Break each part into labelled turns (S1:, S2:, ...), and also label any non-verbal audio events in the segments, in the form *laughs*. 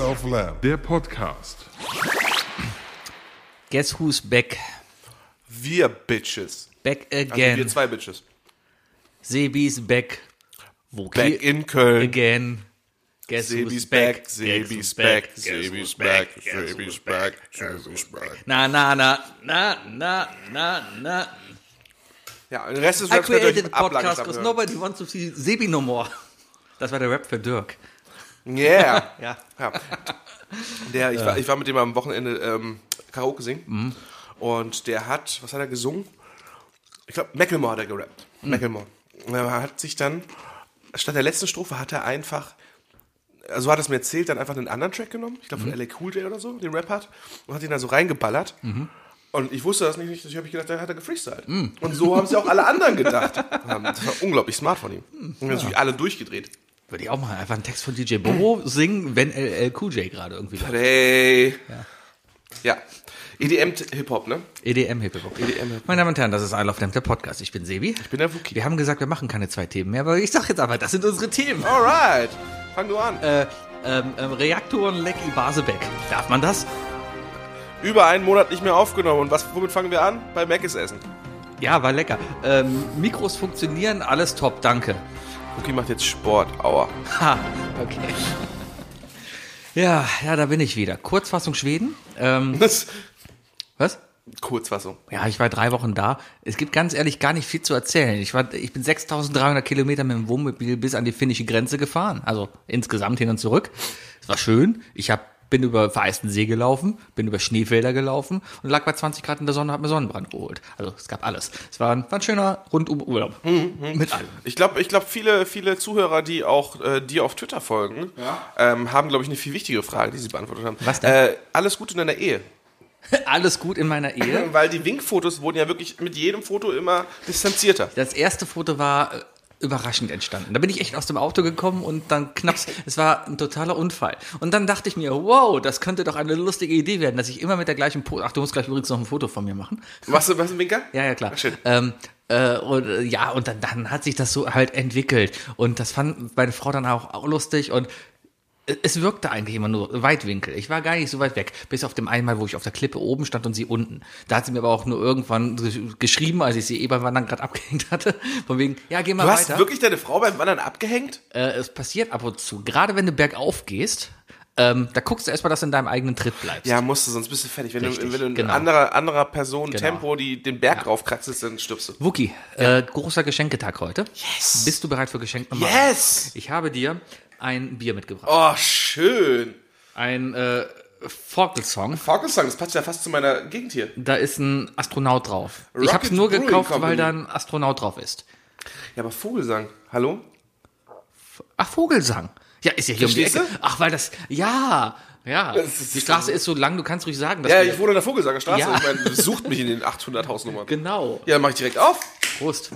S1: of Lamb.
S2: Der Podcast.
S3: Guess who's back?
S4: Wir Bitches.
S3: Back
S4: Also
S3: again.
S4: wir zwei Bitches.
S3: Sebis back. Wo
S4: Back in Köln.
S3: Again. Guess who's
S4: Sebis
S3: back?
S4: back,
S3: Guess
S4: Sebis
S3: who's
S4: back,
S3: Guess who's
S4: Sebis back,
S3: Guess who's
S4: Sebis
S3: back.
S4: back, Sebis back.
S3: Na, na, na, na, na, na, na.
S4: Ja, den Rest des
S3: I
S4: Raps könnt ihr euch
S3: created a
S4: im Ablager
S3: podcast because
S4: abhören.
S3: nobody wants to see Sebi no more. *laughs* Das war der Rap für Dirk. *laughs*
S4: Yeah.
S3: Ja.
S4: ja. Der, ich, war, ich war mit dem am Wochenende ähm, Karaoke singen. Und der hat, was hat er gesungen? Ich glaube, Macklemore hat er gerappt. Macklemore. Und er hat sich dann, statt der letzten Strophe hat er einfach, also hat er es mir erzählt, dann einfach einen anderen Track genommen. Ich glaube, von LA Cool J oder so, den Rap hat. Und hat ihn da so reingeballert. Und ich wusste das nicht, nicht, ich habe gedacht, da hat er gefreestylt. Und so haben es ja auch alle anderen gedacht. Das war unglaublich smart von ihm. Und dann sind natürlich alle durchgedreht.
S3: Würde ich auch mal einfach einen Text von DJ Bobo singen, wenn LL Cool J gerade irgendwie
S4: *laughs*
S3: war.
S4: Prey. Ja. EDM Hip-Hop, ne?
S3: EDM E Hip Hop.
S4: EDM.
S3: Meine Damen und Herren, das ist I Love Lamp, der Podcast. Ich bin Sebi. Ich
S4: bin der Wookie.
S3: Wir haben gesagt, wir machen keine zwei Themen mehr, aber ich sag jetzt einfach, das sind unsere Themen.
S4: Alright. Fang du an.
S3: Äh, ähm, ähm, Reaktorenleck Ibasebeck. Darf man das?
S4: Über einen Monat nicht mehr aufgenommen. Und was, womit fangen wir an? Bei Mac ist Essen.
S3: Ja, war lecker. Ähm, Mikros funktionieren, alles top, danke.
S4: Cookie macht jetzt Sport. Aua.
S3: Ha, okay. Ja, ja, da bin ich wieder. Kurzfassung Schweden. Ähm,
S4: Das
S3: was?
S4: Kurzfassung.
S3: Ja, ich war drei Wochen da. Es gibt ganz ehrlich gar nicht viel zu erzählen. Ich, war, ich bin 6.300 Kilometer mit dem Wohnmobil bis an die finnische Grenze gefahren. Also insgesamt hin und zurück. Es war schön. Ich hab, bin über vereisten See gelaufen, bin über Schneefelder gelaufen und lag bei 20 Grad in der Sonne und habe mir Sonnenbrand geholt. Also es gab alles. Es war ein, war ein schöner rundum Urlaub. Mit allem.
S4: Ich glaube, ich glaub, viele, viele Zuhörer, die auch äh, dir auf Twitter folgen, ähm, haben, glaube ich, eine viel wichtigere Frage, die sie beantwortet haben.
S3: Was denn?
S4: Äh, alles gut in deiner Ehe.
S3: Alles gut in meiner Ehe.
S4: Weil die Winkfotos wurden ja wirklich mit jedem Foto immer distanzierter.
S3: Das erste Foto war äh, überraschend entstanden. Da bin ich echt aus dem Auto gekommen und dann knapps, es war ein totaler Unfall. Und dann dachte ich mir, wow, das könnte doch eine lustige Idee werden, dass ich immer mit der gleichen Pose, ach, du musst gleich übrigens noch ein Foto von mir machen.
S4: Machst du, machst du einen Winker?
S3: Ja, ja, klar.
S4: Schön.
S3: Ähm, äh, und, äh, ja, und dann, dann hat sich das so halt entwickelt. Und das fand meine Frau dann auch, auch lustig und äh, es wirkte eigentlich immer nur Weitwinkel. Ich war gar nicht so weit weg, bis auf dem einmal, wo ich auf der Klippe oben stand und sie unten. Da hat sie mir aber auch nur irgendwann gesch- geschrieben, als ich sie eh beim Wandern gerade abgehängt hatte, von wegen, ja, geh mal
S4: Du hast
S3: weiter.
S4: wirklich deine Frau beim Wandern abgehängt?
S3: Äh, es passiert ab und zu, gerade wenn du bergauf gehst, ähm, da guckst du erstmal, dass du in deinem eigenen Tritt bleibst.
S4: Ja, musst du, sonst bist du fertig. Wenn
S3: Richtig,
S4: du, wenn du in
S3: genau.
S4: anderer, anderer Person
S3: Genau.
S4: Tempo die, den Berg raufkratzt, dann stirbst du.
S3: Wookie, äh, großer Geschenketag heute. Yes. Bist du bereit für Geschenk Nummer
S4: Yes!
S3: Ich habe dir ein Bier mitgebracht.
S4: Oh, schön.
S3: Ein äh, Forkelsong.
S4: Falkensong, das passt ja fast zu meiner Gegend hier.
S3: Da ist ein Astronaut drauf. ich
S4: Rocket
S3: habe es nur
S4: Brewing
S3: gekauft,
S4: Company.
S3: weil da ein Astronaut drauf ist.
S4: Ja, aber Vogelsang. Hallo?
S3: Ach, Vogelsang. Ja, ist ja hier um die
S4: Verstehst
S3: Ecke. Ach, weil das. Ja, ja.
S4: Das ist-
S3: Die Straße ist so lang, du kannst ruhig sagen, dass
S4: Ja,
S3: wir-
S4: ich wohne in der Vogelsangerstraße.
S3: Ja.
S4: Ich meine, sucht mich in den 800 Hausnummern.
S3: Genau.
S4: Ja, dann mach ich direkt auf.
S3: Prost.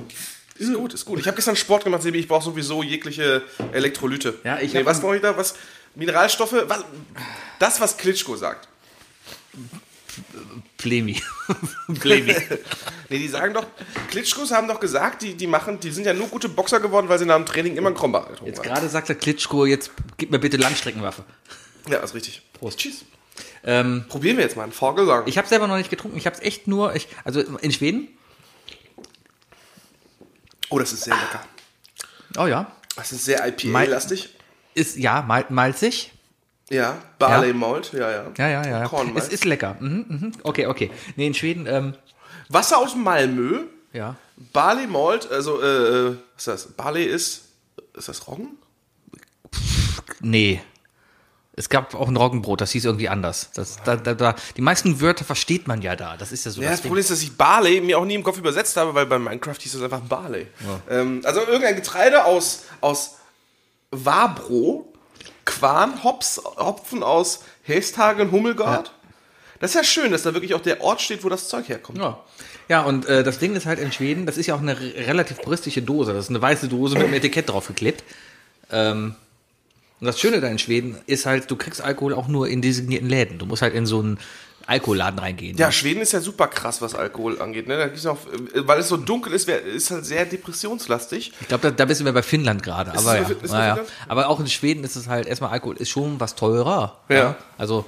S4: Ist gut, ist gut. Ich habe gestern Sport gemacht, Sebi. Ich brauche sowieso jegliche Elektrolyte.
S3: Ja, ich hab-
S4: nee, was brauche ich da? Was? Mineralstoffe? Was? Das, was Klitschko sagt.
S3: Plemi. *laughs* Plemi.
S4: Nee, die sagen doch, Klitschkos haben doch gesagt, die, die machen, die sind ja nur gute Boxer geworden, weil sie nach dem Training immer einen Krombacher getrunken
S3: Jetzt
S4: haben.
S3: gerade sagt der Klitschko, jetzt gib mir bitte Langstreckenwaffe.
S4: Ja, ist richtig.
S3: Prost. Tschüss. Ähm,
S4: Probieren wir jetzt mal einen Vogelsang.
S3: Ich habe selber noch nicht getrunken. Ich habe es echt nur, ich, also in Schweden.
S4: oh, das ist sehr lecker.
S3: Oh ja.
S4: Das ist sehr IPA-lastig.
S3: Ist ja mal, malzig.
S4: Ja, Barley Malt, ja, ja.
S3: Ja, ja, ja. ja.
S4: Kornmalz.
S3: Es ist lecker. Mhm, mhm. Okay, okay. Nee, in Schweden, ähm,
S4: Wasser aus Malmö,
S3: ja.
S4: Barley Malt, also, äh, was ist das? Barley ist, ist das Roggen?
S3: Nee. Es gab auch ein Roggenbrot, das hieß irgendwie anders. Das, da, da, da, die meisten Wörter versteht man ja da. Das ist ja so
S4: Ja,
S3: das
S4: das
S3: Ding.
S4: Problem ist, dass ich Barley mir auch nie im Kopf übersetzt habe, weil bei Minecraft hieß das einfach Barley. Ähm, also irgendein Getreide aus, aus Wabro, Quarn, Hops, Hopfen aus Hesthagen, Hummelgard. Das ist ja schön, dass da wirklich auch der Ort steht, wo das Zeug herkommt.
S3: Ja, ja und äh, das Ding ist halt in Schweden, das ist ja auch eine re- relativ puristische Dose. Das ist eine weiße Dose mit einem Etikett draufgeklebt. Ähm, und das Schöne da in Schweden ist halt, du kriegst Alkohol auch nur in designierten Läden. Du musst halt in so einen Alkoholaden reingehen.
S4: Ja, Schweden ist ja super krass, was Alkohol angeht. Ne? Da gibt's noch, weil es so dunkel ist, wär- ist halt sehr depressionslastig.
S3: Ich glaube, da, da bist du bei Finnland gerade. Aber,
S4: es
S3: ja,
S4: so- ist es
S3: naja.
S4: Finnland?
S3: aber auch in Schweden ist es halt, erstmal Alkohol ist schon was teurer.
S4: Ja.
S3: Also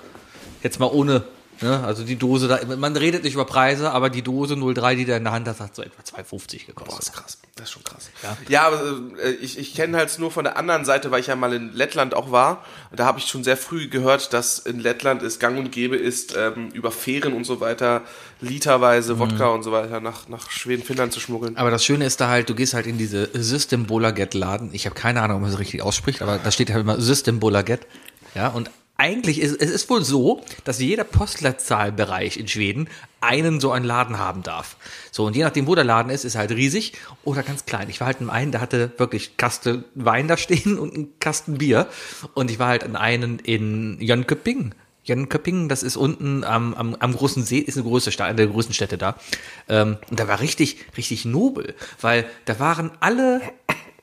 S3: jetzt mal ohne, ne? also die Dose, da, man redet nicht über Preise, aber die Dose 03, die du in der Hand hast, hat so etwa 2,50
S4: Boah,
S3: gekostet.
S4: ist krass. Das ist schon krass. Ja, aber äh, ich, ich kenne halt nur von der anderen Seite, weil ich ja mal in Lettland auch war. Und Da habe ich schon sehr früh gehört, dass in Lettland es gang und gäbe ist, ähm, über Fähren und so weiter literweise Wodka und so weiter nach, nach Schweden, Finnland zu schmuggeln.
S3: Aber das Schöne ist da halt, du gehst halt in diese Systembolaget-Laden. Ich habe keine Ahnung, ob man es richtig ausspricht, aber da steht halt immer Systembolaget. Ja, und eigentlich ist es ist wohl so, dass jeder Postleitzahlbereich in Schweden einen so einen Laden haben darf. So, und je nachdem, wo der Laden ist, ist er halt riesig oder ganz klein. Ich war halt in einem, da hatte wirklich Kaste Wein da stehen *laughs* und einen Kasten Bier. Und ich war halt in einen in Jönköping. Jönköping, das ist unten am, am, am großen See, ist eine große Stadt, eine der größten Städte da. Ähm, und da war richtig, richtig nobel, weil da waren alle,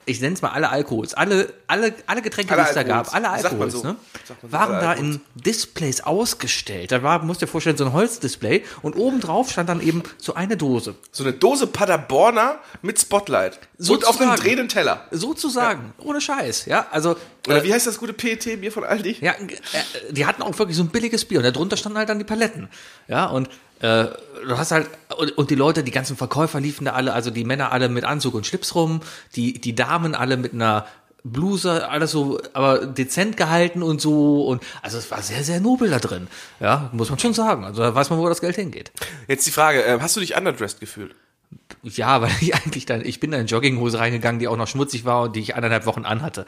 S3: ich nenne es mal alle Alkohols, alle, alle, alle Getränke,
S4: Alle
S3: die es da
S4: Alkohols.
S3: gab, alle
S4: Sagt man
S3: Alkohols,
S4: so.
S3: ne,
S4: Sagt man so,
S3: waren
S4: alle
S3: da in Displays ausgestellt. Da war, musst dir vorstellen, so ein Holzdisplay und obendrauf stand dann eben so eine Dose.
S4: So eine Dose Paderborner mit Spotlight. und auf einem
S3: Sozusagen.
S4: drehenden Teller.
S3: Sozusagen, ohne Scheiß, ja, also,
S4: Oder wie heißt das gute PET-Bier von Aldi?
S3: Ja, äh, die hatten auch wirklich so ein billiges Bier und darunter standen halt dann die Paletten. Ja, und äh, du hast halt, und, und die Leute, die ganzen Verkäufer liefen da alle, also die Männer alle mit Anzug und Schlips rum, die, die Damen alle mit einer Bluse, alles so, aber dezent gehalten und so. Und also es war sehr, sehr nobel da drin. Ja, muss man schon sagen. Also da weiß man, wo das Geld hingeht.
S4: Jetzt die Frage, äh, hast du dich underdressed gefühlt?
S3: Ja, weil ich *laughs* eigentlich dann, ich bin da in Jogginghose reingegangen, die auch noch schmutzig war und die ich anderthalb Wochen anhatte.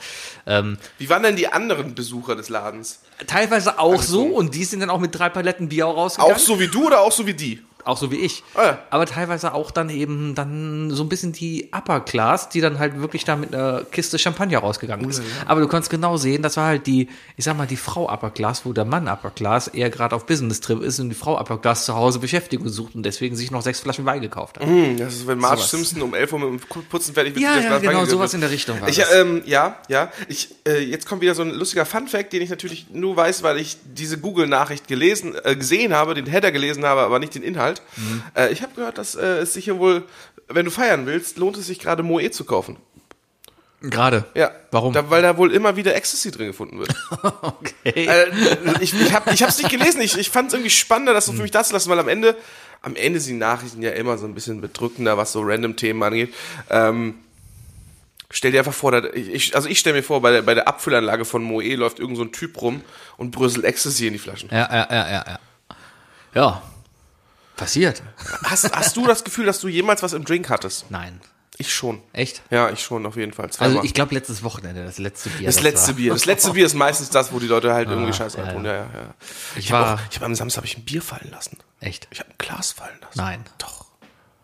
S3: Ähm,
S4: Wie waren denn die anderen Besucher des Ladens?
S3: teilweise auch so und die sind dann auch mit drei Paletten Bier auch rausgegangen.
S4: Auch so wie du oder auch so wie die?
S3: auch so wie ich.
S4: Ah, ja.
S3: Aber teilweise auch dann eben dann so ein bisschen die Upper Class, die dann halt wirklich da mit einer Kiste Champagner rausgegangen ist. Aber du konntest genau sehen, das war halt die, ich sag mal, die Frau Upper Class, wo der Mann Upper Class eher gerade auf Business Trip ist und die Frau Upper Class zu Hause Beschäftigung sucht und deswegen sich noch sechs Flaschen Wein gekauft hat.
S4: Hm, Das ist, wenn Marge
S3: Sowas.
S4: Simpson um 11 Uhr mit dem Putzen fertig wird.
S3: Ja,
S4: das
S3: ja,
S4: Glas
S3: genau,
S4: reingegriffen.
S3: sowas in der Richtung war
S4: ich,
S3: das.
S4: ähm, Ja, ja. Ich, äh, jetzt kommt wieder so ein lustiger Fun-Fact, den ich natürlich nur weiß, weil ich diese Google-Nachricht gelesen, äh, gesehen habe, den Header gelesen habe, aber nicht den Inhalt.
S3: Mhm.
S4: Äh, ich habe gehört, dass äh, es sich hier wohl, wenn du feiern willst, lohnt es sich gerade Moe zu kaufen. Mhm.
S3: Gerade.
S4: Ja.
S3: Warum?
S4: Da, weil da wohl immer wieder Ecstasy drin gefunden wird.
S3: okay.
S4: Äh, ich, ich, hab, ich hab's nicht gelesen. Ich, ich fand's irgendwie spannender, das so für mich das zu lassen, weil am Ende, am Ende sind die Nachrichten ja immer so ein bisschen bedrückender, was so random Themen angeht. Ähm, stell dir einfach vor, da, ich, ich, also ich stell mir vor, bei der, bei der Abfüllanlage von Moe läuft irgend so ein Typ rum und bröselt Ecstasy in die Flaschen.
S3: Ja, ja, ja, ja, ja. Ja. Passiert.
S4: Hast, hast du das Gefühl, dass du jemals was im Drink hattest?
S3: Nein.
S4: Ich schon.
S3: Echt?
S4: Ja, ich schon, auf jeden Fall. Zweimal.
S3: Also ich glaube letztes Wochenende, das letzte Bier.
S4: das letzte
S3: war.
S4: Bier. Das letzte Bier ist meistens das, wo die Leute halt irgendwie Scheiß
S3: ja,
S4: ja, ja, ja, ja.
S3: Ich
S4: hab
S3: war
S4: auch- ich hab am Samstag hab ich ein Bier fallen lassen.
S3: echt.
S4: Ich habe ein Glas fallen lassen.
S3: Nein.
S4: Doch.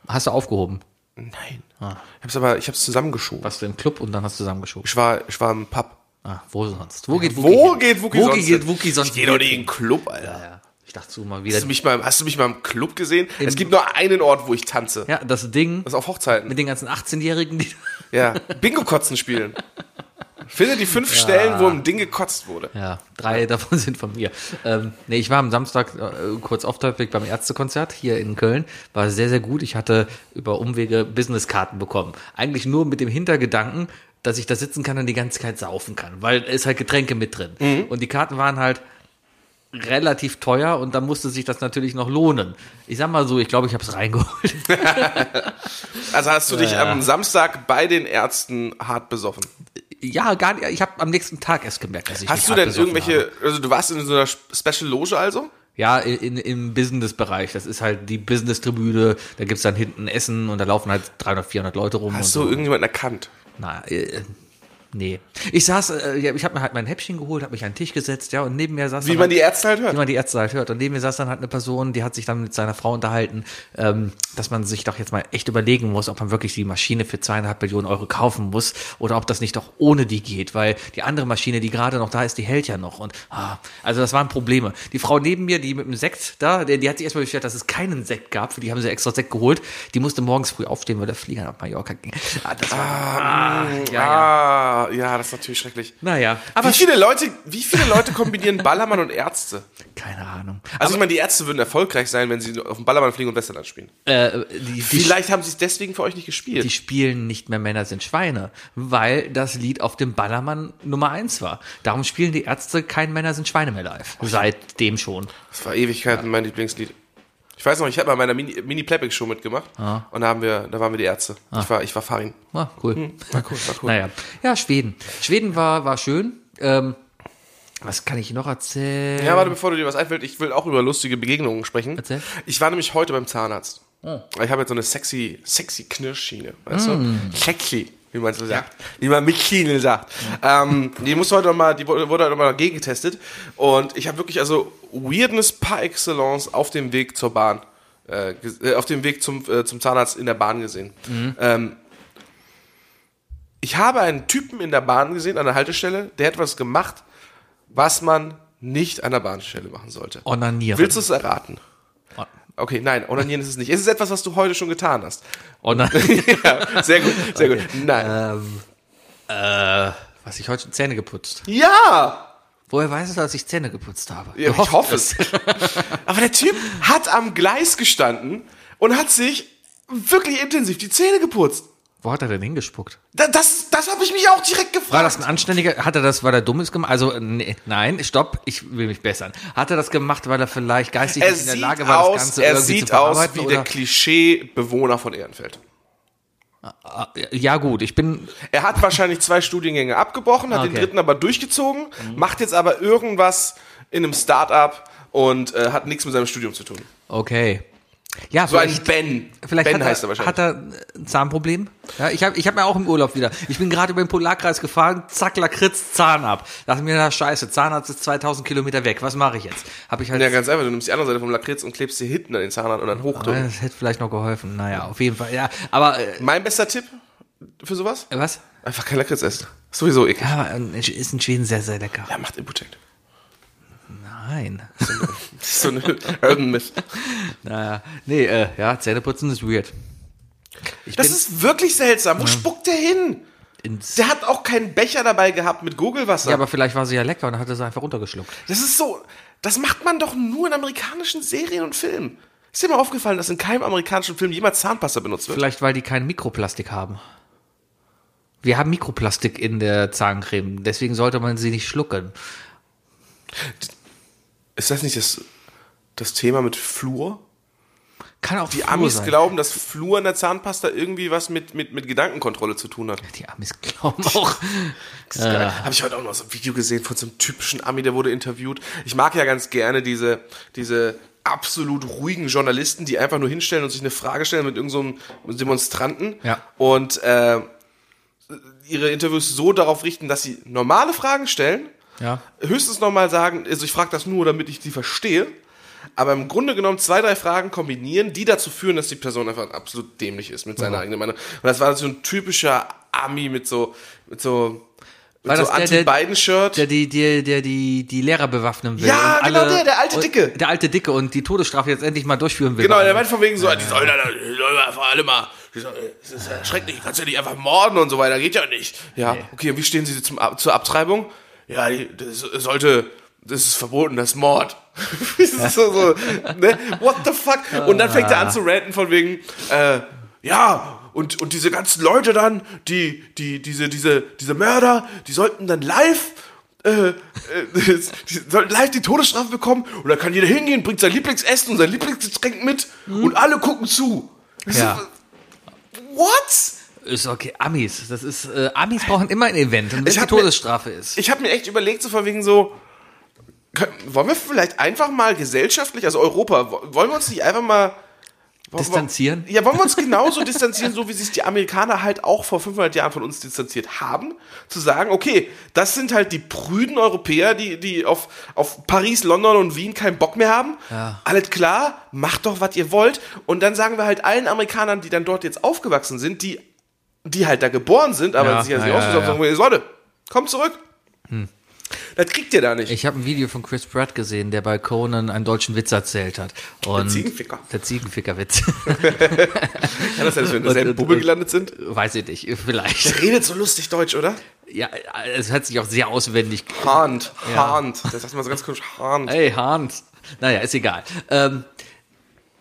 S3: Hast du aufgehoben?
S4: Nein. Ich hab's aber, ich hab's zusammengeschoben.
S3: Warst du im Club und dann hast du zusammengeschoben.
S4: Ich war, ich war im Pub.
S3: Ah, wo sonst? Wo geht
S4: Wo
S3: hin?
S4: geht Wookie
S3: wo
S4: sonst?
S3: Geht,
S4: hin?
S3: Wookie sonst
S4: Ich geh doch
S3: hin?
S4: nicht in den Club, Alter.
S3: Ja, ja. Ich dachte so mal wieder.
S4: Hast, du mich mal, hast du mich mal im Club gesehen? es gibt nur einen Ort, wo ich tanze.
S3: Ja, das Ding
S4: Das ist auf Hochzeiten.
S3: mit den ganzen 18-Jährigen, die.
S4: Ja. Bingo-Kotzen spielen. Finde die fünf Stellen, wo ein Ding gekotzt wurde.
S3: Ja, drei davon *laughs* sind von mir. Ähm, nee, ich war am Samstag äh, kurz off topic beim Ärztekonzert hier in Köln. War sehr, sehr gut. Ich hatte über Umwege Businesskarten bekommen. Eigentlich nur mit dem Hintergedanken, dass ich da sitzen kann und die ganze Zeit saufen kann, weil es halt Getränke mit drin.
S4: Mhm.
S3: Und die Karten waren halt relativ teuer und da musste sich das natürlich noch lohnen. Ich sag mal so, ich glaube, ich habe es reingeholt. *laughs*
S4: Also hast du dich am Samstag bei den Ärzten hart besoffen.
S3: Ja, gar nicht. Ich habe am nächsten Tag erst gemerkt, dass ich mich
S4: Hast du
S3: hart
S4: denn
S3: besoffen habe.
S4: irgendwelche, also du warst in so einer Special Loge also?
S3: Ja, in, im Business-Bereich. Das ist halt die Business-Tribüne. Da gibt's dann hinten Essen und da laufen halt 300, 400 Leute rum. und
S4: Hast du irgendjemanden erkannt?
S3: Na, äh, nee. Ich saß, äh, ja, ich habe mir halt mein Häppchen geholt, habe mich an den Tisch gesetzt, ja, und neben mir saß
S4: Wie
S3: dann
S4: man
S3: halt,
S4: die Ärzte halt hört.
S3: wie man die Ärzte halt hört. Und neben mir saß dann halt eine Person, die hat sich dann mit seiner Frau unterhalten, ähm, dass man sich doch jetzt mal echt überlegen muss, ob man wirklich die Maschine für zweieinhalb Millionen Euro kaufen muss oder ob das nicht doch ohne die geht, weil die andere Maschine, die gerade noch da ist, die hält ja noch. Und ah, also das waren Probleme. Die Frau neben mir, die mit dem Sekt da, die, die hat sich erstmal beschwert, dass es keinen Sekt gab, für die haben sie extra Sekt geholt. Die musste morgens früh aufstehen, weil der Flieger nach Mallorca ging. Ah, das war,
S4: Ah, ja, das ist natürlich schrecklich.
S3: naja, aber
S4: wie viele Leute, wie viele Leute kombinieren Ballermann und Ärzte?
S3: Keine Ahnung.
S4: Also ich meine, die Ärzte würden erfolgreich sein, wenn sie auf dem Ballermann fliegen und Westerland spielen.
S3: Äh, die, die,
S4: Vielleicht haben sie es deswegen für euch nicht gespielt.
S3: die spielen nicht mehr Männer sind Schweine, weil das Lied auf dem Ballermann Nummer eins war. Darum spielen die Ärzte kein Männer sind Schweine mehr live. Seitdem schon.
S4: Das war Ewigkeiten mein Lieblingslied. Ich weiß noch, ich habe bei meiner Mini, Mini Playback Show mitgemacht und da haben wir, da waren wir die Ärzte. Ich war, ich war fein.
S3: Ah, cool.
S4: War Hm, cool, war cool.
S3: Naja, ja, Schweden. Schweden war, war schön. Ähm, was kann ich noch erzählen?
S4: Ja, warte, bevor du dir was einfällt, ich will auch über lustige Begegnungen sprechen.
S3: Erzähl.
S4: Ich war nämlich heute beim Zahnarzt. Ich habe jetzt so eine sexy, sexy Knirschschiene, weißt du? Sexy, wie man so sagt. Wie man mit Schiene sagt. Ähm, die muss heute noch mal, die wurde wurde heute noch mal gegengetestet. Und ich habe wirklich also Weirdness par excellence auf dem Weg zur Bahn, äh, ges- äh, auf dem Weg zum, äh, zum Zahnarzt in der Bahn gesehen. Ähm, ich habe einen Typen in der Bahn gesehen, an der Haltestelle, der hat was gemacht, was man nicht an der Bahnstelle machen sollte.
S3: Onanieren.
S4: Willst du es erraten?
S3: On-
S4: Okay, nein, onanieren ist es nicht. Es ist etwas, was du heute schon
S3: *laughs*
S4: getan hast. *laughs*
S3: Onanieren.
S4: ja, sehr gut, sehr gut. Nein.
S3: ähm, äh, was ich heute schon Zähne geputzt.
S4: Ja!
S3: Woher weißt du, dass ich Zähne geputzt habe?
S4: ja
S3: Du hoffst
S4: ich hoffe es. *laughs* Aber der Typ hat am Gleis gestanden und hat sich wirklich intensiv die Zähne geputzt.
S3: Wo hat er denn hingespuckt?
S4: Da- Das, das habe ich mich auch direkt
S3: War
S4: gefragt.
S3: das ein anständiger, hat er das, weil er dumm ist gemacht? Also, nee, nein, stopp, ich will mich bessern. Hat er das gemacht, weil er vielleicht geistig
S4: er
S3: nicht in der
S4: sieht
S3: Lage war, das
S4: aus,
S3: Ganze
S4: er
S3: irgendwie
S4: sieht
S3: zu
S4: aus wie
S3: verarbeiten?
S4: der
S3: oder?
S4: Klischee-Bewohner von Ehrenfeld.
S3: Ja gut, ich bin,
S4: Er hat wahrscheinlich zwei Studiengänge abgebrochen, hat den
S3: Okay.
S4: dritten aber durchgezogen, macht jetzt aber irgendwas in einem Start-up und äh, hat nichts mit seinem Studium zu tun.
S3: okay. Ja,
S4: So ein
S3: vielleicht,
S4: Ben.
S3: vielleicht
S4: ben
S3: hat, er,
S4: heißt er wahrscheinlich.
S3: hat er ein Zahnproblem. Ja, ich habe ich hab mir auch im Urlaub wieder, ich bin gerade über den Polarkreis gefahren, zack, Lakritz, Zahn ab. Dachte mir, na scheiße, Zahnarzt ist 2000 Kilometer weg, was mache ich jetzt? Habe ich halt, Oh,
S4: ja, ganz einfach, du nimmst die andere Seite vom Lakritz und klebst sie hinten an den Zahnrad und dann hochdrücken.
S3: das hätte vielleicht noch geholfen, naja, auf jeden Fall, ja, aber, äh,
S4: Mein bester Tipp für sowas?
S3: was?
S4: Einfach kein Lakritz essen. Ist sowieso eklig.
S3: Ja, aber, äh, ist in Schweden sehr, sehr lecker.
S4: Ja, macht Impotect.
S3: Nein. *laughs*
S4: Das ist so eine *laughs* Urban Myth.
S3: Naja, nee, äh, ja, Zähneputzen ist weird. Ich
S4: Das
S3: bin
S4: ist wirklich seltsam. Wo spuckt der hin?
S3: ins,
S4: Der hat auch keinen Becher dabei gehabt mit Gurgelwasser.
S3: ja, aber vielleicht war sie ja lecker und hat es einfach runtergeschluckt.
S4: Das ist so, das macht man doch nur in amerikanischen Serien und Filmen. Ist dir mal aufgefallen, dass in keinem amerikanischen Film jemals Zahnpasta benutzt wird?
S3: Vielleicht, weil die kein Mikroplastik haben. Wir haben Mikroplastik in der Zahncreme, deswegen sollte man sie nicht schlucken.
S4: Ist das nicht das, das Thema mit Flur?
S3: Kann auch
S4: Die Amis glauben, dass Flur in der Zahnpasta irgendwie was mit, mit, mit Gedankenkontrolle zu tun hat.
S3: Die Amis
S4: *laughs*
S3: glauben auch.
S4: Habe ich heute auch noch so ein Video gesehen von so einem typischen Ami, der wurde interviewt. Ich mag ja ganz gerne diese, diese absolut ruhigen Journalisten, die einfach nur hinstellen und sich eine Frage stellen mit irgendeinem so einem Demonstranten
S3: Ja.
S4: und äh, ihre Interviews so darauf richten, dass sie normale Fragen stellen,
S3: Ja.
S4: höchstens nochmal sagen, also ich frage das nur, damit ich die verstehe, aber im Grunde genommen zwei, drei Fragen kombinieren, die dazu führen, dass die Person einfach absolut dämlich ist mit seiner eigenen Meinung. Und das war so ein typischer Ami mit so, mit so, mit
S3: War
S4: so
S3: das der, der- Der
S4: Anti-Biden-Shirt.
S3: die, der, der die, die Lehrer bewaffnen will.
S4: Ja,
S3: und
S4: genau der, der alte
S3: und-
S4: Dicke.
S3: Der alte Dicke und die Todesstrafe jetzt endlich mal durchführen will.
S4: Genau, der meint von wegen so, die sollen da, die sollen da vor allem mal, die sollen- das ist ja schrecklich, du kannst ja nicht einfach morden und so weiter, geht ja nicht. Ja, okay, und wie stehen Sie zum, Ab- zur Abtreibung? Ja, die, das sollte, das ist verboten, das ist Mord. *laughs* das ist so, so, ne? What the fuck? Und dann fängt er an zu ranten von wegen, äh, ja, und, und diese ganzen Leute dann, die, die, diese, diese, diese Mörder, die sollten dann live äh, äh, die sollten live die Todesstrafe bekommen und da kann jeder hingehen, bringt sein Lieblingsessen und sein Lieblingsgetränk mit und alle gucken zu.
S3: Ja.
S4: What?
S3: Ist okay, Amis. Das ist, äh, Amis brauchen immer ein Event, und wenn
S4: Ich
S3: die
S4: hab mir-
S3: Todesstrafe ist.
S4: Ich habe mir echt überlegt, so von wegen so, können, wollen wir vielleicht einfach mal gesellschaftlich, also Europa, wo- wollen wir uns nicht einfach mal wollen wir-
S3: Distanzieren?
S4: Ja, wollen wir uns genauso distanzieren, so wie sich die Amerikaner halt auch vor 500 Jahren von uns distanziert haben, zu sagen, okay, das sind halt die prüden Europäer, die, die auf, auf Paris, London und Wien keinen Bock mehr haben.
S3: Ja.
S4: Alles klar, macht doch, was ihr wollt. Und dann sagen wir halt allen Amerikanern, die dann dort jetzt aufgewachsen sind, die, die halt da geboren sind, aber
S3: Ja,
S4: sich ja,
S3: ja,
S4: nicht
S3: ja,
S4: ausgesucht haben,
S3: ja.
S4: sagen wir, Leute, kommt zurück. Das kriegt ihr da nicht.
S3: Ich habe ein Video von Chris Pratt gesehen, der bei Conan einen deutschen Witz erzählt hat. Und der
S4: Ziegenficker.
S3: Der Ziegenficker-Witz. *laughs*
S4: Kann das sein, dass wir in derselben
S3: und-
S4: Bubble
S3: und-
S4: gelandet sind?
S3: Weiß ich nicht, vielleicht.
S4: Der redet so lustig Deutsch, oder?
S3: Ja, es hat sich auch sehr auswendig.
S4: Hahnt, Hahnt. Das sagt man so ganz komisch, Hahnt.
S3: Hey, Hans. Naja, ist egal. Ähm,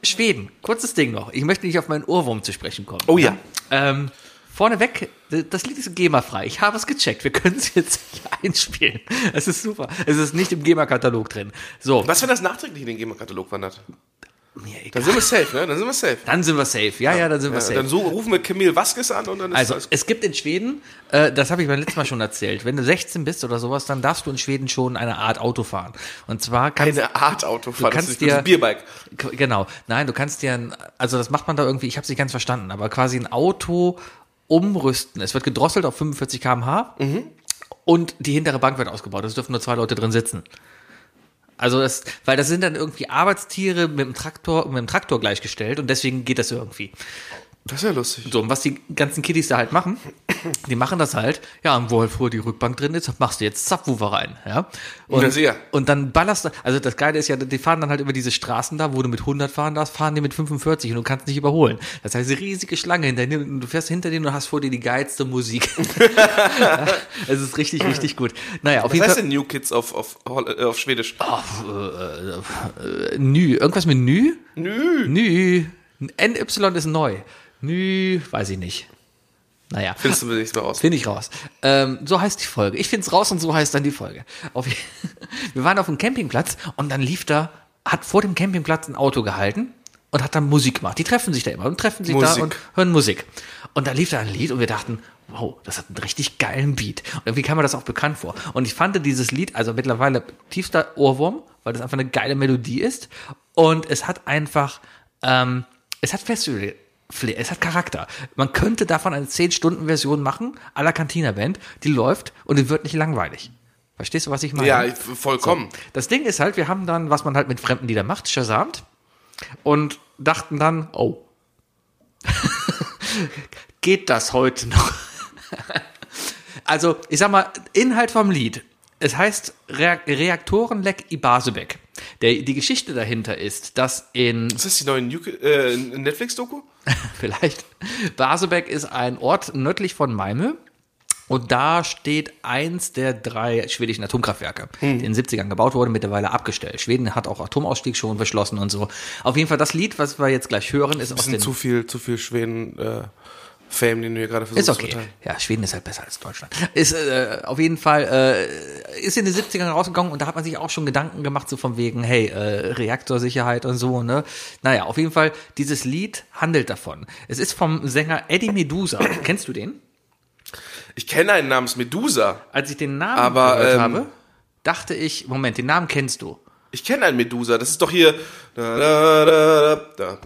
S3: Schweden, kurzes Ding noch. Ich möchte nicht auf meinen Ohrwurm zu sprechen kommen.
S4: Oh ja.
S3: Ähm, vorneweg, d- das Lied ist GEMA-frei. Ich habe es gecheckt. Wir können es jetzt *laughs* hier einspielen. Es ist super. Es ist nicht im GEMA-Katalog drin. So,
S4: Was, wenn das nachträglich in den GEMA-Katalog wandert?
S3: mir egal.
S4: Dann sind wir safe, ne? Dann sind wir safe.
S3: Dann sind wir safe. Ja, ja, dann sind wir
S4: Ja,
S3: safe.
S4: dann so, rufen wir Camille Vasquez an und dann ist
S3: Also
S4: alles
S3: es gibt in Schweden, äh, das habe ich beim letzten Mal schon erzählt, wenn du 16 bist oder sowas, dann darfst du in Schweden schon eine Art Auto fahren. Und zwar kannst
S4: eine Art Autofahrt.
S3: Du
S4: Das
S3: kannst
S4: ist nicht ein
S3: dir-
S4: Bierbike.
S3: K- Genau. Nein, du kannst dir ein, also das macht man da irgendwie, ich habe es nicht ganz verstanden, aber quasi ein Auto umrüsten. Es wird gedrosselt auf 45 km/h
S4: Mhm.
S3: und die hintere Bank wird ausgebaut. Es dürfen nur zwei Leute drin sitzen. Also das, weil das sind dann irgendwie Arbeitstiere mit dem Traktor, mit dem Traktor gleichgestellt und deswegen geht das irgendwie.
S4: Das ist ja lustig.
S3: So, und was die ganzen Kiddies da halt machen, die machen das halt, ja, und wo halt früher die Rückbank drin ist, machst du jetzt Zapwoofer rein, ja. Und,
S4: Ja, sehr.
S3: und dann ballerst du, also das Geile ist ja, die fahren dann halt über diese Straßen da, wo du mit 100 fahren darfst, fahren die mit 45 und du kannst nicht überholen. Das heißt, riesige Schlange hinter dir und du fährst hinter denen und hast vor dir die geilste
S4: *laughs*
S3: Musik. Ja, es ist richtig, richtig gut. Naja, auf
S4: Was
S3: jeden
S4: heißt
S3: Fall.
S4: denn New Kids auf, auf, Holl- äh, auf Schwedisch?
S3: Oh. Äh, Nü, irgendwas mit Nü?
S4: Nö.
S3: Nü. NY ist neu. Nü, weiß ich nicht. Naja.
S4: Findest du mir nichts mehr raus.
S3: Finde ich raus. Ähm, so heißt die Folge. Ich finde es raus und so heißt dann die Folge. Auf, je- *laughs* wir waren auf dem Campingplatz und dann lief da, hat vor dem Campingplatz ein Auto gehalten und hat dann Musik gemacht. Die treffen sich da immer und treffen sich
S4: Musik.
S3: da und hören Musik. Und da lief da ein Lied und wir dachten, wow, das hat einen richtig geilen Beat. Und irgendwie kam mir das auch bekannt vor. Und ich fand dieses Lied, also mittlerweile tiefster Ohrwurm, weil das einfach eine geile Melodie ist. Und es hat einfach, ähm, es hat Festival. Flair, Es hat Charakter. Man könnte davon eine 10-Stunden-Version machen, à la Cantina-Band, die läuft und die wird nicht langweilig. Verstehst du, was ich meine?
S4: Ja, ich- vollkommen.
S3: Das Ding ist halt, wir haben dann, was man halt mit fremden Liedern macht, Shazamt und dachten dann, oh, *laughs* geht das heute noch? *laughs* also, ich sag mal, Inhalt vom Lied. Es heißt Reak- Reaktorenleck Ibasebek. Der, die Geschichte dahinter ist, dass in
S4: Ist das die neue New Ki- äh, Netflix-Doku?
S3: *laughs* vielleicht. Basebeck ist ein Ort nördlich von Malmö. Und da steht eins der drei schwedischen Atomkraftwerke, die in den 70ern gebaut wurden, mittlerweile abgestellt. Schweden hat auch Atomausstieg schon beschlossen und so. Auf jeden Fall das Lied, was wir jetzt gleich hören, ist aus
S4: Das sind
S3: den
S4: zu viel, zu viel Schweden-Fame, den du hier gerade versuchst
S3: Ist okay.
S4: zu verteilen.
S3: Ja, Schweden ist halt besser als Deutschland. Ist äh, auf jeden Fall äh, ist in den 70ern rausgegangen und da hat man sich auch schon Gedanken gemacht, so von wegen, hey, äh, Reaktorsicherheit und so, ne? Naja, auf jeden Fall, dieses Lied handelt davon. Es ist vom Sänger Eddie Medusa. Kennst du den?
S4: Ich kenne einen namens Medusa.
S3: Als ich den Namen
S4: Aber,
S3: gehört
S4: ähm,
S3: habe, dachte ich, Moment, den Namen kennst du.
S4: Ich kenne einen Medusa. Das ist doch hier. Da, da, da, da, da, da,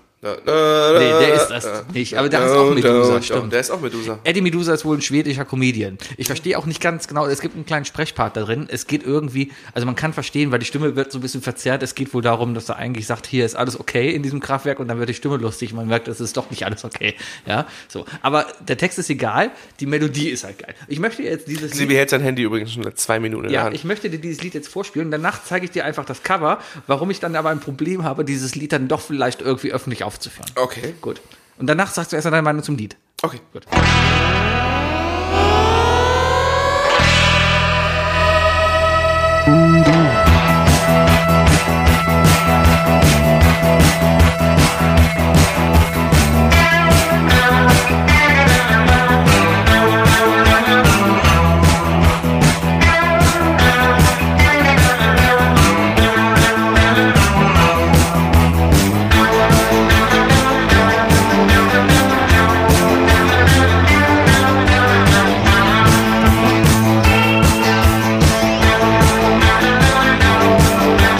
S3: Nee, der ist das nicht, aber der ist auch Medusa, stimmt.
S4: Der ist auch Medusa.
S3: Eddie Medusa ist wohl ein schwedischer Comedian. Ich verstehe auch nicht ganz genau, es gibt einen kleinen Sprechpart da drin. Es geht irgendwie, also man kann verstehen, weil die Stimme wird so ein bisschen verzerrt. Es geht wohl darum, dass er eigentlich sagt, hier ist alles okay in diesem Kraftwerk und dann wird die Stimme lustig. Man merkt, es ist doch nicht alles okay. Ja, so. Aber der Text ist egal, die Melodie ist halt geil. Ich möchte jetzt dieses
S4: Sie
S3: Lied,
S4: behält sein Handy übrigens schon seit zwei Minuten in der
S3: ja,
S4: Hand.
S3: ich möchte dir dieses Lied jetzt vorspielen. Danach zeige ich dir einfach das Cover, warum ich dann aber ein Problem habe, dieses Lied dann doch vielleicht irgendwie öffentlich aufzuführen.
S4: Okay.
S3: Gut. Und danach sagst du erst mal deine Meinung zum Lied.
S4: Okay.
S3: Gut.
S1: Thank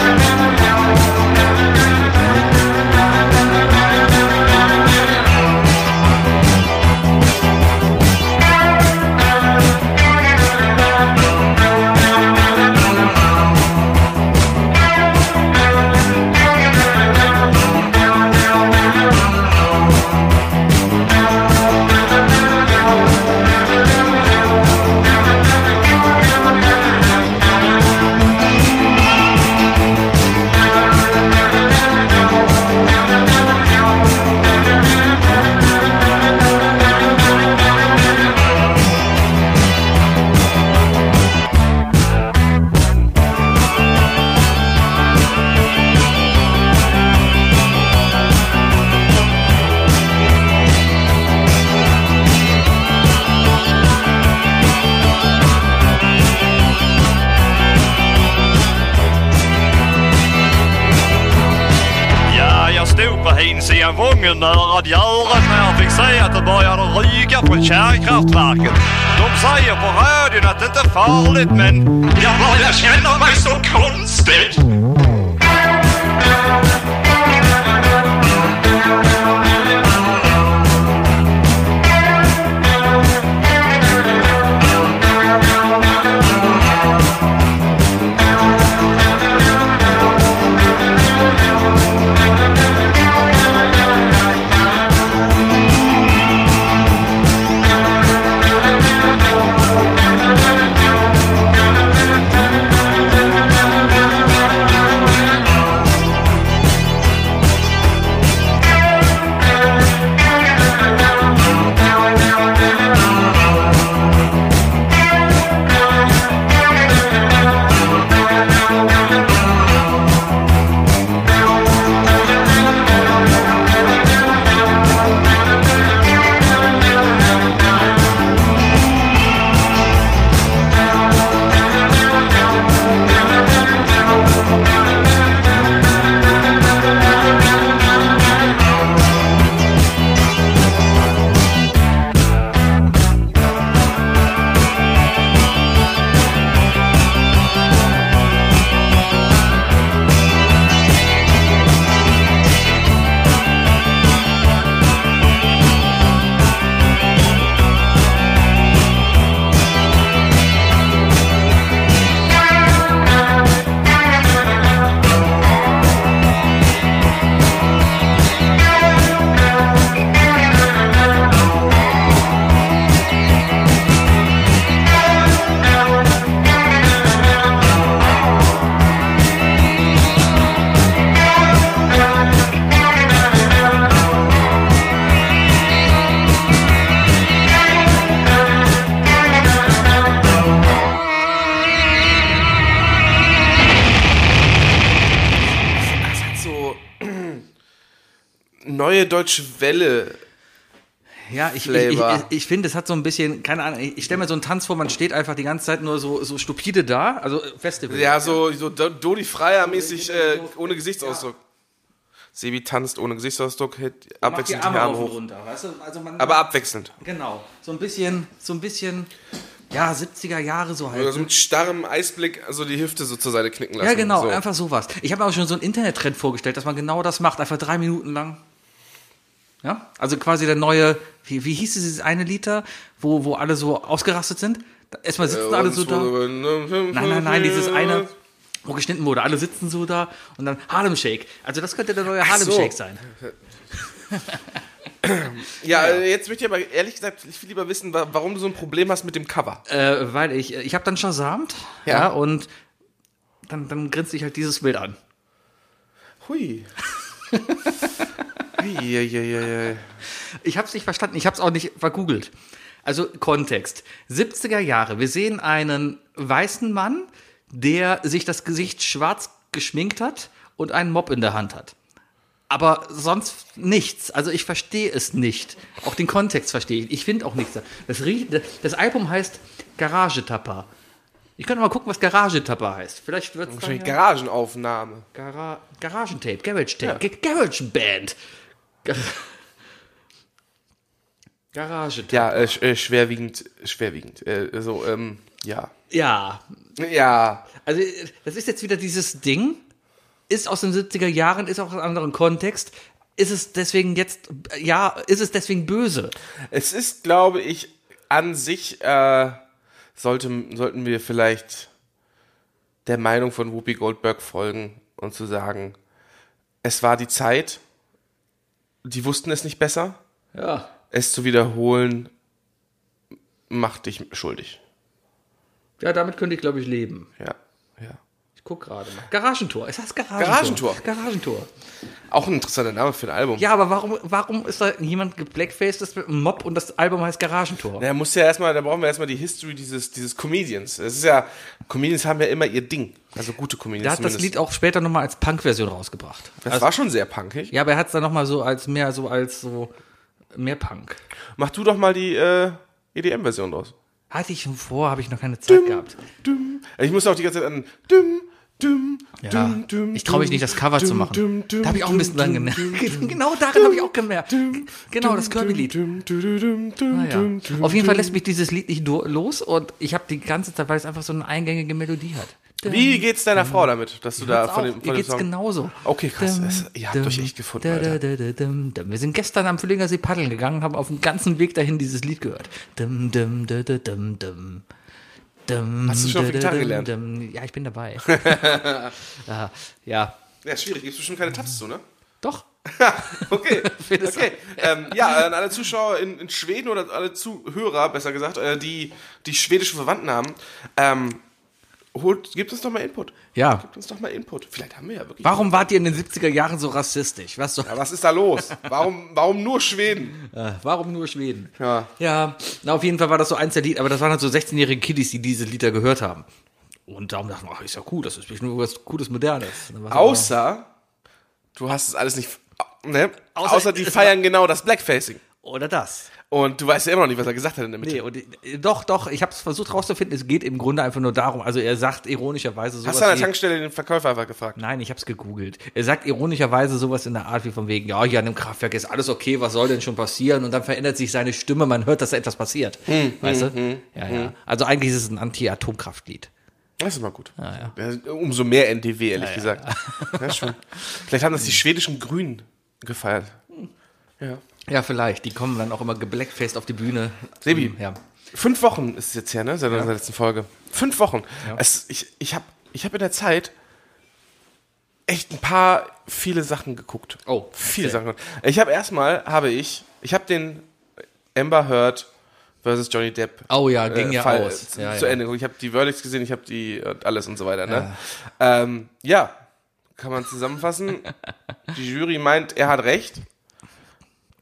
S1: inser vången när radiatorn är fixerad och börjar ryka från kärnkraftverket. De säger på radion att det inte är farligt men... Jävlar, jag känner mig så konstig!
S4: Das hat so *clears throat* neue deutsche Welle.
S3: Ja, ich, ich, ich,
S4: Flavor.
S3: ich finde, es hat so ein bisschen, keine Ahnung, ich stelle mir so einen Tanz vor, man steht einfach die ganze Zeit nur so, so stupide da, also äh, Festival.
S4: Ja, so, so Do- Dodi Freier mäßig äh, ohne Gesichtsausdruck. Sebi tanzt ohne Gesichtsausdruck, hält
S3: Macht die
S4: abwechselnd die
S3: Arme
S4: Arme
S3: rauf und
S4: hoch.
S3: runter, weißt du? Also man,
S4: Aber abwechselnd.
S3: genau, so ein bisschen, so ein bisschen, ja, 70er Jahre so halt.
S4: Also mit starrem Eisblick, also die Hüfte so zur Seite knicken lassen.
S3: Ja, genau,
S4: So.
S3: einfach sowas. Ich habe mir auch schon so einen Internettrend vorgestellt, dass man genau das macht, einfach drei Minuten lang. Ja, also quasi der neue, wie, wie hieß dieses eine Liter, wo, wo alle so ausgerastet sind? Da- Erstmal sitzen
S4: Äh,
S3: alle so da.
S4: ne,
S3: Nein, nein, nein, dieses eine, wo geschnitten wurde. Alle sitzen so da und dann Harlem Shake. Also das könnte der neue Harlem
S4: so.
S3: Shake
S4: *laughs*
S3: sein.
S4: Ja, äh, jetzt möchte ich aber ehrlich gesagt ich will lieber wissen, wa- warum du so ein Problem hast mit dem Cover.
S3: Äh, weil ich, ich habe dann Shazamt. Ja.
S4: Ja.
S3: und dann, dann grinst ich halt dieses Bild an.
S4: *laughs* Hui. Eieieiei.
S3: Ich habe es nicht verstanden, ich habe es auch nicht vergoogelt. Also Kontext. 70er Jahre. Wir sehen einen weißen Mann, der sich das Gesicht schwarz geschminkt hat und einen Mob in der Hand hat. Aber sonst nichts. Also ich verstehe es nicht. Auch den Kontext verstehe ich. Ich finde auch nichts. Das, rie- das Album heißt Garage Tapper. Ich könnte mal gucken, was Garage Tapper heißt. Vielleicht wird es
S4: Wahrscheinlich Garagenaufnahme.
S3: Gara Garagentape, Garage Tape, Ga- Garage Band. Gar Garage Tape.
S4: Ja, äh, sch- äh, schwerwiegend, schwerwiegend. Äh, so, ähm, ja.
S3: Ja.
S4: Ja.
S3: Also äh, das ist jetzt wieder dieses Ding, ist aus den 70er Jahren, ist auch aus einem anderen Kontext. Ist es deswegen jetzt, äh, ja, ist es deswegen böse?
S4: Es ist, glaube ich, an sich, äh, sollte, sollten wir vielleicht der Meinung von Whoopi Goldberg folgen und zu sagen, es war die Zeit, die wussten es nicht besser,
S3: Ja.
S4: es zu wiederholen, macht dich schuldig.
S3: Ja, damit könnte ich, glaube ich, leben.
S4: Ja, ja.
S3: Ich guck gerade mal. Garagentor, ist das Garagentor?
S4: Garagentor.
S3: Garagentor.
S4: Auch ein interessanter Name für ein Album.
S3: Ja, aber warum, warum ist da jemand geblackfaced mit einem Mob und das Album heißt Garagentor?
S4: Da muss ja erstmal, da brauchen wir erstmal die History dieses, dieses Comedians. Es ist ja, Comedians haben ja immer ihr Ding. Also gute Comedians.
S3: Der hat das
S4: zumindest.
S3: Lied also auch später nochmal als Punk-Version rausgebracht.
S4: das war schon sehr punkig.
S3: Ja, aber er hat es dann nochmal so als mehr, so als so mehr Punk.
S4: Mach du doch mal die äh, EDM-Version draus.
S3: Hatte ich schon vor, habe ich noch keine Zeit gehabt.
S4: Also Düm. Ich muss auch die ganze Zeit an düm, Düm,
S3: Ja. Ich traue mich nicht, das Cover zu machen. Da habe ich auch ein bisschen dran gemerkt. *laughs* Genau daran habe ich auch gemerkt. Genau, das Kirby-Lied. Naja. Auf jeden Fall lässt mich dieses Lied nicht do- los und ich habe die ganze Zeit, weil es einfach so eine eingängige Melodie hat.
S4: Wie geht's deiner Frau damit, dass du da
S3: Auch,
S4: Äh, von
S3: Ihr
S4: dem, von dem
S3: geht's
S4: Song...
S3: genauso.
S4: Okay, krass. Es, ihr habt
S3: Dum,
S4: euch echt gefunden,
S3: da, da,
S4: Alter.
S3: da, da, dum, dum. Wir sind gestern am Füllinger See paddeln gegangen, haben auf dem ganzen Weg dahin dieses Lied gehört. Dum, dum, da, da, dum, dum. Dum,
S4: Hast du schon auf
S3: da, da,
S4: Gitarre
S3: dum,
S4: gelernt?
S3: dum. Ja, ich bin
S4: *laughs*
S3: dabei. *laughs* ah, ja,
S4: Ja, schwierig. Gibt's bestimmt keine Tabs
S3: *laughs*
S4: zu, ne?
S3: doch.
S4: Okay,
S3: Findest du?
S4: okay. Ähm, ja, an alle Zuschauer in, in Schweden oder alle Zuhörer, besser gesagt, äh, die, die schwedische Verwandten haben, ähm, holt, gibt uns doch mal Input.
S3: Ja.
S4: Gibt uns doch mal Input. Vielleicht haben wir ja wirklich.
S3: Warum wart ihr in den 70er Jahren so rassistisch? Was soll,
S4: Ja, was ist da los? Warum, warum nur Schweden?
S3: äh, warum nur Schweden?
S4: Ja.
S3: Ja, na, auf jeden Fall war das so eins der Lieder, aber das waren halt so 16-jährige Kiddies, die diese Lieder gehört haben. Und darum dachten, ach, ist ja cool, das ist bestimmt irgendwas Cooles, Modernes. Und dann war's aber-
S4: Außer, du hast es alles nicht. Ne? Außer,
S3: Außer-
S4: die feiern genau das Blackfacing.
S3: Oder das.
S4: Und du weißt ja immer noch nicht, was er gesagt hat in der Mitte.
S3: Nee, und äh, doch, doch, ich habe es versucht rauszufinden, es geht im Grunde einfach nur darum. Also er sagt ironischerweise sowas.
S4: hast du an der
S3: wie-
S4: Tankstelle den Verkäufer einfach gefragt?
S3: Nein, ich habe es gegoogelt. Er sagt ironischerweise sowas in der Art wie von wegen, ja, hier an dem Kraftwerk ist alles okay, was soll denn schon passieren? Und dann verändert sich seine Stimme, man hört, dass da etwas passiert.
S4: Hm,
S3: weißt du? ja, ja. Also eigentlich ist es ein Anti-Atomkraftlied.
S4: Das ist mal gut. Ja, Umso mehr NDW, ehrlich gesagt.
S3: *laughs*
S4: Ja. schon. Vielleicht haben das die schwedischen Grünen gefeiert. Ja.
S3: Ja, vielleicht. Die kommen dann auch immer geblackfaced auf die Bühne.
S4: Sebi.
S3: Hm, Ja.
S4: Fünf Wochen ist es jetzt her, ne? Seit unserer letzten Folge. Fünf Wochen. Es, ich ich habe ich hab in der Zeit echt ein paar viele Sachen geguckt.
S3: Oh,
S4: Viele
S3: erzähl.
S4: Sachen. Ich habe erstmal, habe ich, ich habe den Amber Heard versus Johnny Depp.
S3: Oh ja, ging ja
S4: Äh, Fall
S3: aus.
S4: Zu,
S3: Ja,
S4: zu
S3: ja.
S4: Ende. Ich habe die Verdicts gesehen, ich habe die und alles und so weiter. Ne? Ja. Ähm, ja, kann man *laughs* zusammenfassen. die Jury meint, er hat recht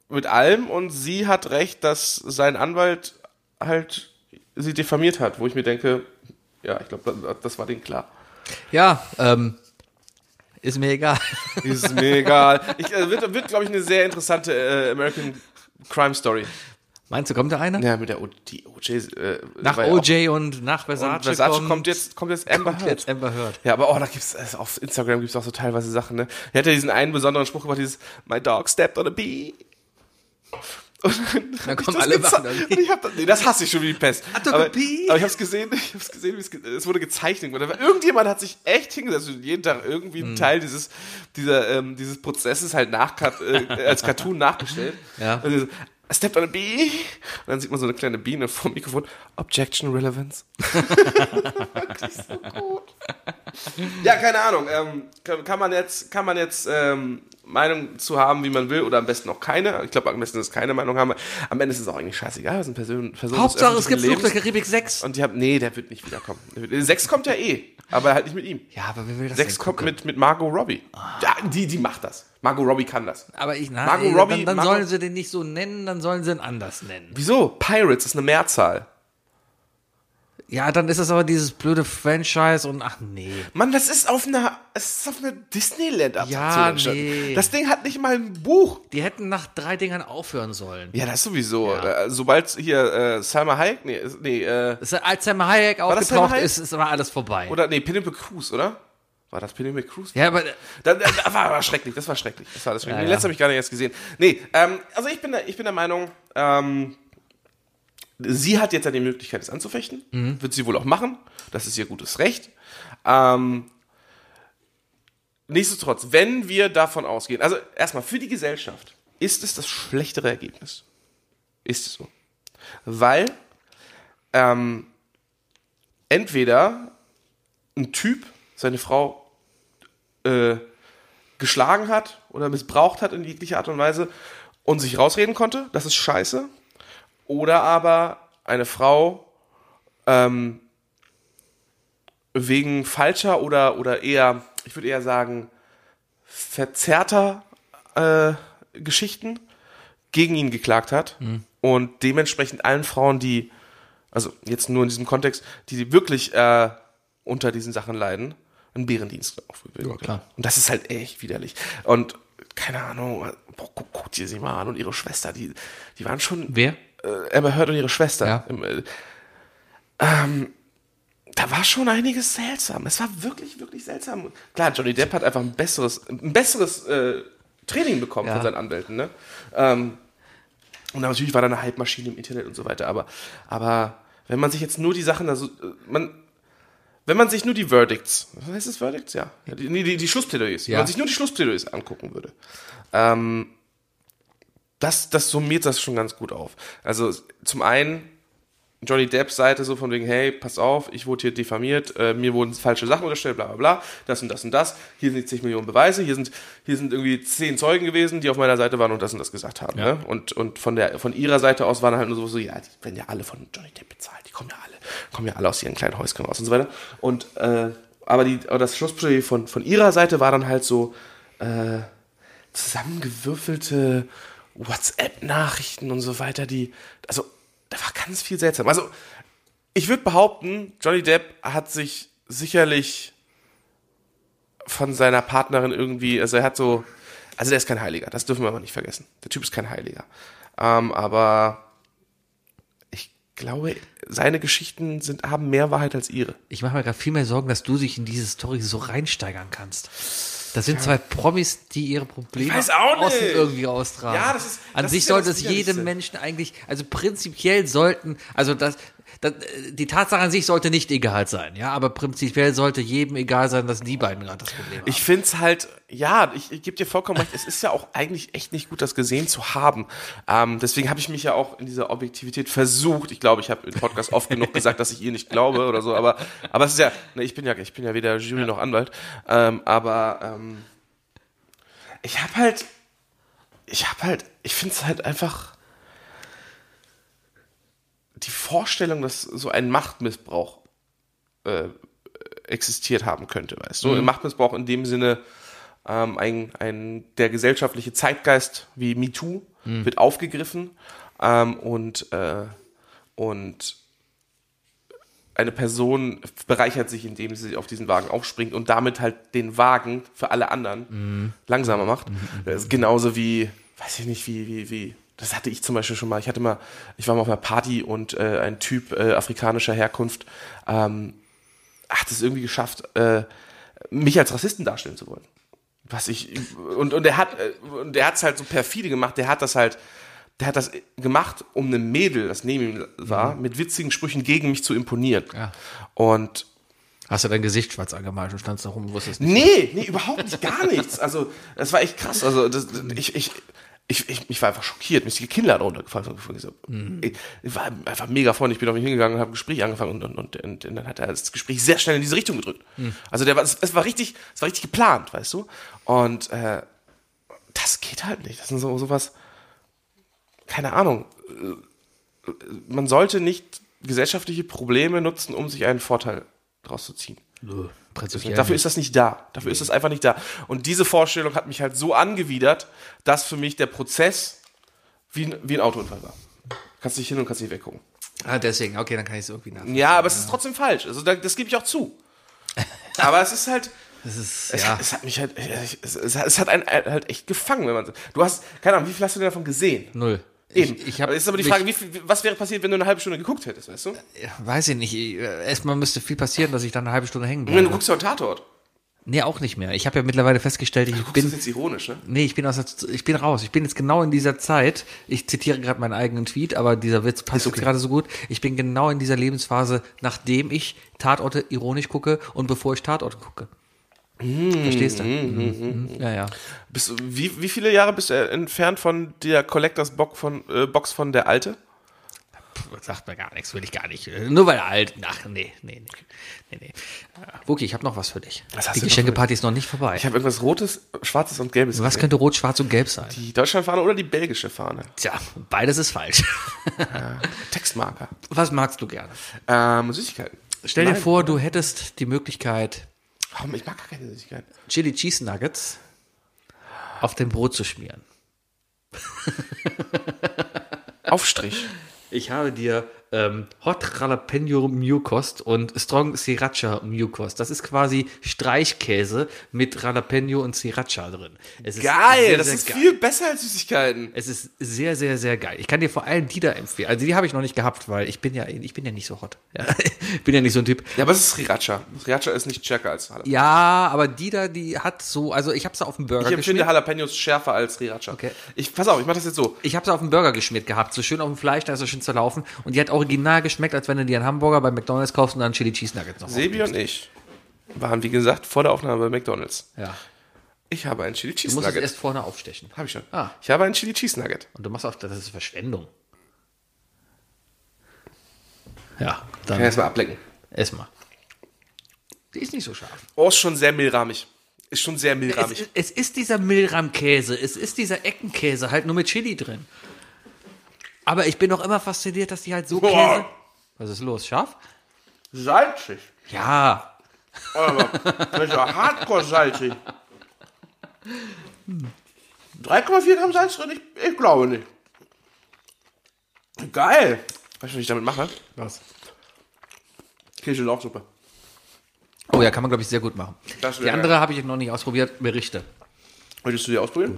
S4: mit allem und sie hat recht, dass sein Anwalt halt sie diffamiert hat, wo ich mir denke, ja, ich glaube, das, das war denen klar.
S3: Ja, ähm, ist mir egal.
S4: Ist
S3: *laughs*
S4: mir egal. *laughs* Ich, äh, wird, wird glaube ich, eine sehr interessante äh, American Crime Story.
S3: Meinst du, kommt da einer?
S4: Ja, mit der o die OJ. Äh,
S3: Nach
S4: weil
S3: OJ und nach
S4: Auch,
S3: Versace,
S4: und Versace kommt,
S3: kommt,
S4: jetzt, kommt jetzt Amber
S3: kommt
S4: Heard.
S3: jetzt Amber Heard.
S4: Ja, aber oh, da gibt's also auf Instagram gibt's auch so teilweise Sachen, ne? Er hat ja diesen einen besonderen Spruch gemacht, dieses My dog stepped on a bee. Und dann, hab ich
S3: kommen
S4: das
S3: alle
S4: geze-
S3: Wachen dann.
S4: und ich hab das, nee, das hasse ich schon wie die Pest.
S3: dog a
S4: aber,
S3: bee?
S4: aber ich hab's gesehen, *laughs* ich hab's gesehen, wie es, ge- es wurde gezeichnet. Und da war- irgendjemand hat sich echt hingesetzt und jeden Tag irgendwie
S3: Hm.
S4: einen Teil dieses, dieser, ähm, dieses Prozesses halt nach, äh, als Cartoon nachgestellt.
S3: Ja.
S4: Und so, "I stepped on a bee. Und dann sieht man so eine kleine Biene vor dem Mikrofon. Objection relevance. *laughs* Ja, keine Ahnung. Ähm, kann, kann man jetzt, kann man jetzt ähm, Meinung zu haben, wie man will, oder am besten auch keine. Ich glaube, am besten ist keine Meinung haben. Am Ende ist es auch eigentlich scheißegal. Das sind Personen, Personen des
S3: Hauptsache, es
S4: öffentlichen
S3: gibt Flucht der
S4: Lebens.
S3: Karibik 6.
S4: Und die haben, nee, der wird nicht wiederkommen. Der wird- Sechs kommt ja eh, aber halt nicht mit ihm.
S3: Ja, aber wer will das
S4: Sechs
S3: denn
S4: kommt
S3: gucken?
S4: mit, mit Margot Robbie.
S3: Ah.
S4: Ja, die, die macht das. Margot Robbie kann das.
S3: Aber ich, na,
S4: Margot
S3: ey,
S4: Robbie-
S3: dann, dann
S4: Margot-
S3: sollen sie den nicht so nennen, dann sollen sie ihn anders nennen.
S4: Wieso? Pirates ist eine Mehrzahl.
S3: Ja, dann ist das aber dieses blöde Franchise und ach nee.
S4: Mann, das ist auf einer, es ist auf einer Disneyland-Adaption.
S3: Ja,
S4: entstanden.
S3: nee.
S4: Das Ding hat nicht mal ein Buch.
S3: Die hätten nach drei Dingern aufhören sollen.
S4: Ja, das sowieso. Äh, Sobald hier äh, Salma Hayek, nee, ist- nee, äh,
S3: Ist, als Sam Hayek
S4: das Sam
S3: aufgetaucht
S4: Hayek?
S3: ist, ist aber alles vorbei.
S4: oder nee, Penelope Cruz, oder? War das Penelope Cruz?
S3: ja, aber
S4: Das, das war, war schrecklich, das war schrecklich. Das war das schrecklich.
S3: Ja,
S4: Den
S3: ja.
S4: letzten habe ich gar nicht erst gesehen. Nee, ähm, also ich bin der, ich bin der Meinung, ähm, sie hat jetzt ja die Möglichkeit, es anzufechten.
S3: Mhm.
S4: Wird sie wohl auch machen. Das ist ihr gutes Recht. Ähm, nichtsdestotrotz, wenn wir davon ausgehen, also erstmal für die Gesellschaft ist es das schlechtere Ergebnis. Ist es so. Weil ähm, entweder ein Typ seine Frau äh, geschlagen hat oder missbraucht hat in jeglicher Art und Weise und sich rausreden konnte, das ist scheiße. Oder aber eine Frau ähm, wegen falscher oder, oder eher, ich würde eher sagen, verzerrter äh, Geschichten gegen ihn geklagt hat
S3: Mhm.
S4: und dementsprechend allen Frauen, die, also jetzt nur in diesem Kontext, die wirklich äh, unter diesen Sachen leiden, einen Bärendienst aufgebildet.
S3: Ja, klar.
S4: Und das ist halt echt widerlich. Und keine Ahnung, boah, guck, guck dir sie mal an und ihre Schwester, die, die waren schon
S3: wer?
S4: äh, Amber Heard und ihre Schwester.
S3: Ja.
S4: Im, äh, ähm, da war schon einiges seltsam. Es war wirklich, wirklich seltsam. Klar, Johnny Depp hat einfach ein besseres, ein besseres äh, Training bekommen
S3: Ja.
S4: von seinen Anwälten. Ne? Ähm, und natürlich war da eine Hype-Maschine im Internet und so weiter. Aber, aber wenn man sich jetzt nur die Sachen, also äh, man, wenn man sich nur die Verdicts, was heißt das Verdicts? Ja, Ja, die, nee, die, die Schlussplädoyers,
S3: Ja.
S4: wenn man sich nur die Schlussplädoyers angucken würde, ähm, das, das summiert das schon ganz gut auf. Also zum einen Johnny Depps Seite so von wegen, hey, pass auf, ich wurde hier diffamiert, äh, mir wurden falsche Sachen unterstellt, bla bla bla, das und das und das, hier sind 10 Millionen Beweise, hier sind, hier sind irgendwie zehn Zeugen gewesen, die auf meiner Seite waren und das und das gesagt haben. Ne? Und, und von, der, von ihrer Seite aus waren halt nur so, so, ja, die werden ja alle von Johnny Depp bezahlt, die kommen ja alle, kommen ja alle aus ihren kleinen Häuschen raus und so weiter. Und äh, aber die, aber das Schlussplädoyer von, von ihrer Seite war dann halt so, zusammengewürfelte WhatsApp-Nachrichten und so weiter, die. Also, da war ganz viel seltsam. Also, ich würde behaupten, Johnny Depp hat sich sicherlich von seiner Partnerin irgendwie, also er hat so, also der ist kein Heiliger, das dürfen wir aber nicht vergessen. Der Typ ist kein Heiliger. Ähm, aber ich glaube, seine Geschichten sind, haben mehr Wahrheit als ihre.
S3: Ich mache mir gerade viel mehr Sorgen, dass du dich in diese Story so reinsteigern kannst. Das sind zwei Promis, die ihre Probleme
S4: Ich weiß auch
S3: außen
S4: nicht.
S3: irgendwie austragen.
S4: Ja, das ist-
S3: An
S4: das
S3: sich
S4: ist ja
S3: sollte
S4: das
S3: es jedem
S4: Widerlichste.
S3: Menschen eigentlich, also prinzipiell sollten, also das, das, äh, die Tatsache an sich sollte nicht egal sein, ja, aber prinzipiell sollte jedem egal sein, dass die beiden gerade das Problem haben.
S4: Ich finde es halt, ja, ich, ich gebe dir vollkommen recht, es ist ja auch eigentlich echt nicht gut, das gesehen zu haben. Ähm, deswegen habe ich mich ja auch in dieser Objektivität versucht. Ich glaube, ich habe im Podcast oft genug gesagt, dass ich ihr nicht glaube oder so, aber, aber es ist ja, ne, ich bin ja, ich bin ja weder Jury noch Anwalt. Ähm, aber ähm, ich habe halt, ich habe halt, ich finde es halt einfach die Vorstellung, dass so ein Machtmissbrauch existiert haben könnte, weißt du? Machtmissbrauch in dem Sinne, ähm, ein, ein, der gesellschaftliche Zeitgeist wie MeToo wird aufgegriffen ähm, und, äh, und eine Person bereichert sich, indem sie auf diesen Wagen aufspringt und damit halt den Wagen für alle anderen langsamer macht. Das ist genauso wie, weiß ich nicht, wie, wie, wie. Das hatte ich zum Beispiel schon mal. Ich hatte mal, ich war mal auf einer Party und äh, ein Typ äh, afrikanischer Herkunft ähm, hat es irgendwie geschafft, äh, mich als Rassisten darstellen zu wollen. Was ich und und er hat äh, und er hat es halt so perfide gemacht. Der hat das halt, der hat das gemacht, um einem Mädel, das neben ihm war, mit witzigen Sprüchen gegen mich zu imponieren.
S3: Ja.
S4: Und
S3: Hast du dein Gesicht schwarz angemalt und standst da rum und wusstest nicht. ne?
S4: nee, nee, überhaupt nicht, gar nichts. Also das war echt krass. Also das, ich ich ich, ich, ich war einfach schockiert, mir ist die Kinnlade runtergefallen. Ich hab gesagt, Ich ich war einfach mega freundlich, ich bin auf mich hingegangen und habe ein Gespräch angefangen und, und, und, und, dann hat er das Gespräch sehr schnell in diese Richtung gedrückt. Also der war, es, es war richtig, es war richtig geplant, weißt du? Und äh, das geht halt nicht. Das sind so sowas. Keine Ahnung. Äh, Man sollte nicht gesellschaftliche Probleme nutzen, um sich einen Vorteil draus zu ziehen.
S3: Nö, Prinzipiell.
S4: Dafür
S3: nicht.
S4: ist das nicht da. Dafür
S3: Mhm.
S4: ist das einfach nicht da. Und diese Vorstellung hat mich halt so angewidert, dass für mich der Prozess wie ein, wie ein Autounfall war. Kannst dich hin und kannst nicht weggucken.
S3: ah, deswegen, okay, dann kann ich es irgendwie nach.
S4: Ja, aber es ist trotzdem falsch. Also da, das gebe ich
S3: *laughs*
S4: auch zu. Aber es ist halt,
S3: Das ist,
S4: es,
S3: ja.
S4: es hat mich halt, es, es, es hat einen halt echt gefangen, wenn man, du hast, keine Ahnung, wie viel hast du denn davon gesehen?
S3: Null.
S4: Eben.
S3: Ich, ich hab
S4: aber es ist aber die
S3: mich-
S4: Frage, wie viel, was wäre passiert, wenn du eine halbe Stunde geguckt hättest, weißt du?
S3: Weiß ich nicht. ich- äh, Erstmal müsste viel passieren, dass ich dann eine halbe Stunde hängen
S4: Ich meine, du
S3: bleibe.
S4: guckst ja auch Tatort.
S3: Nee, auch nicht mehr. Ich habe ja mittlerweile festgestellt, ich
S4: Guckst, das
S3: bin
S4: ist jetzt ironisch, ne?
S3: Nee, ich bin aus der, ich bin raus. Ich bin jetzt genau in dieser Zeit. Ich zitiere gerade meinen eigenen Tweet, aber dieser Witz passt jetzt gerade so gut. Ich bin genau in dieser Lebensphase, nachdem ich Tatorte ironisch gucke und bevor ich Tatorte gucke. Verstehst du? Mhm. Ja, ja.
S4: Bist, du- wie, wie viele Jahre bist du entfernt von der Collectors Box von, äh, Box von der Alte?
S3: Das sagt mir gar nichts, will ich gar nicht. Äh, Nur weil er alt. Ach, nee, nee, nee. nee, nee. Äh, Wookie, ich habe noch was für dich.
S4: Was hast
S3: Die
S4: du noch
S3: Geschenkeparty ist noch nicht vorbei.
S4: Ich habe irgendwas Rotes, Schwarzes und Gelbes.
S3: Was
S4: gesehen.
S3: könnte rot, schwarz und gelb sein?
S4: die Deutschlandfahne oder die belgische Fahne?
S3: Tja, beides ist falsch.
S4: Textmarker.
S3: *laughs* Was magst du gerne?
S4: Ähm, Süßigkeiten.
S3: Stell dir
S4: Nein.
S3: vor, du hättest die Möglichkeit,
S4: Warum? Ich mag gar keine Süßigkeiten.
S3: Chili Cheese Nuggets auf dem Brot zu schmieren.
S4: Aufstrich.
S3: *laughs* Ich habe dir ähm, Hot Jalapeno Mucost und Strong Sriracha Mucost. Das ist quasi Streichkäse mit Jalapeno und Sriracha drin. Es ist
S4: Geil,
S3: sehr,
S4: das
S3: sehr
S4: ist
S3: geil.
S4: viel besser als Süßigkeiten.
S3: Es ist sehr, sehr, sehr geil. Ich kann dir vor allem die da empfehlen. Also die habe ich noch nicht gehabt, weil ich bin ja, ich bin ja nicht so hot. Ja, *laughs* ich bin ja nicht so ein Typ.
S4: Ja, aber es ist Sriracha. Sriracha ist nicht stärker als Jalapeno.
S3: Ja, aber die da, die hat so, also ich habe sie auf dem Burger
S4: Ich empfinde
S3: geschmiert.
S4: Jalapenos schärfer als Sriracha.
S3: Okay.
S4: Ich, pass auf, ich mache das jetzt so.
S3: Ich habe sie auf dem Burger geschmiert gehabt, so schön auf dem Fleisch, da ist so schön zerlaufen. Und die hat original geschmeckt, als wenn du dir einen Hamburger bei McDonald's kaufst und dann Chili Cheese Nuggets noch.
S4: Sebi und ich waren, wie gesagt, vor der Aufnahme bei McDonalds.
S3: Ja.
S4: Ich habe einen Chili
S3: Du
S4: Cheese
S3: musst es
S4: Nugget.
S3: erst vorne aufstechen.
S4: Habe ich schon.
S3: Ah.
S4: Ich habe einen Chili Cheese Nugget.
S3: Und du machst auch, das ist Verschwendung. Ja, dann
S4: Kann ich erstmal ablecken.
S3: ess mal. Die ist nicht so scharf.
S4: Oh, ist schon sehr mehlrahmig. Ist schon sehr mehlrahmig.
S3: Es, es ist dieser Milram-Käse, es ist dieser Eckenkäse, halt nur mit Chili drin. Aber ich bin noch immer fasziniert, dass die halt so
S4: Boah.
S3: Käse. Was ist los, scharf?
S4: salzig.
S3: Ja,
S4: Das ist ja hardcore salzig. 3,4 Gramm Salz drin? Ich, ich glaube nicht. Geil. Weißt du, was ich damit mache?
S3: was?
S4: Kirsche Lauchsuppe.
S3: Oh ja, kann man, glaube ich, sehr gut machen.
S4: Das
S3: die
S4: wäre-
S3: andere habe ich noch nicht ausprobiert. Berichte.
S4: Möchtest du die ausprobieren?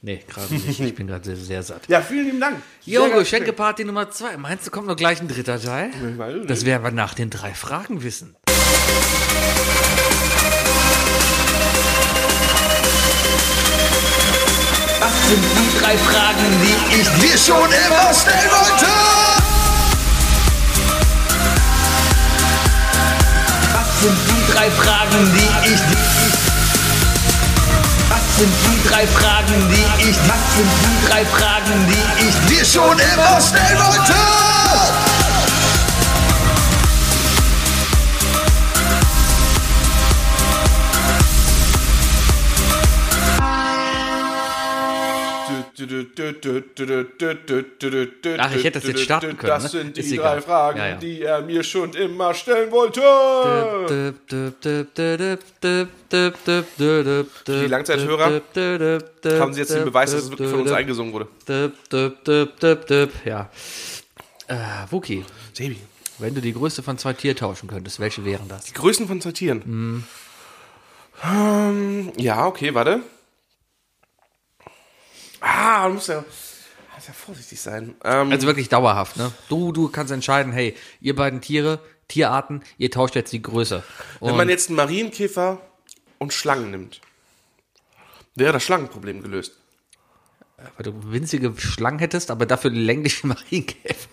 S3: Nee, gerade nicht. Ich bin gerade sehr, sehr *laughs* satt.
S4: Ja, vielen lieben Dank.
S3: Jogo, Schenkeparty Nummer zwei. Meinst du, kommt noch gleich ein dritter Teil?
S4: weiß es
S3: Das werden wir nach den drei Fragen wissen.
S2: Was sind die drei Fragen, die ich dir schon immer stellen wollte? Was sind die drei Fragen, die ich dir... Was sind die drei Fragen, die ich... Was sind die drei Fragen, die ich dir schon immer stellen wollte?
S4: Ach,
S3: ich hätte das jetzt starten können, ne?
S4: Das sind
S3: Ist
S4: die
S3: egal.
S4: drei Fragen,
S3: Ja, ja.
S4: die er mir schon immer stellen wollte.
S3: Die
S4: Langzeithörer Haben
S3: haben
S4: Sie jetzt den Beweis, dass es wirklich von uns eingesungen wurde?
S3: Ja. Äh, Wookie,
S4: Sebi.
S3: wenn du die Größe von zwei Tier tauschen könntest, welche wären das?
S4: Größen von Sortieren. Ähm, ja, okay, warte. Ah, du musst ja, musst ja vorsichtig sein. Ähm,
S3: Also wirklich dauerhaft, ne? Du, du kannst entscheiden, hey, ihr beiden Tiere, Tierarten, ihr tauscht jetzt die Größe.
S4: wenn
S3: Und
S4: man jetzt einen Marienkäfer und Schlangen nimmt, wäre das Schlangenproblem gelöst.
S3: weil du winzige Schlangen hättest, aber dafür längliche *laughs* Marienkäfer.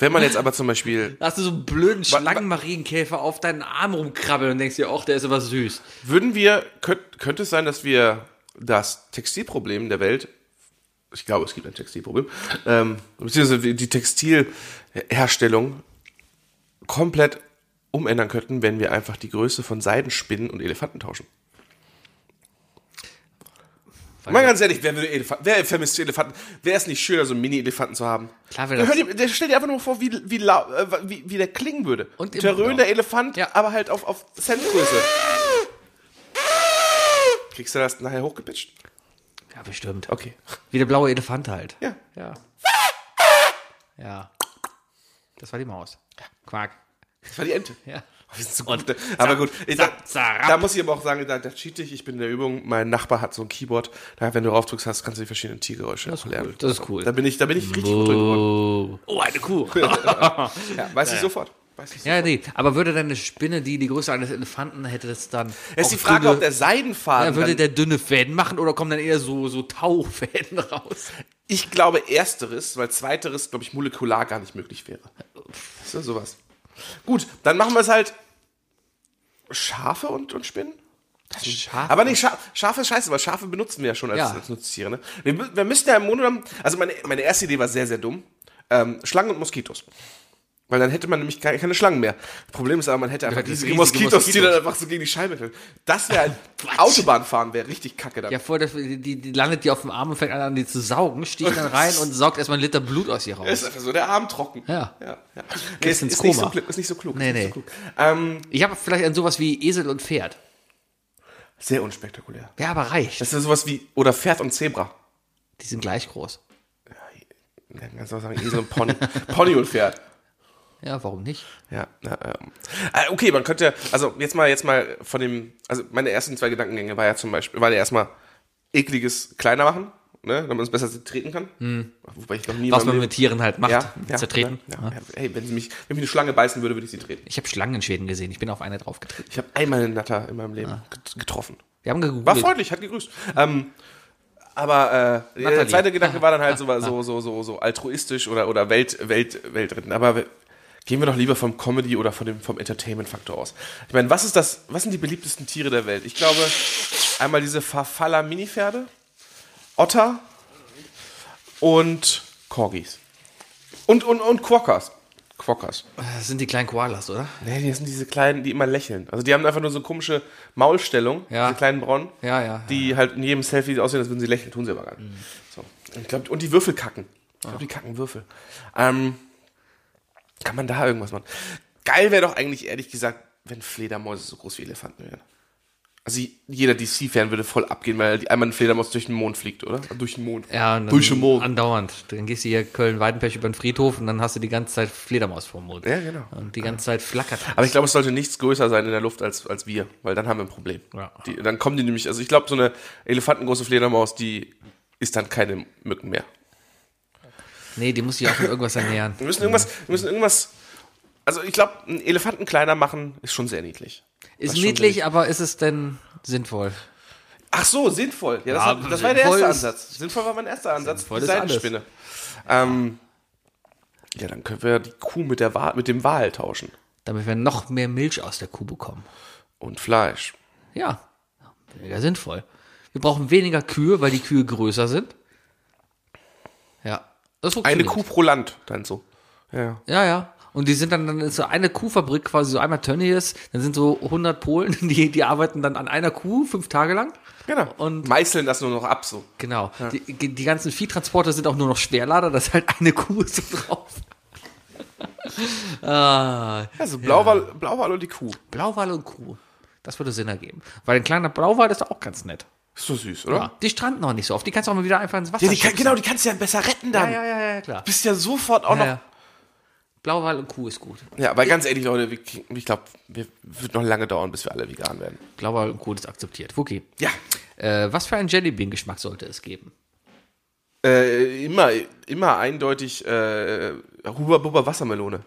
S4: Wenn man jetzt aber zum Beispiel
S3: Da hast du so einen blöden Schlangenmarienkäfer auf deinen Arm rumkrabbeln und denkst dir, ach, der ist aber süß.
S4: Würden wir, könnt, könnte es sein, dass wir das Textilproblem der Welt, ich glaube, es gibt ein Textilproblem, ähm, beziehungsweise die Textilherstellung komplett umändern könnten, wenn wir einfach die Größe von Seidenspinnen und Elefanten tauschen? Mal ganz ehrlich, wer, würde Elefant, wer vermisst Elefanten? Wäre es nicht schöner, so einen Mini-Elefanten zu haben?
S3: Klar wäre
S4: Hör
S3: das-
S4: dir, der, stell dir einfach nur mal vor, wie, wie, lau, äh, wie, wie der klingen würde.
S3: Und im-
S4: Terröhn der Elefant,
S3: Ja.
S4: aber halt auf, auf Centgröße. Kriegst du das nachher hochgepitcht?
S3: Ja, bestimmt.
S4: Okay.
S3: Wie der blaue Elefant halt.
S4: Ja.
S3: Ja. Ja. Das war die Maus. Quark.
S4: Das war die Ente.
S3: Ja.
S4: Oh, wir sind so
S3: Und
S4: gut. aber gut, ich
S3: zap,
S4: sag-
S3: zarab.
S4: da muss ich aber auch sagen, da, da cheat ich. Ich bin in der Übung. Mein Nachbar hat so ein Keyboard. Da, wenn du draufdrückst, hast, kannst du die verschiedenen Tiergeräusche
S3: Das ist
S4: lernen.
S3: cool. Das ist cool.
S4: Da bin ich, da bin ich richtig gut drin geworden.
S3: Oh, oh eine
S4: *laughs*
S3: Kuh.
S4: Ja, weiß ich sofort. Weiß ich
S3: ja, nee. Aber würde deine Spinne, die die Größe eines Elefanten hätte, das dann.
S4: Es
S3: auch
S4: ist die Frage,
S3: dünne-
S4: ob der Seidenfaden.
S3: Ja, würde
S4: dann-
S3: der dünne Fäden machen oder kommen dann eher so, so Taufäden *laughs* raus?
S4: Ich glaube ersteres, weil zweiteres, glaube ich, molekular gar nicht möglich wäre. Ist ja sowas. Gut, dann machen wir es halt Schafe und, und Spinnen.
S3: Schaf.
S4: Aber nicht Scha Schafe ist scheiße, weil Schafe benutzen wir ja schon als,
S3: Ja.
S4: als Nutztiere. Ne? Wir, mü- wir müssen ja im Grunde genommen, also meine, meine erste Idee war sehr, sehr dumm. Ähm, Schlangen und Moskitos. Weil dann hätte man nämlich keine, keine Schlangen mehr. Problem ist aber, man hätte einfach
S3: hätten
S4: riesige
S3: riesige
S4: Moskitos, die
S3: Moskitos.
S4: dann einfach so gegen die Scheibe knallen. Das
S3: *laughs*
S4: wäre halt Autobahnfahren wäre richtig kacke dann.
S3: Ja, vor der, die, die landet die auf dem Arm und fängt an, an die zu saugen, sticht dann rein und saugt erstmal einen Liter Blut aus ihr
S4: Ist
S3: raus.
S4: einfach so der Arm trocken.
S3: Ja.
S4: ja, ja. Nee,
S3: Geht's
S4: ist,
S3: ins
S4: ist, nicht so,
S3: Koma.
S4: klug- ist nicht so klug.
S3: Nee,
S4: ist nicht
S3: nee.
S4: So klug. Ähm,
S3: Ich habe vielleicht an sowas wie Esel und Pferd.
S4: sehr unspektakulär.
S3: Ja, aber reicht.
S4: Das ist sowas wie, oder Pferd und Zebra.
S3: Die sind gleich groß.
S4: Dann kannst du auch sagen, Esel
S3: *laughs*
S4: und Pony. Pony und Pferd.
S3: Ja, warum nicht?
S4: Ja, ja, ähm. Ah, okay, man könnte, also jetzt mal, jetzt mal von dem, also meine ersten zwei Gedankengänge war ja zum Beispiel, war ja erstmal ekliges kleiner machen, ne, damit man es besser treten kann. Wobei ich noch nie in
S3: Mhm. Was
S4: meinem
S3: man mit Tieren halt macht.
S4: Leben- ja, ja,
S3: zertreten.
S4: Ja, ja. Hey, wenn sie mich, wenn mich eine Schlange beißen würde, würde ich sie treten.
S3: Ich habe Schlangenschäden gesehen. Ich bin auf eine draufgetreten.
S4: Ich habe einmal einen Natter in meinem Leben
S3: Ah.
S4: get- getroffen.
S3: Wir haben gegoogelt.
S4: War freundlich, hat gegrüßt. Ähm, aber äh, der
S3: Nathalie.
S4: zweite Gedanke war dann halt so, so, so, so, so altruistisch oder, oder Welt, Welt, Weltretten. Aber wir- gehen wir doch lieber vom Comedy oder von dem, vom Entertainment-Faktor aus. Ich meine, was ist das, was sind die beliebtesten Tiere der Welt? Ich glaube, einmal diese Farfalla-Mini-Pferde, Otter und Corgis. Und, und, und Quokkas. Quokkas.
S3: Das Ah, sind die kleinen Koalas, oder?
S4: Nee, die sind diese kleinen, die immer lächeln. Also die haben einfach nur so komische Maulstellung,
S3: Ja.
S4: diese kleinen Braunen,
S3: Ja, ja. Mhm.
S4: die halt in jedem Selfie aussehen, als würden sie lächeln, tun sie aber gar nicht. So. Und, ich glaub, und die Würfel kacken. Ich
S3: Ah.
S4: glaube, die kacken Würfel. Ähm, kann man da irgendwas machen? Geil wäre doch eigentlich, ehrlich gesagt, wenn Fledermäuse so groß wie Elefanten wären. Also jeder DC-Fan würde voll abgehen, weil die- einmal ein Fledermaus durch den Mond fliegt, oder? Durch den Mond.
S3: Ja, und dann
S4: durch den Mond.
S3: andauernd. Dann gehst du hier Köln-Weidenpech über den Friedhof und dann hast du die ganze Zeit Fledermaus vor dem Mund.
S4: Ja, genau.
S3: Und die ganze Zeit flackert.
S4: Aber ich glaube, es sollte nichts größer sein in der Luft als, als wir, weil dann haben wir ein Problem.
S3: Ja.
S4: Die, dann kommen die nämlich, also ich glaube, so eine elefantengroße Fledermaus, die ist dann keine Mücken mehr.
S3: Nee, die muss sich auch mit
S4: *laughs*
S3: irgendwas ernähren.
S4: Wir müssen irgendwas, wir müssen irgendwas, also ich glaube, einen Elefanten kleiner machen ist schon sehr niedlich.
S3: Ist
S4: schon
S3: niedlich, aber ist es denn sinnvoll?
S4: Ach so, sinnvoll. Ja, das,
S3: Ja,
S4: hat, das war der
S3: sinnvoll
S4: erste
S3: ist-
S4: Ansatz. Sinnvoll war mein erster Ansatz.
S3: Sinnvoll
S4: Die
S3: ist alles.
S4: Seidenspinne. Ähm, ja, dann können wir die Kuh mit, der Wa mit dem Wal tauschen.
S3: Damit wir noch mehr Milch aus der Kuh bekommen.
S4: Und Fleisch.
S3: Ja, mega sinnvoll. Wir brauchen weniger Kühe, weil die Kühe größer sind. Ja, das
S4: Eine
S3: funktioniert.
S4: Kuh pro Land, dann so. Ja.
S3: Ja, ja. Und die sind dann, dann ist so eine Kuhfabrik quasi so einmal Tönnies, dann sind so 100 Polen, *laughs* die, die arbeiten dann an einer Kuh fünf Tage lang.
S4: Genau.
S3: Und-
S4: meißeln das nur noch ab so.
S3: Genau. Die, die ganzen Viehtransporter sind auch nur noch Schwerlader, da ist halt eine Kuh *laughs* so drauf. ah,
S4: Also Blauwal, Blauwal und die Kuh.
S3: Blauwal und Kuh. Das würde Sinn ergeben. Weil ein kleiner Blauwal ist auch ganz nett.
S4: Ist so süß, oder?
S3: Ja. Die stranden auch nicht so oft. Die kannst du auch mal wieder einfach ins Wasser schubsen.
S4: die kannst du ja besser retten
S3: Ja, ja, ja, ja, klar.
S4: Bist ja sofort auch
S3: Ja, ja. Blauwal und Kuh ist gut.
S4: Ja, weil ganz ehrlich, Leute, wir, ich glaube, wir wird noch lange dauern, bis wir alle vegan werden.
S3: Blauwal und Kuh ist akzeptiert. Wookie.
S4: Ja.
S3: Äh, was für einen Jellybean-Geschmack sollte es geben?
S4: Äh, immer, immer eindeutig äh, Huba Bubba Wassermelone.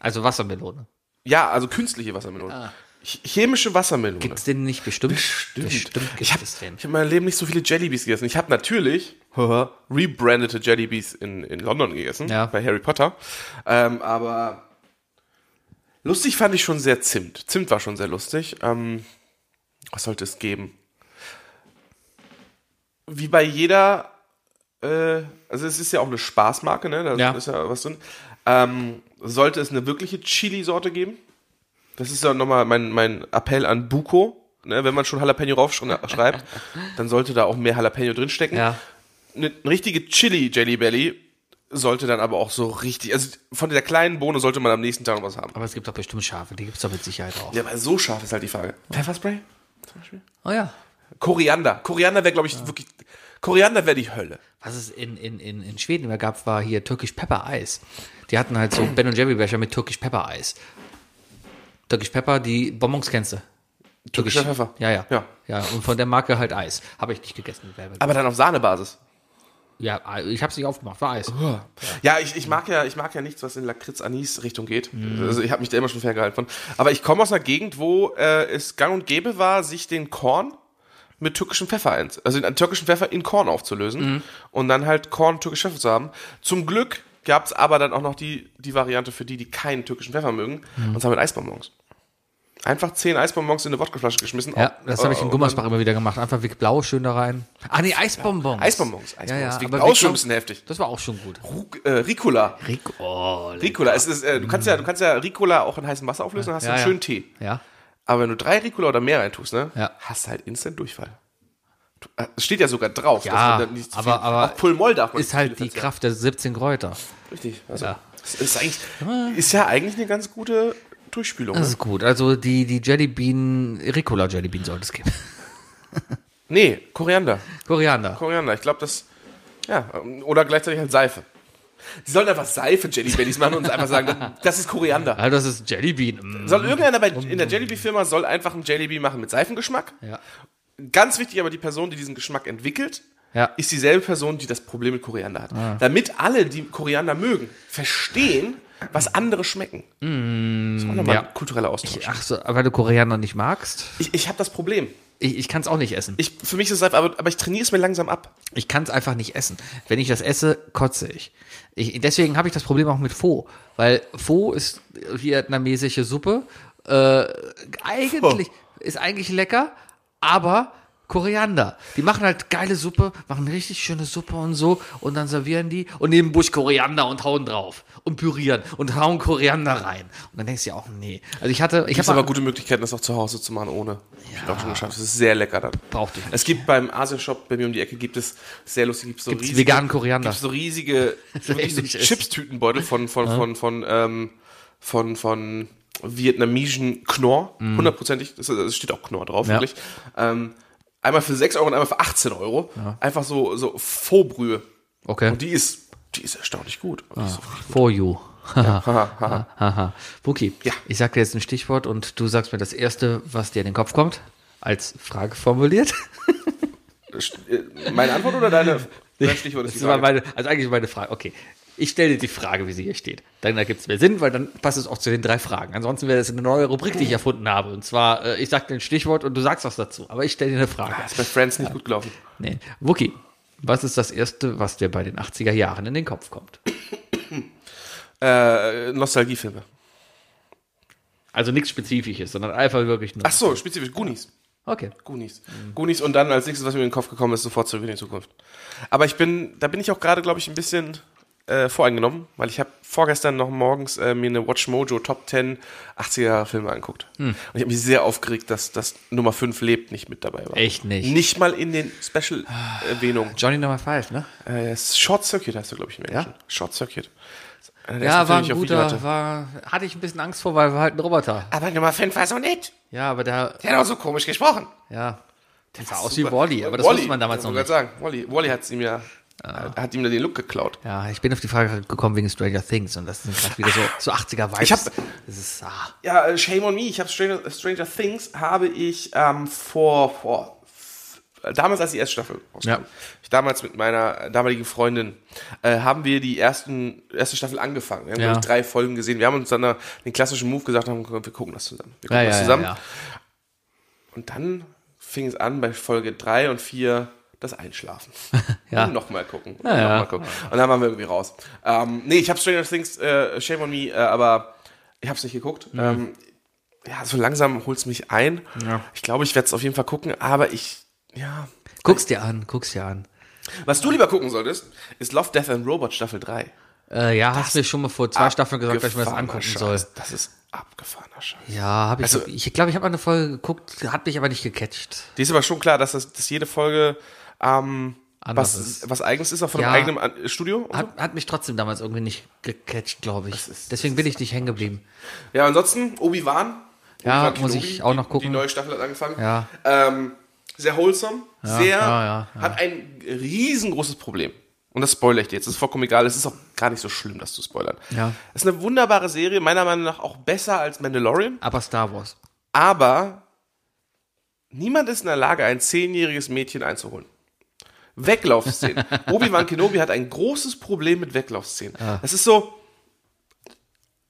S3: Also Wassermelone.
S4: Ja, also künstliche Wassermelone. Ch- Chemische Wassermelone.
S3: Ah. Gibt's den nicht bestimmt? Bestimmt, gibt
S4: ich habe
S3: es den.
S4: hab in meinem Leben nicht so viele Jellybees gegessen. Ich habe natürlich haha, rebrandete Jellybees in, in London gegessen,
S3: Ja.
S4: bei Harry Potter. Ähm, aber lustig fand ich schon sehr Zimt. Zimt war schon sehr lustig. Ähm, was sollte es geben? Wie bei jeder, äh, also es ist ja auch eine Spaßmarke, ne? Da
S3: Ja.
S4: ist ja was drin. Ähm, sollte es eine wirkliche Chili-Sorte geben? Das ist ja nochmal mein, mein Appell an Buko. Ne, wenn man schon Jalapeno *laughs* raufschreibt, dann sollte da auch mehr Jalapeno drinstecken.
S3: Ja.
S4: Eine eine richtige Chili Jelly Belly sollte dann aber auch so richtig, also von der kleinen Bohne sollte man am nächsten Tag noch was haben.
S3: Aber es gibt doch bestimmt Schafe, die gibt's doch mit Sicherheit auch.
S4: Ja, weil so scharf ist halt die Frage. Pfefferspray? Zum Beispiel?
S3: Oh ja.
S4: Koriander. Koriander wäre, glaube ich, wirklich, Koriander wäre die Hölle.
S3: Was es in, in, in, in Schweden immer gab, war hier Turkish Pepper Eis. Die hatten halt
S4: *clears throat*
S3: so Ben Jerry Becher mit Turkish Pepper Eis. Turkish Pepper, die Bonbons kennst du. Türkisch-
S4: Türkischer Pfeffer.
S3: Ja, ja.
S4: Ja.
S3: Ja, und von der Marke halt Eis. Habe ich nicht gegessen. Selber.
S4: Aber dann auf Sahnebasis.
S3: Ja, ich habe es nicht aufgemacht, war Eis.
S4: Oh. Ja, ich, ich mag ja, ich mag ja nichts, was in Lakritz-Anis-Richtung geht.
S3: Mhm.
S4: Also ich habe mich da immer schon ferngehalten von. Aber ich komme aus einer Gegend, wo äh, es gang und gäbe war, sich den Korn mit türkischem Pfeffer, einz- also den türkischen Pfeffer in Korn
S3: Mhm.
S4: aufzulösen und dann halt Korn türkisch Pfeffer zu haben. Zum Glück gab's aber dann auch noch die, die Variante für die, die keinen türkischen Pfeffer mögen,
S3: Mhm.
S4: und zwar mit Eisbonbons. Einfach zehn Eisbonbons in eine Wodkaflasche geschmissen.
S3: Ja,
S4: Auch-
S3: das habe ich in
S4: äh,
S3: Gummersbach immer wieder gemacht. Einfach Weg Blau schön da rein. Ah, nee, Eisbonbons.
S4: Eisbonbons, Eisbonbons.
S3: Ja, ja,
S4: Weg
S3: aber
S4: Blau
S3: Weg
S4: ist schon
S3: Blau-
S4: ein bisschen heftig.
S3: Das war auch schon gut.
S4: Ru- äh, Ricola.
S3: Rico. Oh,
S4: Ricola, es ist, äh, du kannst ja, du kannst ja Ricola auch in heißem Wasser auflösen, dann hast du
S3: Ja,
S4: einen
S3: ja.
S4: schönen Tee.
S3: Ja.
S4: Aber wenn du drei Ricola oder mehr reintust, ne,
S3: Ja.
S4: hast du halt instant Durchfall. Du, äh, es steht ja sogar drauf,
S3: Ja,
S4: man da nicht zu
S3: aber- aber
S4: auch Pulmol darf man
S3: Ist
S4: nicht
S3: halt
S4: zu
S3: die
S4: viel
S3: Kraft der 17 Kräuter.
S4: verzehren. Richtig. Also,
S3: Ja.
S4: es ist, eigentlich, ist ja eigentlich eine ganz gute Durchspülung.
S3: Das
S4: Ne?
S3: ist gut. Also die, die Jellybean, Ricola
S4: *laughs*
S3: Jellybean sollte es geben.
S4: Nee, Koriander.
S3: Koriander.
S4: Koriander. Ich glaube, das, Ja, oder gleichzeitig halt Seife. Sie sollen einfach Seife Jellybeans machen und
S3: *laughs*
S4: einfach sagen, das ist Koriander.
S3: Ah, das ist Jellybean. Mm.
S4: Soll irgendeiner bei, in der Jellybean-Firma soll einfach einen Jellybean machen mit Seifengeschmack?
S3: Ja.
S4: Ganz wichtig aber die Person, die diesen Geschmack entwickelt,
S3: Ja.
S4: ist dieselbe Person, die das Problem mit Koriander hat.
S3: Ah.
S4: Damit alle, die Koriander mögen, verstehen, was andere schmecken. das ist auch nochmal
S3: Mhm. ja.
S4: ein kultureller Austausch.
S3: Ach so, weil du Koreaner nicht magst?
S4: Ich, ich habe das Problem.
S3: Ich, ich kann es auch nicht essen.
S4: Ich, für mich ist es einfach, aber, aber ich trainiere es mir langsam ab.
S3: Ich kann es einfach nicht essen. Wenn ich das esse, kotze ich. ich deswegen habe ich das Problem auch mit Pho, weil Pho ist vietnamesische Suppe. Äh, eigentlich ist eigentlich lecker, aber Koriander. Die machen halt geile Suppe, machen richtig schöne Suppe und so und dann servieren die und nehmen einen Busch Koriander und hauen drauf und pürieren und hauen Koriander rein. Und dann denkst du ja auch, nee. Also ich hatte, ich
S4: Es
S3: habe
S4: aber gute Möglichkeiten, das auch zu Hause zu machen ohne. Ich habe auch schon geschafft. Es ist sehr lecker dann.
S3: Braucht ihr nicht.
S4: Es gibt beim Asiashop bei mir um die Ecke gibt es sehr lustig, gibt es so
S3: Gibt's veganen Koriander.
S4: Gibt so riesige
S3: *laughs*
S4: wirklich so
S3: ähnlich ist.
S4: Chips-Tütenbeutel von von von von ähm, von von vietnamesischen Knorr, hundertprozentig. Das, das steht auch Knorr drauf
S3: Mhm. Ja.
S4: wirklich. Ähm, einmal für 6 Euro und einmal für 18 Euro. Einfach so so Faux-Brühe.
S3: okay.
S4: Und die ist die ist erstaunlich gut. Und die
S3: Ah.
S4: ist so- *laughs*
S3: For you.
S4: haha, haha.
S3: *laughs* Haha. Buki,
S4: Ja.
S3: ich sag dir jetzt ein Stichwort und du sagst mir das erste, was dir in den Kopf kommt, als Frage formuliert.
S4: Äh, Meine Antwort
S3: *laughs*
S4: oder deine? Dein Stichwort ist die
S3: Das war
S4: Frage.
S3: meine, also eigentlich meine Frage. Okay. Ich stelle dir die Frage, wie sie hier steht. Dann ergibt es mehr Sinn, weil dann passt es auch zu den drei Fragen. Ansonsten wäre das eine neue Rubrik, die ich erfunden habe. Und zwar, äh, ich sag dir ein Stichwort und du sagst was dazu. Aber ich stelle dir eine Frage.
S4: Ist bei Friends nicht gut gelaufen.
S3: Nee. Wookie, was ist das Erste, was dir bei den 80er Jahren in den Kopf kommt?
S4: Äh, Nostalgiefilme.
S3: Also nichts Spezifisches, sondern einfach wirklich nur.
S4: Ach so, spezifisch Goonies.
S3: Okay.
S4: Goonies. Goonies und dann als nächstes, was mir in den Kopf gekommen ist, sofort zurück in die Zukunft. Aber ich bin, da bin ich auch gerade, glaube ich, ein bisschen äh, voreingenommen, weil ich habe vorgestern noch morgens äh, mir eine Watch Mojo Top 10 80er Filme angeguckt.
S3: Hm.
S4: Und ich habe mich sehr aufgeregt, dass das Nummer 5 lebt nicht mit dabei war.
S3: Echt nicht. Ah.
S4: Nicht mal in den Special Erwähnungen.
S3: Johnny Number Five, ne?
S4: Äh, Short Circuit heißt du, glaube ich, im Englischen.
S3: Ja?
S4: Short Circuit. Einer der
S3: Ja,
S4: ersten
S3: war
S4: Filme, die ich
S3: ein
S4: auf Video hatte.
S3: guter, war, hatte ich ein bisschen Angst vor, weil war halt ein Roboter.
S4: Aber Nummer 5 war so nett.
S3: Ja, aber der,
S4: Der hat auch so komisch gesprochen.
S3: ja, der sah aus wie Wally, aber das wusste man damals noch
S4: Ich wollte
S3: nicht. Ah.
S4: gerade sagen, Wally, Wally hat ihm ja, hat ihm ja den Look geklaut.
S3: Ja, ich bin auf die Frage gekommen wegen Stranger Things und das sind gerade wieder so, so 80er Vibes.
S4: Ich hab-
S3: das ist, ah,
S4: Ja, äh, shame on me. Ich habe Stranger, Stranger Things habe ich ähm, vor, vor äh, damals als die erste Staffel rauskam.
S3: Ja.
S4: Ich damals mit meiner damaligen Freundin äh, haben wir die ersten erste Staffel angefangen. Wir haben
S3: Ja.
S4: glaub ich, drei Folgen gesehen. Wir haben uns dann äh, den klassischen Move gesagt, haben wir gucken das zusammen. Wir gucken
S3: ja, ja,
S4: das
S3: ja,
S4: zusammen.
S3: ja.
S4: Und dann fing es an bei Folge 3 und 4 das Einschlafen.
S3: Ja.
S4: Und nochmal Hm, gucken. Und,
S3: ja.
S4: nochmal gucken. und dann waren wir irgendwie raus. Ähm, nee, ich habe Stranger Things, äh, Shame on Me, äh, aber ich habe es nicht geguckt.
S3: Mhm.
S4: Ähm, ja, so langsam holt's mich ein. Ich glaube, ich werde es auf jeden Fall gucken, aber ich, ja.
S3: Guck's dir an, guck's dir an.
S4: Was du lieber gucken solltest, ist Love, Death and Robot Staffel 3.
S3: Äh, ja, hast du mir schon mal vor zwei Staffeln gesagt, dass ich mir das
S4: Abgefahrener
S3: angucken soll.
S4: Scheiß. Das ist abgefahrener Scheiß.
S3: Ja, habe ich.
S4: Also-
S3: ich glaube, ich habe eine Folge geguckt, hat mich aber nicht gecatcht.
S4: Die ist aber schon klar, dass, das, dass jede Folge ähm,
S3: Anders
S4: was,
S3: ist.
S4: was eigenes ist, auch von
S3: Ja.
S4: einem eigenen An- Studio. und so.
S3: Hat, hat mich trotzdem damals irgendwie nicht gecatcht, glaube ich. Deswegen bin ich nicht hängen geblieben.
S4: Ja, ansonsten Obi-Wan.
S3: Ja,
S4: Obi-Wan
S3: muss
S4: Kenobi,
S3: ich auch noch
S4: die,
S3: gucken.
S4: Die neue Staffel hat angefangen.
S3: Ja.
S4: Ähm, sehr wholesome, sehr,
S3: ja, ja, ja.
S4: hat ein riesengroßes Problem. Und das spoilere ich dir jetzt. Das ist vollkommen egal. Es ist auch gar nicht so schlimm, das zu spoilern.
S3: Ja.
S4: Es ist eine wunderbare Serie, meiner Meinung nach auch besser als Mandalorian.
S3: Aber Star Wars.
S4: Aber niemand ist in der Lage, ein zehnjähriges Mädchen einzuholen.
S3: *laughs*
S4: Weglaufszenen. Obi-Wan Kenobi hat ein großes Problem mit Weglaufszenen.
S3: Ah.
S4: Das ist so.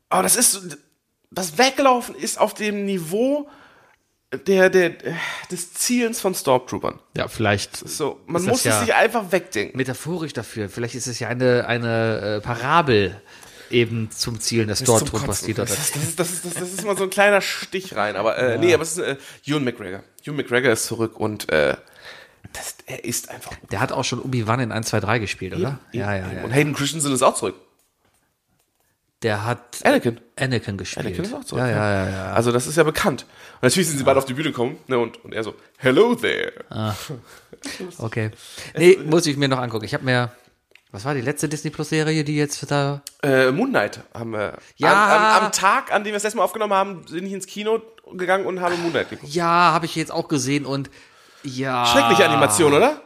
S4: Aber das ist. so- Das Weglaufen ist auf dem Niveau der, der, des Zielens von Stormtroopern.
S3: Ja, vielleicht.
S4: So, man
S3: Ist das
S4: muss es
S3: ja-
S4: sich einfach wegdenken.
S3: metaphorisch dafür. Vielleicht ist es ja eine, eine äh, Parabel eben zum Zielen des
S4: Zum
S3: Stormtroopers,
S4: Kotzen.
S3: die dort
S4: Das, ist- das, ist- das, das ist mal so ein kleiner Stich rein. Aber äh, nee, aber es ist äh, Ewan McGregor. Ewan McGregor ist zurück und äh, das, er ist einfach
S3: Der hat auch schon Obi-Wan in 1, 2, 3 gespielt, oder? Ja, ja, ja.
S4: Und Hayden Christensen ist auch zurück.
S3: Der hat
S4: Anakin.
S3: Anakin gespielt.
S4: Anakin ist auch zurück.
S3: ja, ja, ja, ja.
S4: Also das ist ja bekannt. Und natürlich sind sie beide auf die Bühne gekommen ne, und, und er so, hello there.
S3: Okay. Nee, muss ich mir noch angucken. Ich habe mir, was war die letzte Disney Plus Serie, die jetzt da?
S4: Äh, Moon Knight haben wir.
S3: Ja.
S4: Am, am, am Tag, an dem wir das letzte Mal aufgenommen haben, bin ich ins Kino gegangen und habe Moon Knight geguckt.
S3: Ja, habe ich jetzt auch gesehen und ja.
S4: Schreckliche Animation, oder?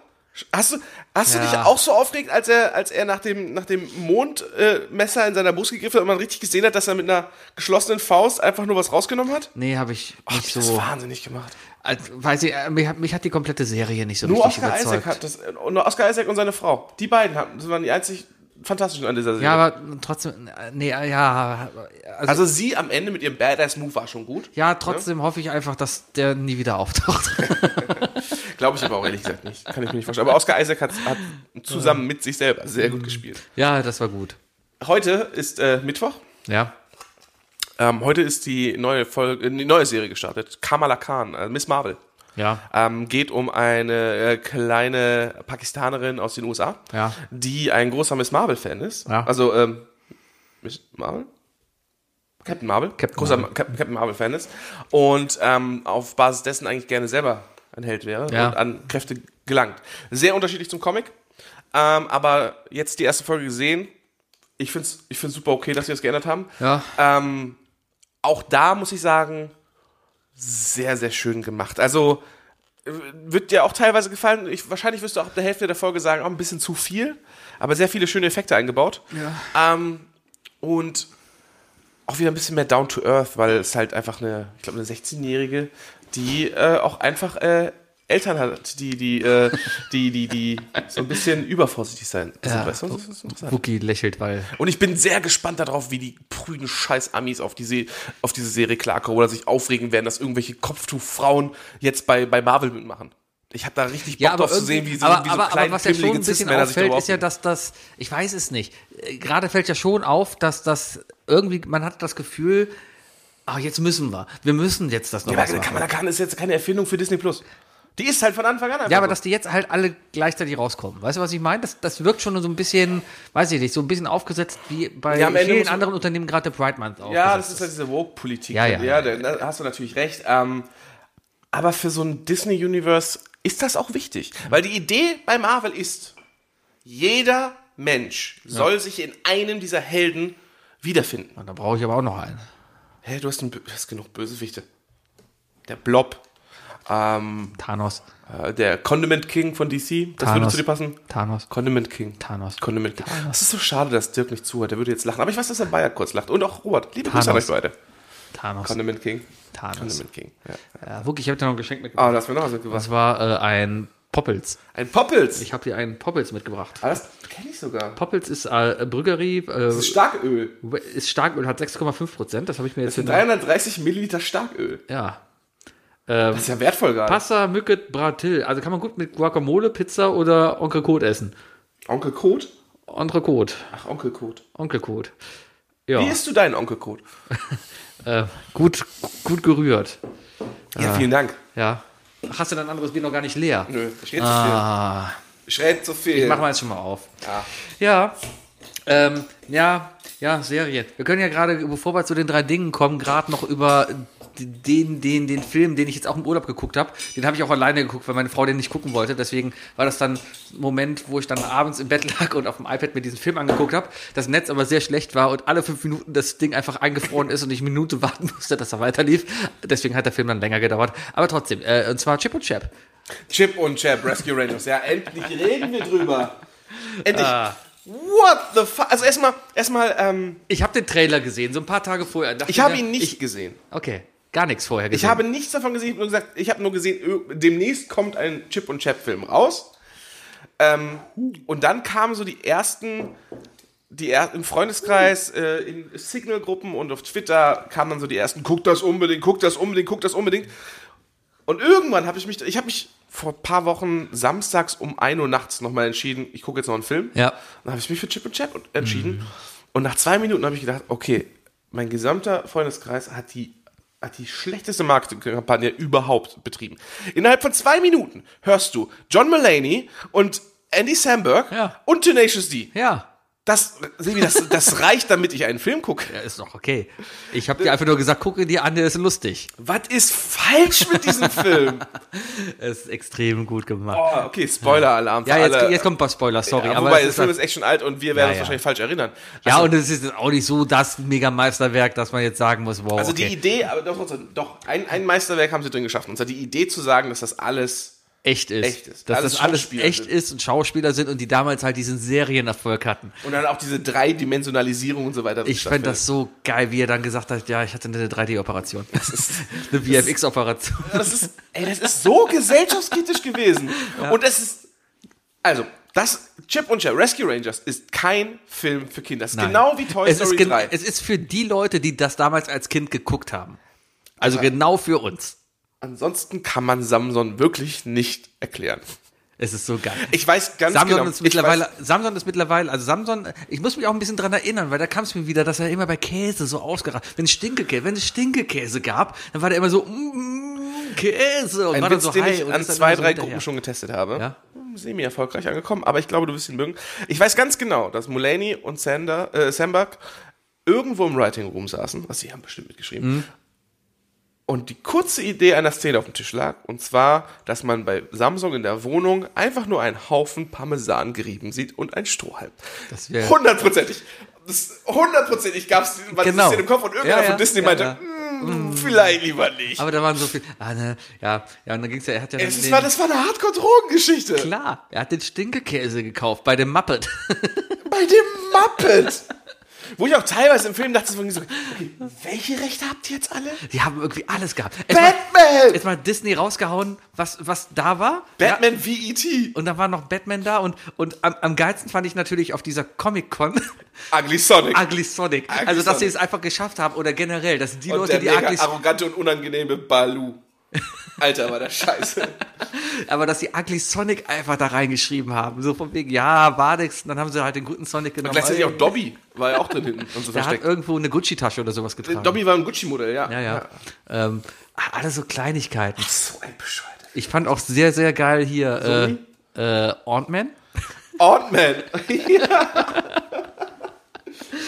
S4: Hast du, hast
S3: Ja.
S4: du dich auch so aufgeregt, als er, als er nach dem, nach dem Mondmesser äh, Messer in seiner Brust gegriffen hat und man richtig gesehen hat, dass er mit einer geschlossenen Faust einfach nur was rausgenommen hat?
S3: Nee, habe ich
S4: Hab
S3: nicht
S4: ich das
S3: so.
S4: wahnsinnig gemacht.
S3: Als- Weiß ich, äh, mich hat, mich hat die komplette Serie nicht so
S4: Nur
S3: richtig
S4: Oscar Isaac
S3: überzeugt.
S4: hat das, und nur Oscar Isaac und seine Frau. Die beiden haben, das waren die einzig fantastischen an dieser Serie.
S3: ja, aber trotzdem, äh, nee, äh, ja, also,
S4: also sie am Ende mit ihrem Badass-Move war schon gut.
S3: ja, trotzdem hoffe ich einfach, dass der nie wieder
S4: *laughs*
S3: auftaucht.
S4: Glaube ich aber auch ehrlich gesagt nicht. Kann ich mir nicht vorstellen. Aber Oscar Isaac hat, hat zusammen mit sich selber sehr gut gespielt.
S3: ja, das war gut.
S4: Heute ist äh, Mittwoch.
S3: Ja.
S4: Ähm, heute ist die neue Folge, äh, die neue Serie gestartet. Kamala Khan, äh, Miss Marvel.
S3: Ja.
S4: Ähm, geht um eine äh, kleine Pakistanerin aus den USA,
S3: Ja.
S4: die ein großer Miss Marvel-Fan ist.
S3: Ja.
S4: Also, ähm, Miss Marvel? Captain Marvel?
S3: Captain
S4: großer
S3: Marvel.
S4: Cap Captain Marvel-Fan ist. Und ähm, auf Basis dessen eigentlich gerne selber ein Held wäre
S3: Ja.
S4: und an Kräfte gelangt. Sehr unterschiedlich zum Comic. Ähm, aber jetzt die erste Folge gesehen. Ich finde es ich find's super okay, dass sie das geändert haben.
S3: Ja.
S4: Ähm, auch da muss ich sagen, sehr, sehr schön gemacht. Also äh, wird dir auch teilweise gefallen. Ich, wahrscheinlich wirst du auch ab der Hälfte der Folge sagen, auch ein bisschen zu viel, aber sehr viele schöne Effekte eingebaut. Ähm, und auch wieder ein bisschen mehr down to earth, weil es halt einfach eine, ich glaube, eine 16-Jährige, die äh, auch einfach äh, Eltern hat, die, die, äh, die, die, die so ein bisschen übervorsichtig sein. sind, weißt du? Das ist interessant.
S3: Wookie lächelt, weil
S4: Und ich bin sehr gespannt darauf, wie die prüden Scheiß-Amis auf, die Se- auf diese Serie klarkommen oder sich aufregen werden, dass irgendwelche Kopftuch-Frauen jetzt bei, bei Marvel mitmachen. Ich habe da richtig Bock drauf zu sehen, wie so,
S3: aber,
S4: wie so
S3: aber,
S4: kleine,
S3: aber was ja schon ein
S4: pimmelige
S3: bisschen
S4: Cis-Männer sich
S3: auffällt,
S4: darüber
S3: ist ja,
S4: aufregen.
S3: dass das, ich weiß es nicht, Äh, gerade fällt ja schon auf, dass das irgendwie, man hat das Gefühl, ah, jetzt müssen wir, wir müssen jetzt das noch
S4: Ja,
S3: was
S4: aber
S3: machen.
S4: Kamala Khan ist jetzt keine Erfindung für Disney+. Plus. Die ist halt von Anfang an einfach
S3: Ja, aber
S4: so.
S3: dass die jetzt halt alle gleichzeitig rauskommen. Weißt du, was ich meine? Das, das wirkt schon so ein bisschen, weiß ich nicht, so ein bisschen aufgesetzt wie bei
S4: Ja, am Ende muss
S3: vielen
S4: man-
S3: anderen Unternehmen gerade der Pride Month aufgesetzt
S4: Ja, das ist halt diese Woke-Politik.
S3: Ja, ja.
S4: ja da, da hast du natürlich recht. Ähm, aber für so ein Disney-Universe ist das auch wichtig. Weil die Idee bei Marvel ist, jeder Mensch soll sich in einem dieser Helden wiederfinden.
S3: Und da brauche ich aber auch noch einen.
S4: Hey, du hast, einen, Bö- du hast genug Bösewichte. Der Blob, ähm,
S3: Thanos.
S4: äh, der Condiment King von DC, das würde
S3: Thanos.
S4: zu dir passen.
S3: Thanos.
S4: Condiment King.
S3: Thanos.
S4: Condiment King. Es ist so schade, dass Dirk nicht zuhört. Der würde jetzt lachen. Aber ich weiß, dass der Bayer kurz lacht. Und auch Robert. Liebe Grüße an euch
S3: Thanos.
S4: beide.
S3: Thanos.
S4: Condiment King.
S3: Thanos.
S4: Condiment King. Ja.
S3: Ja, wirklich, ich habe dir noch ein Geschenk mitgebracht.
S4: Ah, da hast du mir noch was mitgebracht.
S3: Das war äh, ein Poppels.
S4: Ein Poppels.
S3: Ich habe hier einen Poppels mitgebracht.
S4: ah, das kenne ich sogar.
S3: Poppels ist äh, Brüggerie, äh,
S4: Starköl.
S3: ist Starköl, hat 6,5 Prozent. Das habe ich mir jetzt
S4: Das sind
S3: hier-
S4: 330 Milliliter Starköl.
S3: Ja.
S4: Das ist ja wertvoll gerade.
S3: Pasta, Mücket, Bratil. Also kann man gut mit Guacamole, Pizza oder Onkel Kot essen.
S4: Onkel Kot?
S3: Onkel Kot.
S4: Ach, Onkel Kot.
S3: Onkel Kot. Ja,
S4: Wie isst du deinen Onkel Kot?
S3: äh, gut, gut gerührt.
S4: Ja, vielen Dank.
S3: Ja. Hast du dein anderes Bier noch gar nicht leer?
S4: Ah. Nö, da steht ah. zu viel. Schreit zu viel.
S3: Machen wir jetzt schon mal auf.
S4: Ja.
S3: Ja. Ähm, ja, ja, Serie. Wir können ja gerade, bevor wir zu den drei Dingen kommen, gerade noch über den, den, den Film, den ich jetzt auch im Urlaub geguckt habe. Den habe ich auch alleine geguckt, weil meine Frau den nicht gucken wollte. Deswegen war das dann ein Moment, wo ich dann abends im Bett *laughs* lag und auf dem iPad mir diesen Film angeguckt habe. Das Netz aber sehr schlecht war und alle fünf Minuten das Ding einfach eingefroren ist und ich eine Minute warten musste, dass er weiterlief. Deswegen hat der Film dann länger gedauert. Aber trotzdem, äh, und zwar Chip und Chap.
S4: Chip und Chap, Rescue Rangers. Ja, endlich reden wir drüber. Endlich. What the fuck? Also erstmal, erstmal, ähm,
S3: Ich habe den Trailer gesehen, so ein paar Tage vorher. Dachte
S4: ich habe
S3: mir,
S4: ihn nicht
S3: ich-
S4: gesehen.
S3: Okay, gar nichts vorher
S4: Ich
S3: gesehen.
S4: habe nichts davon gesehen, ich habe nur gesagt, ich habe nur gesehen, ö- demnächst kommt ein Chip und Chap Film raus. Ähm, und dann kamen so die ersten, die er, im Freundeskreis, äh, in Signal-Gruppen und auf Twitter kamen dann so die ersten, guck das unbedingt, guck das unbedingt, guck das unbedingt. Und irgendwann habe ich mich, ich habe mich vor ein paar Wochen samstags um 1 Uhr nachts nochmal entschieden, ich gucke jetzt noch einen Film.
S3: Ja.
S4: Dann habe ich mich für Chip und Chap und- entschieden. Und nach zwei Minuten habe ich gedacht, okay, mein gesamter Freundeskreis hat die, hat die schlechteste Marketingkampagne überhaupt betrieben. Innerhalb von zwei Minuten hörst du John Mulaney und Andy Samberg
S3: Ja.
S4: und Tenacious D.
S3: Ja.
S4: Das, Sebi, das, das reicht, damit ich einen Film gucke.
S3: Ja, ist doch okay. Ich
S4: Äh,
S3: habe dir einfach nur gesagt, gucke dir an, der ist lustig.
S4: Was ist falsch mit diesem Film?
S3: Ist extrem gut gemacht.
S4: *laughs* Oh, okay, Spoiler-Alarm. für
S3: ja, jetzt,
S4: alle.
S3: jetzt kommt ein paar Spoiler, sorry.
S4: Ja,
S3: aber
S4: wobei,
S3: es
S4: der
S3: ist
S4: Film
S3: halt-
S4: ist echt schon alt und wir werden
S3: Ja,
S4: uns
S3: ja.
S4: wahrscheinlich falsch erinnern.
S3: ja, und es ist jetzt auch nicht so das Mega-Meisterwerk, dass man jetzt sagen muss, wow,
S4: Also
S3: okay.
S4: die Idee, aber doch, doch, doch ein, ein Meisterwerk haben sie drin geschafft. Und zwar die Idee zu sagen, dass das alles
S3: echt ist.
S4: Echt ist.
S3: Dass
S4: Alles
S3: das alles
S4: Schauspieler
S3: echt
S4: sind.
S3: ist und Schauspieler sind und die damals halt diesen Serienerfolg hatten.
S4: Und dann auch diese Dreidimensionalisierung und so weiter.
S3: Ich fand das so geil, wie er dann gesagt hat, ja, ich hatte eine 3D-Operation. Das ist *laughs* eine VFX-Operation.
S4: Das ist, ey, das ist so
S3: *laughs*
S4: gesellschaftskritisch gewesen. Und es ist. Also, das Chip und Chap Rescue Rangers ist kein Film für Kinder. Das ist genau wie Toy
S3: es
S4: Story
S3: ist gen-
S4: 3.
S3: Es ist für die Leute, die das damals als Kind geguckt haben. Also genau für uns.
S4: Ansonsten kann man Samson wirklich nicht erklären.
S3: Es ist so geil.
S4: Ich weiß ganz
S3: Samson
S4: genau.
S3: ist
S4: ich
S3: mittlerweile,
S4: weiß-
S3: Samson ist mittlerweile, also Samson, ich muss mich auch ein bisschen dran erinnern, weil da kam es mir wieder, dass er immer bei Käse so ausgerastet, wenn es Stinkekäse, wenn es Stinkekäse gab, dann war der immer so, mm, Käse, und
S4: ein
S3: war
S4: Witz,
S3: dann so
S4: den
S3: high
S4: ich
S3: und
S4: an
S3: ist dann
S4: zwei,
S3: immer so
S4: drei
S3: hinterher.
S4: Gruppen schon getestet habe.
S3: Ja.
S4: Semi erfolgreich angekommen, aber ich glaube, du wirst ihn mögen. Ich weiß ganz genau, dass Mulaney und Sander, äh, Sandberg irgendwo im Writing Room saßen, also sie haben bestimmt mitgeschrieben,
S3: Mhm.
S4: und die kurze Idee einer Szene auf dem Tisch lag, und zwar, dass man bei Samsung in der Wohnung einfach nur einen Haufen Parmesan gerieben sieht und ein Strohhalm.
S3: Das wär-
S4: Hundertprozentig. Das- Hundertprozentig gab es diese
S3: Genau.
S4: Szene im Kopf und irgendeiner
S3: Ja, ja,
S4: von Disney
S3: ja,
S4: meinte,
S3: ja. Mhm.
S4: "Hm, vielleicht lieber nicht.
S3: Aber da waren so viel, ah, ne, ja, ja, und dann ging's ja, er hat ja,
S4: Es
S3: dann
S4: ist, war, das war eine Hardcore-Drogengeschichte.
S3: klar, er hat den Stinkekäse gekauft bei dem Muppet. *laughs*
S4: Bei dem Muppet. *laughs* Wo ich auch teilweise im Film dachte, so, okay, welche Rechte habt ihr jetzt alle?
S3: Die haben irgendwie alles gehabt.
S4: Batman!
S3: Erstmal Disney rausgehauen, was, was da war.
S4: Batman E wie E.T.
S3: Und dann war noch Batman da und, und am, am geilsten fand ich natürlich auf dieser
S4: *laughs*
S3: Comic-Con
S4: Ugly Sonic.
S3: Ugly Sonic.
S4: Ugly
S3: also, dass sie
S4: Sonic.
S3: es einfach geschafft haben oder generell, dass die
S4: und
S3: Leute,
S4: der
S3: die
S4: mega
S3: Ugly Sonic,
S4: arrogante und unangenehme *laughs* Balu. Alter, war das scheiße.
S3: aber dass sie Ugly Sonic einfach da reingeschrieben haben. So von wegen, ja, war nix. Und dann haben sie halt den guten Sonic genommen.
S4: Gleichzeitig auch Dobby war ja auch drin hinten und so
S3: der hat
S4: versteckt.
S3: irgendwo eine Gucci-Tasche oder sowas getragen.
S4: Dobby war ein Gucci-Modell, ja.
S3: ja, ja. Ähm, ah, alles so Kleinigkeiten.
S4: So ein Bescheid.
S3: Ich fand auch sehr, sehr geil hier äh, äh, Ant-Man.
S4: *laughs* Ordman. ja.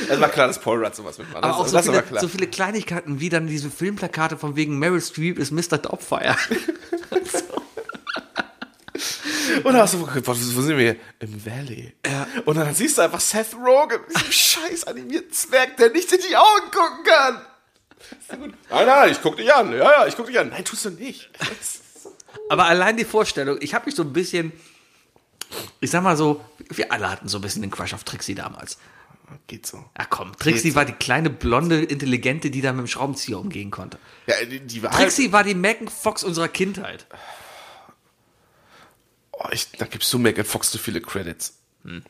S4: Es war klar, dass Paul Rudd sowas mitmacht.
S3: Aber
S4: das,
S3: auch so
S4: das
S3: viele,
S4: war klar.
S3: so viele Kleinigkeiten, wie dann diese Filmplakate von wegen Meryl Streep ist Mr. Doubtfire.
S4: Und dann hast du, wo, wo sind wir? Im Valley. Und dann siehst du einfach Seth Rogen, diesen scheiß animierten Zwerg, der nicht in die Augen gucken kann. Ist gut. Nein, nein, ich guck dich an. Ja, ja, ich guck dich an. Nein, tust du nicht.
S3: *laughs* Aber allein die Vorstellung, ich habe mich so ein bisschen, ich sag mal so, wir alle hatten so ein bisschen den Crush auf Trixie damals.
S4: Geht so.
S3: Ja komm, Trixie war die kleine, blonde, intelligente, die da mit dem Schraubenzieher umgehen konnte.
S4: Ja, die, die war halt,
S3: Trixie war die Megan Fox unserer Kindheit.
S4: oh, ich, Da gibst du Megan Fox zu viele Credits. Schon.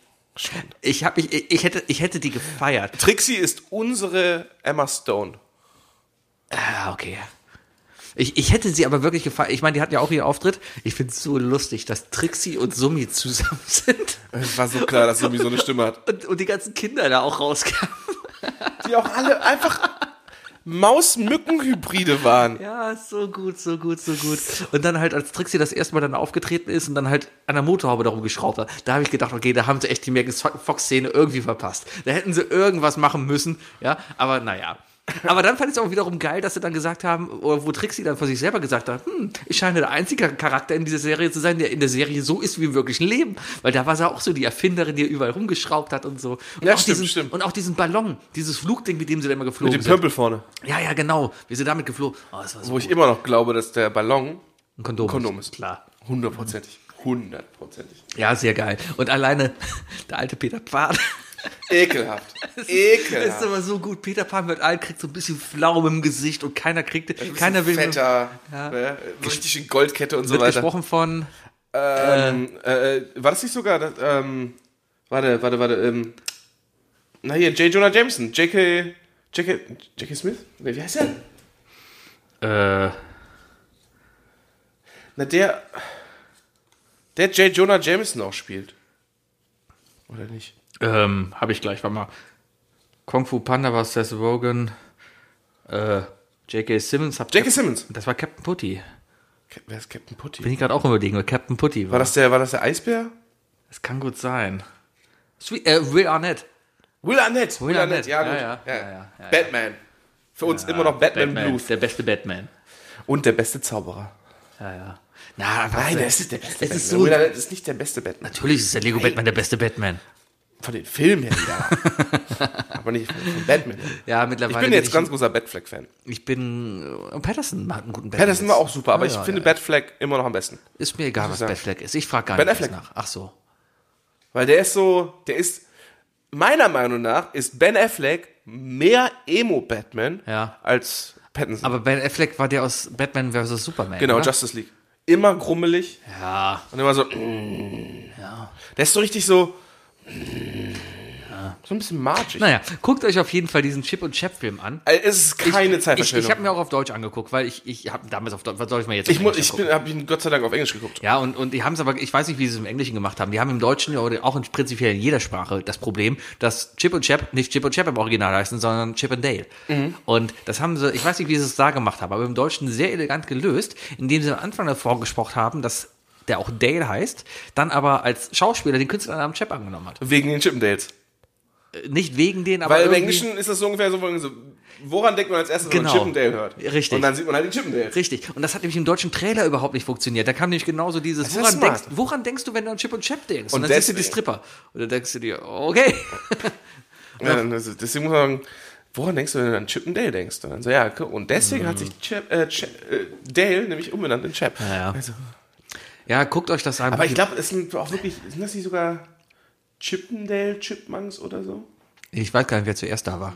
S3: Ich, hab, ich, ich, hätte, ich hätte die gefeiert.
S4: Trixie ist unsere Emma Stone.
S3: Ah, okay. Ich, ich hätte sie aber wirklich gefeiert. Ich meine, die hatten ja auch ihren Auftritt. Ich finde es so lustig, dass Trixie und Sumi zusammen *laughs* sind.
S4: Es war so klar, dass sie irgendwie so eine Stimme hat.
S3: Und, und die ganzen Kinder da auch rauskamen.
S4: Die auch alle einfach Maus-Mücken-Hybride waren.
S3: Ja, so gut, so gut, so gut. Und dann halt, als Trixie das erste Mal dann aufgetreten ist und dann halt an der Motorhaube darum geschraubt hat, da habe ich gedacht, okay, da haben sie echt die Megan Fox-Szene irgendwie verpasst. Da hätten sie irgendwas machen müssen, ja, aber naja. Aber dann fand ich es auch wiederum geil, dass sie dann gesagt haben, oder wo Trixie dann von sich selber gesagt hat, hm, ich scheine der einzige Charakter in dieser Serie zu sein, der in der Serie so ist wie im wirklichen Leben. Weil da war sie auch so die Erfinderin, die überall rumgeschraubt hat und so. Und
S4: Ja,
S3: auch
S4: stimmt,
S3: diesen,
S4: stimmt.
S3: Und auch diesen Ballon, dieses Flugding, mit dem sie da immer geflogen
S4: Mit dem
S3: sind.
S4: Pömpel vorne.
S3: Ja, ja, genau. Wir sind damit geflogen. Oh, das war so
S4: Wo ich immer noch glaube, dass der Ballon
S3: ein Kondom.
S4: Kondom ist.
S3: Klar.
S4: Hundertprozentig. Hundertprozentig.
S3: Ja, sehr geil. Und alleine *laughs* der alte Peter Pan.
S4: *laughs*
S3: *laughs*
S4: Ekelhaft.
S3: Ist
S4: Ekelhaft.
S3: aber so gut. Peter Pan wird alt, kriegt so ein bisschen Flaum im Gesicht und keiner kriegt, keiner will.
S4: Fetter, ne? so richtig in Goldkette und so
S3: Wird
S4: weiter.
S3: gesprochen von.
S4: Ähm, äh, äh, war das nicht sogar, das, ähm, warte, warte, warte, ähm, na hier, J. Jonah Jameson, J.K., J.K., J.K. Smith? Ne, wie heißt der?
S3: Äh,
S4: Na, der, der J. Jonah Jameson auch spielt. Oder nicht?
S3: ähm, hab ich gleich, warte mal. Kung Fu Panda war Seth Rogen. Äh, J.K. Simmons. hab-
S4: J.K. Simmons.
S3: Das war Captain Putty.
S4: Cap- Wer ist Captain Putty?
S3: Bin ich gerade auch überlegen, weil Captain Putty war.
S4: War das der, war das der Eisbär?
S3: das kann gut sein. Sweet, äh, Will Arnett.
S4: Will Arnett. Will,
S3: Arnett,
S4: Arnett, ja,
S3: ja,
S4: gut.
S3: ja, ja, ja, ja.
S4: Batman. Für uns immer noch Batman, Blues.
S3: Der beste Batman.
S4: Und der beste Zauberer.
S3: Ja, ja. Na,
S4: Nein,
S3: warte.
S4: der ist nicht der beste
S3: Es ist
S4: Batman.
S3: so-
S4: Will Arnett ist nicht der beste Batman.
S3: Natürlich ist der Lego Batman der beste Batman.
S4: von den Filmen her wieder. *laughs* Aber nicht von, von Batman. her.
S3: Ja, mittlerweile.
S4: ich bin
S3: bin
S4: jetzt ganz großer Batfleck-Fan.
S3: Ich bin. äh, Patterson mag einen guten Batman.
S4: Patterson war auch super, aber
S3: Ja,
S4: ich
S3: ja,
S4: finde
S3: ja.
S4: Batfleck immer noch am besten.
S3: Ist mir egal, was
S4: sagen.
S3: Batfleck ist. Ich frage gar
S4: Ben
S3: nicht erst
S4: Affleck.
S3: nach. Ach so.
S4: Weil der ist so, der ist, meiner Meinung nach, ist Ben Affleck mehr Emo-Batman
S3: Ja.
S4: als Pattinson.
S3: Aber Ben Affleck war der aus Batman vs. Superman.
S4: genau,
S3: oder?
S4: Justice League. Immer grummelig
S3: ne? Ja.
S4: und immer so, mm. Der ist so richtig so, so ein bisschen margig.
S3: Naja, guckt euch auf jeden Fall diesen Chip und Chap Film an.
S4: Also, Es ist keine
S3: Ich,
S4: Zeitverschwendung.
S3: ich habe mir auch auf Deutsch angeguckt, weil ich, ich habe damals auf Deutsch, was soll ich mir jetzt auf
S4: Ich, mu-
S3: Englisch
S4: ich
S3: angucken?
S4: bin, hab ihn Gott sei Dank auf Englisch geguckt.
S3: Ja, und, und die haben es aber, ich weiß nicht, wie sie es im Englischen gemacht haben. Die haben im Deutschen oder auch in prinzipiell in jeder Sprache das Problem, dass Chip und Chap nicht Chip und Chap im Original heißen, sondern Chip and Dale.
S4: Mhm.
S3: Und das haben sie, ich weiß nicht, wie sie es da gemacht haben, aber im Deutschen sehr elegant gelöst, indem sie am Anfang davor gesprochen haben, dass der auch Dale heißt, dann aber als Schauspieler den Künstlernamen Chap angenommen hat.
S4: Wegen den Chippendales.
S3: Äh, Nicht wegen den, aber
S4: Weil im
S3: irgendwie-
S4: Englischen ist das so ungefähr so, so, woran denkt man als erstes, wenn man
S3: Genau.
S4: Chippendale hört?
S3: Richtig.
S4: Und dann sieht man halt den Chippendales.
S3: Richtig. Und das hat nämlich im deutschen Trailer überhaupt nicht funktioniert. Da kam nämlich genauso dieses,
S4: Das ist
S3: woran
S4: smart.
S3: denkst, woran denkst du, wenn du an Chip und Chap denkst? Und,
S4: Und
S3: dann siehst du die
S4: deswegen-
S3: Stripper. Und dann denkst du dir, okay.
S4: Ja, dann ist es- deswegen muss man sagen, woran denkst du, wenn du an Chip und Dale denkst? Und, dann so, ja, gu- und deswegen hat sich Chip, äh, Chip, äh, Dale nämlich umbenannt in Chap.
S3: Mhm. ja.
S4: Also,
S3: Ja, guckt euch das an.
S4: aber ich glaube, es sind auch wirklich, sind das nicht sogar Chippendale Chipmunks oder so?
S3: ich weiß gar nicht, wer zuerst da war.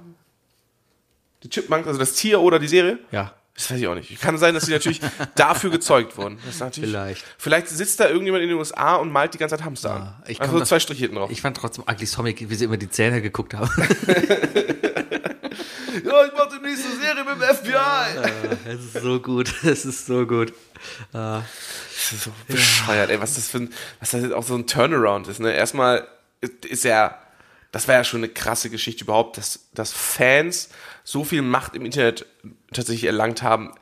S4: Die Chipmunks, also das Tier oder die Serie?
S3: Ja.
S4: Das weiß ich auch nicht. Kann sein, dass
S3: *laughs*
S4: sie natürlich dafür gezeugt wurden. Das ist natürlich,
S3: Vielleicht.
S4: Vielleicht sitzt da irgendjemand in den USA und malt die ganze Zeit Hamster an.
S3: ich kann
S4: also
S3: das-
S4: zwei Striche hinten drauf.
S3: Ich fand trotzdem Ugly Sonic, wie sie immer die Zähne geguckt
S4: *laughs*
S3: haben.
S4: ja, ich mach die nächste Serie mit dem FBI.
S3: Es ist so gut. *laughs* Es ist so gut.
S4: Das ist so bescheuert, ey, was das für ein, was das jetzt auch so ein Turnaround ist, ne? Erstmal ist ja, das war ja schon eine krasse Geschichte überhaupt, dass, dass Fans so viel Macht im Internet tatsächlich erlangt haben,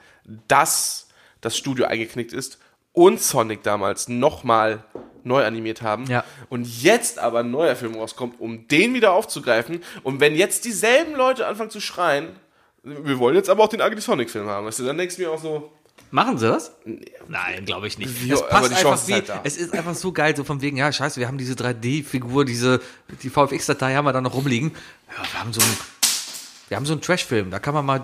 S4: dass das Studio eingeknickt ist und Sonic damals nochmal neu animiert haben
S3: Ja.
S4: und jetzt aber ein neuer Film rauskommt, um den wieder aufzugreifen und wenn jetzt dieselben Leute anfangen zu schreien, wir wollen jetzt aber auch den Ugly Sonic Film haben, weißt du, dann denkst du mir auch so,
S3: Machen sie das? Nein, glaube ich nicht.
S4: Jo,
S3: es passt
S4: aber die
S3: einfach
S4: Chance ist
S3: wie,
S4: halt da.
S3: es ist einfach so geil, so von wegen, ja, scheiße, wir haben diese 3D-Figur, diese, die VFX-Datei haben wir da noch rumliegen. Ja, wir haben so einen, wir haben so einen Trash-Film, da kann man mal,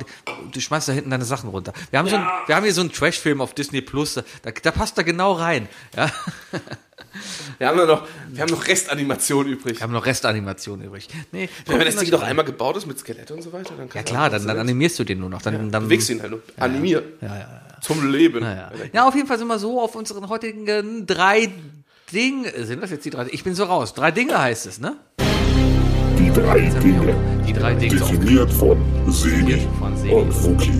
S3: du schmeißt da hinten deine Sachen runter. Wir haben so einen, wir haben hier so einen Trash-Film auf Disney Plus, da, da, da passt da genau rein. Ja,
S4: wir haben ja noch, wir haben noch Restanimation übrig.
S3: wir haben noch Restanimation übrig. Nee,
S4: Ja, wenn das Ding doch einmal gebaut ist mit Skelett und so weiter, dann
S3: Ja
S4: kann
S3: klar, dann, dann animierst du den nur noch. Dann, dann
S4: bewegst du ihn halt nur. Animier. Zum Leben.
S3: Ja. ja, auf jeden Fall sind wir so auf unseren heutigen äh, drei Dinge. Sind das jetzt die drei? Ich bin so raus. Drei Dinge heißt es, ne?
S5: Die drei Dinge,
S3: Die Oh, drei Dinge.
S5: definiert von Seni
S3: Von Seni.
S5: und Fuki.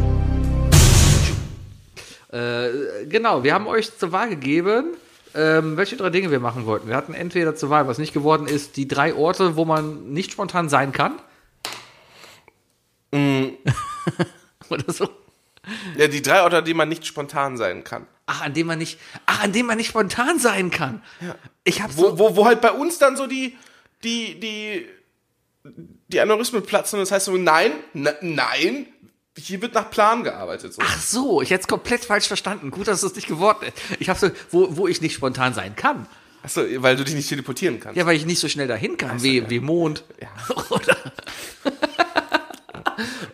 S3: Genau, wir haben euch zur Wahl gegeben, ähm, welche drei Dinge wir machen wollten. Wir hatten entweder zur Wahl, was nicht geworden ist, die drei Orte, wo man nicht spontan sein kann. Mm. *laughs* Oder so.
S4: Ja, die drei Orte, an denen man nicht spontan sein kann.
S3: Ach, an dem man nicht, ach, an dem man nicht spontan sein kann. Ich hab's so,
S4: Wo, wo, wo halt bei uns dann so die, die, die, die Aneurysmen platzen und das heißt so, nein, n- nein, hier wird nach Plan gearbeitet. So.
S3: ach so, ich hätte es komplett falsch verstanden. Gut, dass es nicht geworden ist. Ich hab's so, wo, wo ich nicht spontan sein kann.
S4: Achso, weil du dich nicht teleportieren kannst.
S3: Ja, weil ich nicht so schnell dahin kann, wie, wie Mond. *laughs* Oder.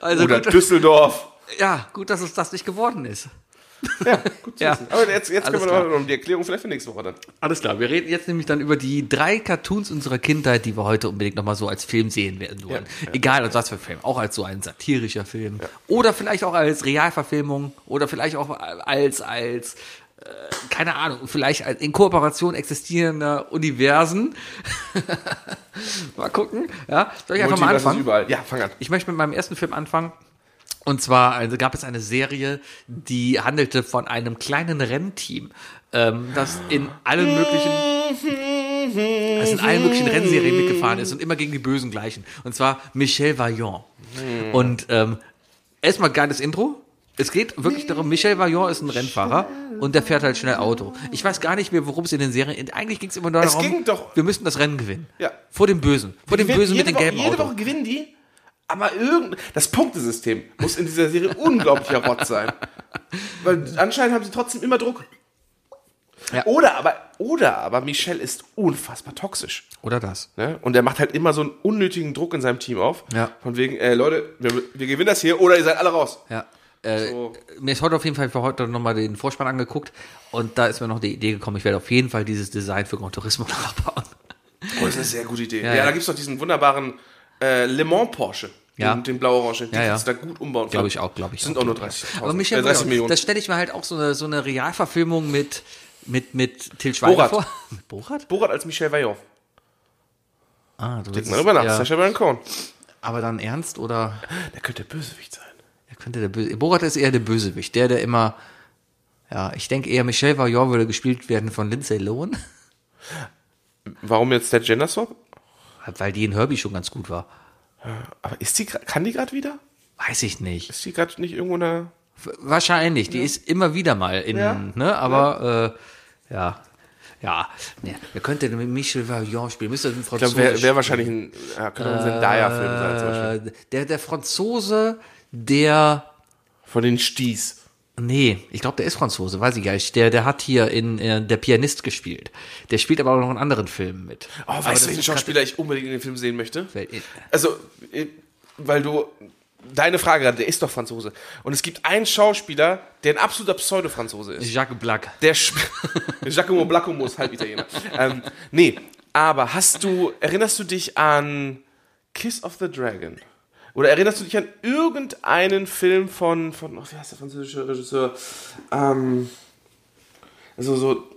S3: also
S4: Oder
S3: gut,
S4: Düsseldorf.
S3: *laughs* ja, gut, dass es das nicht geworden ist.
S4: Ja, gut zu
S3: Ja.
S4: wissen. Aber jetzt, jetzt
S3: Alles
S4: können wir noch um die Erklärung vielleicht für nächste Woche dann.
S3: Alles klar, wir reden jetzt nämlich dann über die drei Cartoons unserer Kindheit, die wir heute unbedingt nochmal so als Film sehen werden wollen. Egal, als was für Film. Auch als so ein satirischer Film. Oder vielleicht auch als Realverfilmung. Oder vielleicht auch als, als, äh, keine Ahnung, vielleicht als in Kooperation existierender Universen. *laughs* mal gucken. Ja, soll ich einfach mal
S4: Multiverse ist
S3: anfangen?
S4: überall. Ja, fang an.
S3: Ich möchte mit meinem ersten Film anfangen. Und zwar also gab es eine Serie, die handelte von einem kleinen Rennteam, ähm, das in allen möglichen, das in allen möglichen Rennserien mitgefahren ist und immer gegen die Bösen gleichen. Und zwar Michel Vaillant. Und ähm, erstmal geiles Intro. Es geht wirklich darum, Michel Vaillant ist ein Rennfahrer und der fährt halt schnell Auto. Ich weiß gar nicht mehr, worum es in den Serien. Eigentlich ging es immer nur
S4: Es
S3: darum,
S4: ging doch-
S3: wir müssen das Rennen gewinnen.
S4: Ja.
S3: Vor dem Bösen. Vor dem
S4: gewinnen
S3: Bösen mit dem
S4: jede Woche-
S3: gelben
S4: Jede
S3: Auto.
S4: Woche gewinnen die, aber irgend das Punktesystem muss in *laughs* dieser Serie unglaublicher Rotz sein. Weil anscheinend haben sie trotzdem immer Druck.
S3: Ja.
S4: Oder aber, oder aber Michel ist unfassbar toxisch.
S3: Oder das.
S4: Ne? Und er macht halt immer so einen unnötigen Druck in seinem Team auf.
S3: Ja.
S4: Von wegen, äh, Leute, wir, wir gewinnen das hier oder ihr seid alle raus.
S3: Ja. Äh,
S4: So. Oh,
S3: Mir ist heute auf jeden Fall für heute nochmal den Vorspann angeguckt und da ist mir noch die Idee gekommen, ich werde auf jeden Fall dieses Design für Gran Turismo *laughs* nachbauen.
S4: Oh, das ist eine sehr gute Idee. Ja,
S3: ja.
S4: da gibt es doch diesen wunderbaren äh, Le Mans Porsche.
S3: Ja.
S4: Den, den blau-orangen. Den
S3: Ja, ja.
S4: kannst du da gut umbauen.
S3: Glaube ich auch, glaube ich.
S4: Sind
S3: auch.
S4: auch nur 30,
S3: Aber Michel,
S4: äh, 30 Millionen.
S3: das stelle ich mir halt auch so eine, so eine Realverfilmung mit, mit, mit Til Schweiger
S4: Borat.
S3: vor. *laughs* Mit Borat?
S4: Borat als Michel Vaillant.
S3: Ah, du
S4: Denk mal drüber nach.
S3: ja.
S4: Sacha Baron Cohen.
S3: Aber dann ernst oder
S4: Der könnte Bösewicht sein.
S3: er könnte der Böse. Borat ist eher der Bösewicht, der, der immer. Ja, ich denke eher, Michel Vaillant würde gespielt werden von Lindsay Lohan, *laughs*
S4: Warum jetzt der Gender Swap?
S3: weil die in Herbie schon ganz gut war.
S4: Aber ist die, gra- kann die gerade wieder?
S3: Weiß ich nicht.
S4: Ist die gerade nicht irgendwo in der...
S3: Wahrscheinlich, die ist immer wieder mal in,
S4: Ja.
S3: ne, aber ja. Äh, ja. Ja, ne, wer könnte denn mit Michel Vaillant spielen? Müsste ein
S4: Ich glaube, wäre
S3: Franzose
S4: wär wahrscheinlich ein... Ja, könnte ein Zendaya-Film sein zum Beispiel.
S3: spielen. Äh, der, der Franzose, der,
S4: Von den Sties.
S3: nee, ich glaube, der ist Franzose, weiß ich gar nicht. Der, der hat hier in, äh, Der Pianist gespielt. Der spielt aber auch noch in anderen Filmen mit.
S4: Oh,
S3: Aber
S4: weißt
S3: das
S4: du, welchen
S3: ist
S4: Schauspieler ich unbedingt in den Film sehen möchte?
S3: Wer- äh,
S4: Also, äh, weil du. Deine Frage gerade, der ist doch Franzose. Und es gibt einen Schauspieler, der ein absoluter Pseudo-Franzose ist.
S3: Jacques Black.
S4: Der Sp *laughs* Giacomo Blaccomo ist halb Italiener. ähm, nee, aber hast du, erinnerst du dich an Kiss of the Dragon? Oder erinnerst du dich an irgendeinen Film von, von oh, wie heißt der französische Regisseur? Ähm, also so,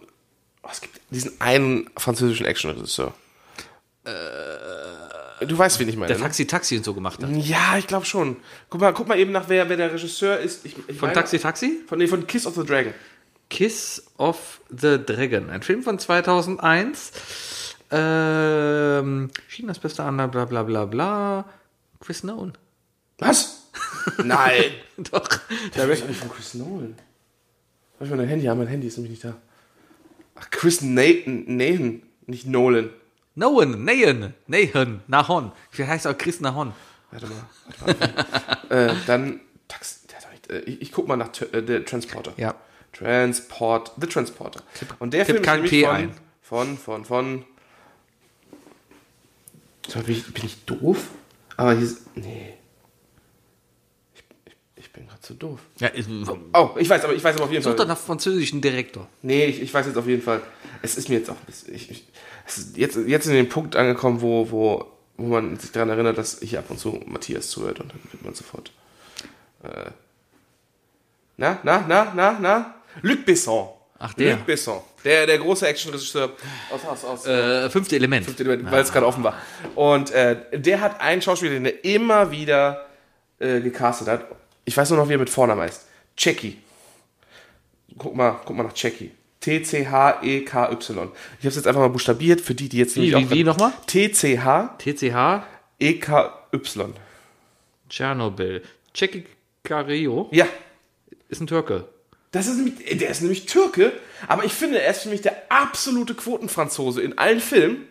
S4: oh, es gibt diesen einen französischen Actionregisseur. du weißt, wen ich meine.
S3: Der
S4: ne?
S3: Taxi Taxi und so gemacht hat.
S4: Ja, ich glaube schon. Guck mal, guck mal eben nach, wer, wer der Regisseur ist. Ich, ich
S3: Von
S4: meine-
S3: Taxi Taxi?
S4: Von, nee, von Kiss of the Dragon.
S3: Kiss of the Dragon, ein Film von 2001. Ähm, Chinas bester Anna, bla bla bla bla. Chris Nolan. *laughs*
S4: Was? Nein.
S3: Doch.
S4: Der ist eigentlich von Chris Nolan. Darf ich mal dein Handy haben? Mein Handy ist nämlich nicht da. Ach, Chris Nathan, Nathan, nicht Nolan.
S3: Nolan, Nahan, Nahan, Nahon. Wie heißt auch Chris Nahon?
S4: Warte mal. Warte *laughs* mal. äh, dann, Tax, der hat doch nicht, äh, ich, ich guck mal nach T- äh, der Transporter.
S3: Ja.
S4: Transport, The Transporter. Und der
S3: tipp
S4: Film ist
S3: kein
S4: nämlich
S3: P
S4: von,
S3: ein.
S4: von, von, von, So, bin, ich, bin ich doof? Aber hier ist, nee. Ich, ich, ich bin gerade zu doof.
S3: Ja, ist, such
S4: Oh, ich weiß, aber ich weiß aber auf jeden Fall.
S3: doch nach französischen Direktor.
S4: Nee, ich, ich weiß jetzt auf jeden Fall. Es ist mir jetzt auch ein bisschen. Ich, ich, es ist jetzt, jetzt in den Punkt angekommen, wo, wo, wo man sich daran erinnert, dass ich ab und zu Matthias zuhört und dann wird man sofort. Äh, na, na, na, na, na? Luc Besson.
S3: Ach, der.
S4: Luc Besson. Der, der große Actionregisseur aus, aus, aus
S3: Äh, fünfte Element.
S4: weil es gerade offen war. Und äh, der hat einen Schauspieler, den er immer wieder äh, gecastet hat. Ich weiß nur noch, wie er mit Vornamen heißt. Checky. Guck mal, guck mal nach Checky. T-C-H-E-K-Y. E Ich habe es jetzt einfach mal buchstabiert für die, die jetzt
S3: Wie, wie,
S4: auch-
S3: wie nochmal?
S4: T-C-H-E-K-Y.
S3: TCH,
S4: E
S3: Tschernobyl. Jackie Cario
S4: Ja,
S3: ist ein Türke.
S4: Das ist nämlich, der ist nämlich Türke, aber ich finde, er ist für mich der absolute Quotenfranzose in allen Filmen.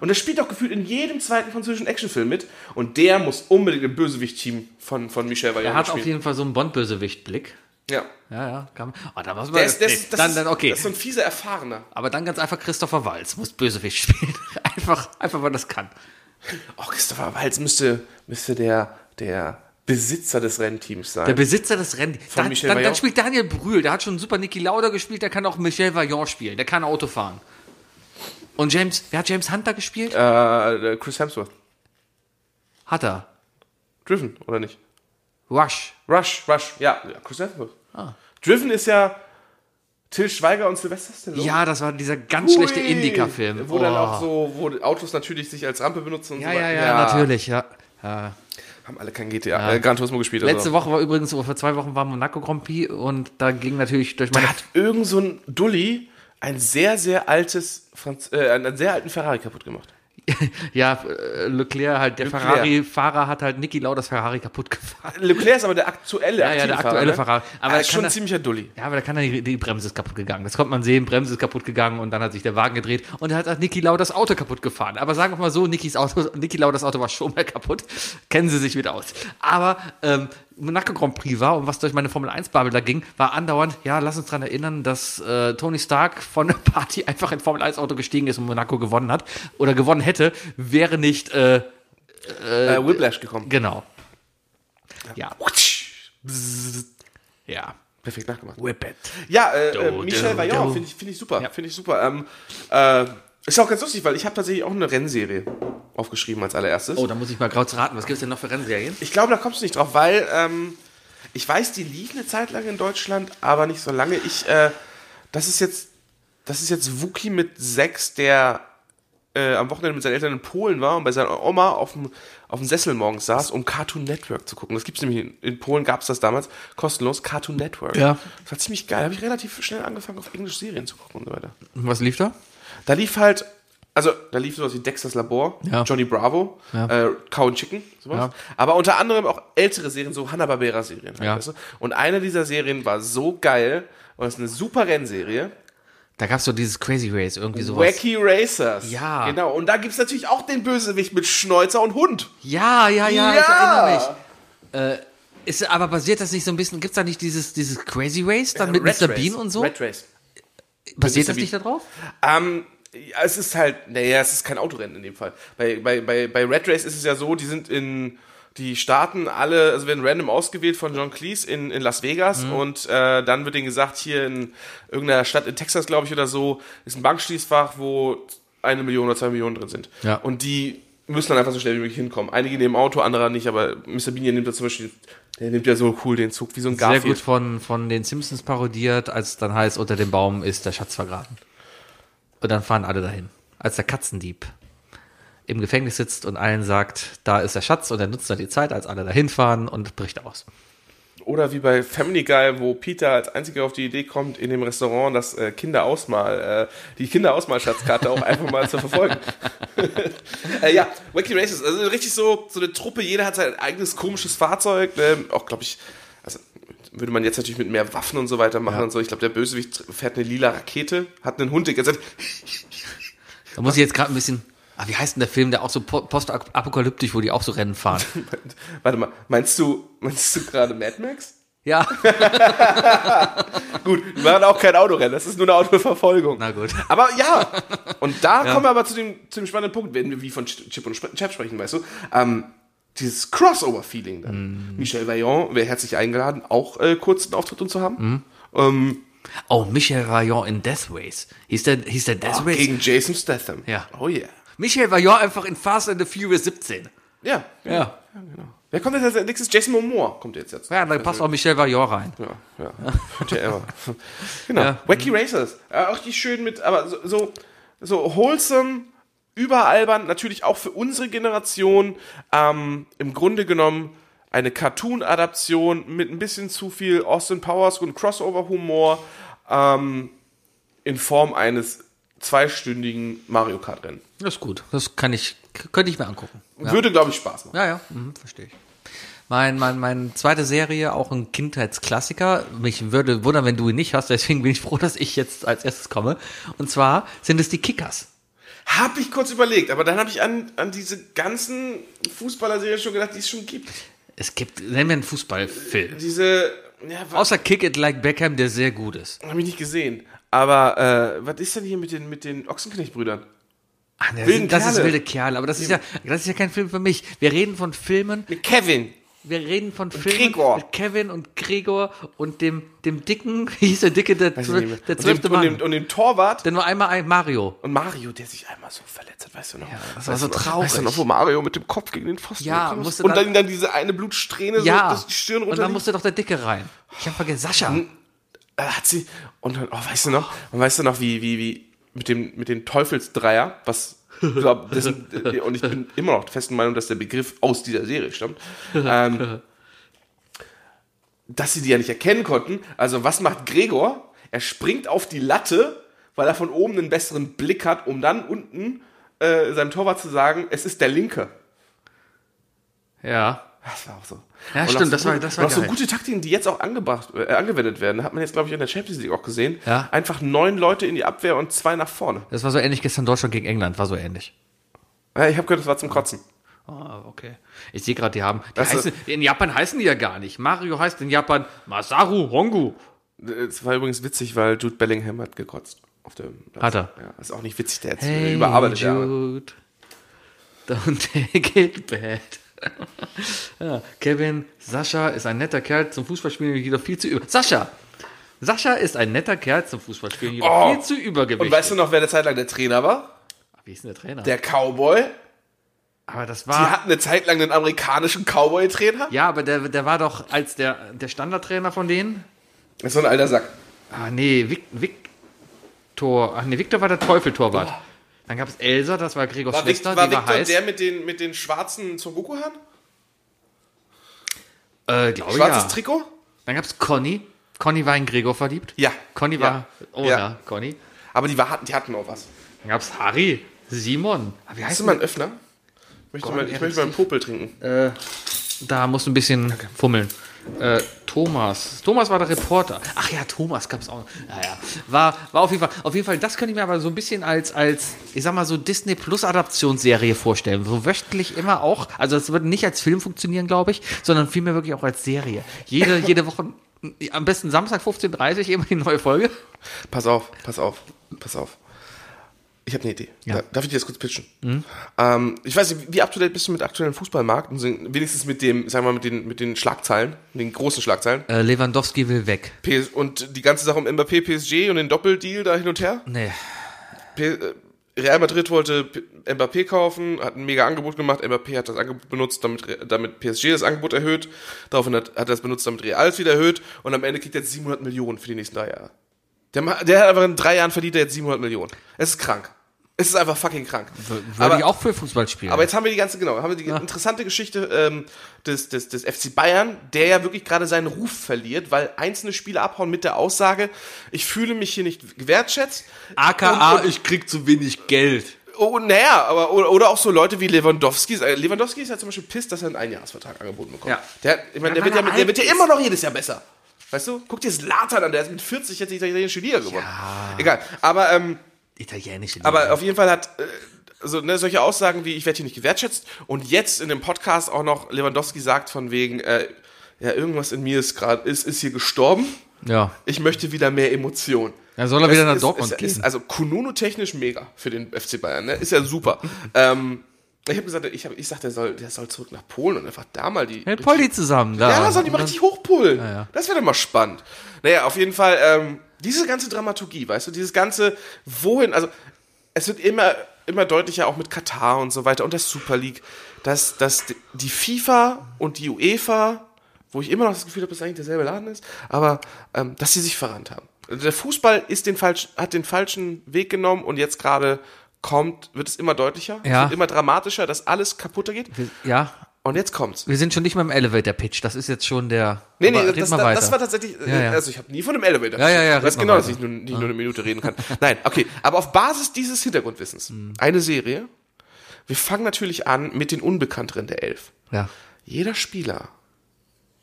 S4: Und er spielt auch gefühlt in jedem zweiten französischen Actionfilm mit. Und der muss unbedingt im Bösewicht-Team von, von Michel
S3: Er
S4: Vaillant
S3: hat auf
S4: spielen.
S3: jeden Fall so einen Bond-Bösewicht-Blick.
S4: Ja.
S3: Ja, ja, kann man. Ah, da muss man.
S4: Der ist, der
S3: nee,
S4: ist, das,
S3: dann,
S4: ist,
S3: dann, okay.
S4: das ist so ein fieser Erfahrener.
S3: Aber dann ganz einfach Christopher Walz muss Bösewicht *laughs* spielen. Einfach, einfach weil das kann.
S4: Oh, Christopher Walz müsste, müsste der, der Besitzer des Rennteams sein.
S3: Der Besitzer des Rennens. Dann, dann,
S4: Michel
S3: dann
S4: Vaillant?
S3: spielt Daniel Brühl. Der hat schon super Niki Lauda gespielt. Der kann auch Michel Vaillant spielen. Der kann Auto fahren. Und James, wer hat James Hunter gespielt?
S4: äh, Chris Hemsworth.
S3: Hat er.
S4: Driven, oder nicht?
S3: Rush.
S4: Rush, Rush. Ja, ja Chris Hemsworth.
S3: Ah.
S4: Driven ist ja Till Schweiger und Sylvester Stallone.
S3: Ja, das war dieser ganz schlechte
S4: Ui.
S3: Indica-Film.
S4: Wo dann
S3: Oh.
S4: auch so, wo Autos natürlich sich als Rampe benutzen und
S3: Ja,
S4: so
S3: ja,
S4: weiter.
S3: ja, natürlich, ja.
S4: Haben alle kein GTA, äh, Gran Turismo gespielt.
S3: Letzte
S4: also.
S3: Woche war übrigens, vor zwei Wochen war Monaco Grand Prix und da ging natürlich durch meine.
S4: Da hat irgend so ein Dulli ein sehr, sehr altes, Franz äh, einen, einen sehr alten Ferrari kaputt gemacht.
S3: ja, äh, Leclerc halt, der
S4: Leclerc.
S3: Ferrari-Fahrer hat halt Niki Laudas Ferrari kaputt gefahren.
S4: Leclerc ist aber der aktuelle
S3: ja, der
S4: aktive
S3: aktuelle
S4: ne?
S3: Ferrari. Aber
S4: er
S3: er
S4: ist
S3: kann
S4: schon ein
S3: das-
S4: ziemlicher Dulli.
S3: Ja, aber da kann er die, die Bremse ist kaputt gegangen. Das konnte man sehen, Bremse ist kaputt gegangen und dann hat sich der Wagen gedreht und dann hat auch Niki Lau das Auto kaputt gefahren. Aber sagen wir mal so, Nikis Auto, Niki Lau das Auto war schon mal kaputt. Kennen Sie sich mit aus. Aber ähm, Monaco Grand Prix war und was durch meine Formel 1 Bubble da ging, war andauernd, ja, lass uns dran erinnern, dass äh, Tony Stark von der Party *laughs* einfach in Formel 1 Auto gestiegen ist und Monaco gewonnen hat oder gewonnen hätte, wäre nicht äh,
S4: Äh, Whiplash gekommen.
S3: genau. Ja. Bzzzt. Ja.
S4: Perfekt nachgemacht.
S3: Whip it.
S4: Ja, äh, äh,
S3: Do,
S4: Michel
S3: do,
S4: Vaillant
S3: do.
S4: finde ich, finde ich super.
S3: Ja.
S4: Finde ich super. Ähm, äh, ist auch ganz lustig, weil ich habe tatsächlich auch eine Rennserie aufgeschrieben als allererstes.
S3: Oh, da muss ich mal kurz raten, was gibt's denn noch für Rennserien?
S4: Ich glaube, da kommst du nicht drauf, weil ähm, ich weiß, die liegen eine Zeit lang in Deutschland, aber nicht so lange. Ich, äh, das ist jetzt, das ist jetzt Wookie mit sechs, der äh, am Wochenende mit seinen Eltern in Polen war und bei seiner Oma auf dem, auf dem Sessel morgens saß, um Cartoon Network zu gucken. Das gibt's nämlich in, in Polen gab's das damals kostenlos Cartoon Network.
S3: Ja.
S4: das war ziemlich geil. Habe ich relativ schnell angefangen, auf Englisch Serien zu gucken und so weiter.
S3: Was lief da?
S4: Da lief halt, also da lief sowas wie Dexter's Labor,
S3: Ja.
S4: Johnny Bravo, äh, Cow and Chicken, sowas.
S3: Ja.
S4: Aber unter anderem auch ältere Serien, so Hanna-Barbera-Serien. Halt,
S3: Ja.
S4: weißt du? Und eine dieser Serien war so geil und das ist eine super Rennserie.
S3: Da gab's so dieses Crazy Race, irgendwie sowas.
S4: Wacky Racers.
S3: Ja.
S4: Genau. Und da gibt's natürlich auch den Bösewicht mit Schnäuzer und Hund.
S3: Ja, ja, ja,
S4: Ja!
S3: ich erinnere mich. Äh, ist, aber basiert das nicht so ein bisschen, gibt's da nicht dieses, dieses Crazy Race dann mit
S4: Äh, Red
S3: Mr.
S4: Race.
S3: Bean und so?
S4: Red Race.
S3: basiert
S4: Mr.
S3: das
S4: Bean.
S3: nicht darauf?
S4: Ähm, ja, es ist halt, naja, es ist kein Autorennen in dem Fall. Bei, bei, bei, bei Red Race ist es ja so, die sind in, die starten alle, also werden random ausgewählt von John Cleese in, in Las Vegas
S3: Mhm.
S4: und äh, dann wird denen gesagt, hier in irgendeiner Stadt in Texas, glaube ich, oder so, ist ein Bankschließfach, wo eine Million oder zwei Millionen drin sind.
S3: Ja.
S4: Und die müssen dann einfach so schnell wie möglich hinkommen. Einige nehmen Auto, andere nicht, aber Mr. Bean nimmt ja zum Beispiel, der nimmt ja so cool den Zug, wie so ein
S3: Sehr
S4: Garfield.
S3: gut von, von den Simpsons parodiert, als es dann heißt, unter dem Baum ist der Schatz vergraben. Und dann fahren alle dahin. Als der Katzendieb im Gefängnis sitzt und allen sagt, da ist der Schatz und er nutzt dann die Zeit, als alle dahin fahren und bricht aus.
S4: Oder wie bei Family Guy, wo Peter als einziger auf die Idee kommt, in dem Restaurant das äh, Kinderausmal, äh, die Kinderausmalschatzkarte auch einfach mal zu verfolgen. *laughs* äh, ja, Wacky Races, also richtig so, so eine Truppe, jeder hat sein eigenes komisches Fahrzeug, ähm, auch glaube ich, also würde man jetzt natürlich mit mehr Waffen und so weiter machen und so. Ich glaube, der Bösewicht fährt eine lila Rakete, hat einen Hund, der gesagt,
S3: Da muss ich jetzt gerade ein bisschen. Ah, wie heißt denn der Film, der auch so po- postapokalyptisch, wo die auch so Rennen fahren?
S4: *laughs* warte mal, meinst du, meinst du gerade Mad Max?
S3: *laughs* Ja.
S4: Gut, wir machen auch kein Autorennen, das ist nur eine Autoverfolgung.
S3: Na gut.
S4: Aber ja, und da kommen wir aber zu dem, zu dem spannenden Punkt, wenn wir wie von Ch- Chip und Sp- Chap sprechen, weißt du, ähm, dieses Crossover-Feeling dann. Michel Vaillant wäre herzlich eingeladen, auch äh, kurz einen Auftritt und zu haben. Ähm,
S3: Oh, Michel Vaillant in Death Race. Hieß der, hieß der Death Race?
S4: gegen Jason Statham.
S3: Ja.
S4: Oh yeah.
S3: Michel Vaillant einfach in Fast and the Furious 17.
S4: Ja. genau.
S3: Ja.
S4: Wer kommt jetzt als nächstes? Jason Momoa kommt jetzt. jetzt.
S3: Ja, da passt auch Michel Vaillant rein.
S4: Ja, ja. *laughs* Whatever. genau. Wacky Racers. Äh, auch die schön mit, aber so, so, so wholesome, überalbern, natürlich auch für unsere Generation, ähm, im Grunde genommen eine Cartoon-Adaption mit ein bisschen zu viel Austin Powers und Crossover-Humor ähm, in Form eines zweistündigen Mario Kart-Rennen.
S3: Das ist gut. Das kann ich, k- könnte ich mir angucken.
S4: Würde, glaube ich, Spaß machen.
S3: Ja, ja, mhm, verstehe ich. Mein, mein, mein zweite Serie, auch ein Kindheitsklassiker. Mich würde wundern, wenn du ihn nicht hast, deswegen bin ich froh, dass ich jetzt als erstes komme. Und zwar sind es die Kickers.
S4: Hab ich kurz überlegt, aber dann habe ich an, an diese ganzen Fußballerserien schon gedacht, die es schon gibt.
S3: Es gibt, nennen wir einen Fußballfilm.
S4: Diese. Ja, wa-
S3: Außer Kick It Like Beckham, der sehr gut ist.
S4: Hab ich nicht gesehen. Aber äh, was ist denn hier mit den, mit den Ochsenknecht-Brüdern?
S3: Ach, das,
S4: Wilden
S3: sind, das ist
S4: Kerle.
S3: wilde Kerle, aber das ist ja, das ist ja kein Film für mich. Wir reden von Filmen,
S4: Mit Kevin.
S3: wir reden von Filmen
S4: Gregor.
S3: mit Kevin und Gregor und dem, dem dicken, *laughs* wie hieß der dicke, der,
S4: Weiß ich nicht mehr.
S3: der
S4: und,
S3: zwölfte
S4: dem, und,
S3: Mann.
S4: dem, und dem Torwart.
S3: Der nur einmal ein Mario.
S4: Und Mario, der sich einmal so verletzt hat, weißt du noch? Ja,
S3: das war so traurig.
S4: Weißt du noch, wo Mario mit dem Kopf gegen den Pfosten
S3: Ja,
S4: gekommen ist?
S3: musste
S4: Und
S3: dann-
S4: dann, dann diese eine Blutsträhne
S3: Ja.
S4: so, Also, dass die Stirn
S3: und dann
S4: runter.
S3: musste doch der Dicke rein. Ich hab vergessen, Sascha.
S4: Äh, hat sie. Und dann, oh, weißt du noch? Und weißt du noch, wie, wie, wie, mit dem, mit dem Teufelsdreier, was, ich glaub, dessen, äh, und ich bin immer noch der festen Meinung, dass der Begriff aus dieser Serie stammt, ähm, dass sie die ja nicht erkennen konnten. Also, was macht Gregor? Er springt auf die Latte, weil er von oben einen besseren Blick hat, um dann unten äh, seinem Torwart zu sagen, es ist der Linke.
S3: Ja.
S4: Das war auch so.
S3: Ja, stimmt,
S4: Und auch so
S3: das war-
S4: gut-
S3: das war
S4: und auch so
S3: geil.
S4: gute Taktiken, die jetzt auch angebracht, äh, angewendet werden. Hat man jetzt, glaube ich, in der Champions League auch gesehen.
S3: Ja.
S4: Einfach neun Leute in die Abwehr und zwei nach vorne.
S3: Das war so ähnlich gestern Deutschland gegen England, war so ähnlich.
S4: Ja, ich habe gehört, das war zum Kotzen.
S3: Ah, okay. Ich sehe gerade, die haben. Die
S4: Das ist-
S3: heißen, in Japan heißen die ja gar nicht. Mario heißt in Japan Masaru Hongu.
S4: Es war übrigens witzig, weil Jude Bellingham hat gekotzt. Auf dem
S3: Hat er.
S4: Ja, ist auch nicht witzig, der jetzt überarbeitet. Ja.
S3: Jude. Don't take it bad. ja, Kevin, Sascha ist ein netter Kerl zum Fußballspielen, jedoch viel zu über. Sascha! Sascha ist ein netter Kerl zum Fußballspielen, jedoch
S4: Oh.
S3: viel zu übergewichtig.
S4: Und weißt du noch, wer eine Zeit lang der Trainer war?
S3: Wie ist denn der Trainer?
S4: Der Cowboy.
S3: aber das
S4: Die
S3: war.
S4: hatten eine Zeit lang den amerikanischen Cowboy-Trainer.
S3: ja, aber der, der war doch als der, der Standardtrainer von denen.
S4: Das ist so ein alter Sack.
S3: Ah, nee, Vic, Victor. Ach nee, Victor war der Teufeltorwart. Dann gab es Elsa, das war Gregors
S4: Oh. War, Vic,
S3: Schwester,
S4: war
S3: die war
S4: Victor
S3: heiß.
S4: der mit den, mit den schwarzen Son Goku-Haaren?
S3: äh, glaube
S4: Schwarzes
S3: ja.
S4: Trikot?
S3: Dann gab es Conny. Conny war in Gregor verliebt.
S4: Ja.
S3: Conny
S4: Ja.
S3: war. Oh ja,
S4: Ja.
S3: Conny.
S4: Aber die, war, die hatten auch was.
S3: Dann gab es Harry, Simon. Ah, Wie
S4: Hast
S3: heißt
S4: du mal
S3: man?
S4: einen Öffner? Ich möchte,
S3: Gordon
S4: mal, ich
S3: Ramsay.
S4: möchte mal einen Popel trinken.
S3: Äh, Da musst du ein bisschen fummeln. Äh, Thomas. Thomas war der Reporter. Ach ja, Thomas gab es auch. noch. Naja, war, war auf jeden Fall. Auf jeden Fall, das könnte ich mir aber so ein bisschen als, als ich sag mal, so Disney Plus Adaptionsserie vorstellen. So wöchentlich immer auch. Also, es würde nicht als Film funktionieren, glaube ich, sondern vielmehr wirklich auch als Serie. Jede, jede Woche, am besten Samstag 15.30 Uhr immer die neue Folge.
S4: Pass auf, pass auf, pass auf. Ich habe eine Idee.
S3: Ja.
S4: Da- Darf ich dir das kurz pitchen? Ähm, ich weiß nicht, wie up-to-date bist du mit aktuellen Fußballmarkt? Und sind- wenigstens mit dem, sagen wir mal, mit den, mit den Schlagzeilen, mit den großen Schlagzeilen.
S3: Äh, Lewandowski will weg.
S4: PS und die ganze Sache um Mbappé, PSG und den Doppeldeal da hin und her.
S3: Nee.
S4: P äh, Real Madrid wollte P Mbappé kaufen, hat ein mega Angebot gemacht. Mbappé hat das Angebot benutzt, damit, Re- damit PSG das Angebot erhöht. Daraufhin hat, hat er es benutzt, damit Real es wieder erhöht. Und am Ende kriegt er jetzt 700 Millionen für die nächsten drei Jahre. Der, ma- der hat einfach in drei Jahren verdient er jetzt 700 Millionen. Es ist krank. Es ist einfach fucking krank.
S3: Würde
S4: Aber-
S3: ich auch für Fußball spielen.
S4: aber jetzt haben wir die ganze, genau, haben wir die interessante Geschichte ähm, des, des, des FC Bayern, der ja wirklich gerade seinen Ruf verliert, weil einzelne Spieler abhauen mit der Aussage, ich fühle mich hier nicht gewertschätzt.
S3: AKA, ich krieg zu wenig Geld.
S4: Oh, naja, aber oder, oder auch so Leute wie Lewandowski. Äh, Lewandowski ist ja zum Beispiel pisst, dass er einen Einjahresvertrag angeboten bekommt.
S3: Ja.
S4: Der, ich meine, der,
S3: weil
S4: wird ja,
S3: er
S4: mit, der
S3: alt
S4: wird ja
S3: ist.
S4: immer noch jedes Jahr besser. Weißt du? Guck dir Zlatan an, der ist mit 40 jetzt italienische Liga gewonnen. Egal. Aber, ähm,
S3: Italienische Liga.
S4: aber auf jeden Fall hat äh, so, ne, solche Aussagen wie, ich werde hier nicht gewertschätzt. Und jetzt in dem Podcast auch noch Lewandowski sagt von wegen, äh, ja, irgendwas in mir ist gerade, ist, ist hier gestorben.
S3: ja.
S4: Ich möchte wieder mehr Emotion.
S3: Dann soll er wieder nach
S4: ist,
S3: Dortmund
S4: ist,
S3: gehen.
S4: Ist, also Kununu technisch mega für den FC Bayern, ne? Ist ja super. ähm, ich habe gesagt, ich, hab, ich sagte, der soll, der soll zurück nach Polen und einfach da mal die.
S3: mit Polly zusammen. Da.
S4: ja, da sollen die mal richtig hochpullen.
S3: ne? ja.
S4: Das wäre doch mal spannend. Naja, auf jeden Fall, ähm, diese ganze Dramaturgie, weißt du, dieses ganze, wohin, also es wird immer, immer deutlicher, auch mit Katar und so weiter und der Super League, dass, dass die- die FIFA und die UEFA, wo ich immer noch das Gefühl habe, dass eigentlich derselbe Laden ist, aber ähm, dass sie sich verrannt haben. Also Der Fußball ist den falsch, hat den falschen Weg genommen und jetzt gerade kommt, wird es immer deutlicher,
S3: Ja.
S4: es wird immer dramatischer, dass alles kaputter geht.
S3: Ja,
S4: Und jetzt kommt's.
S3: wir sind schon nicht mehr im Elevator Pitch. Das ist jetzt schon der.
S4: Nee, nee,
S3: Aber
S4: das,
S3: red
S4: das,
S3: mal weiter.
S4: das war tatsächlich.
S3: Ja, ja.
S4: Also, ich habe nie von einem Elevator.
S3: Ja, ja, ja,
S4: Ich
S3: red
S4: weiß
S3: mal
S4: genau, dass
S3: weiter.
S4: ich nur, nicht nur eine Minute reden kann. Nein, okay. Aber auf Basis dieses Hintergrundwissens,
S3: Mhm.
S4: eine Serie. Wir fangen natürlich an mit den Unbekannteren der Elf.
S3: ja.
S4: Jeder Spieler.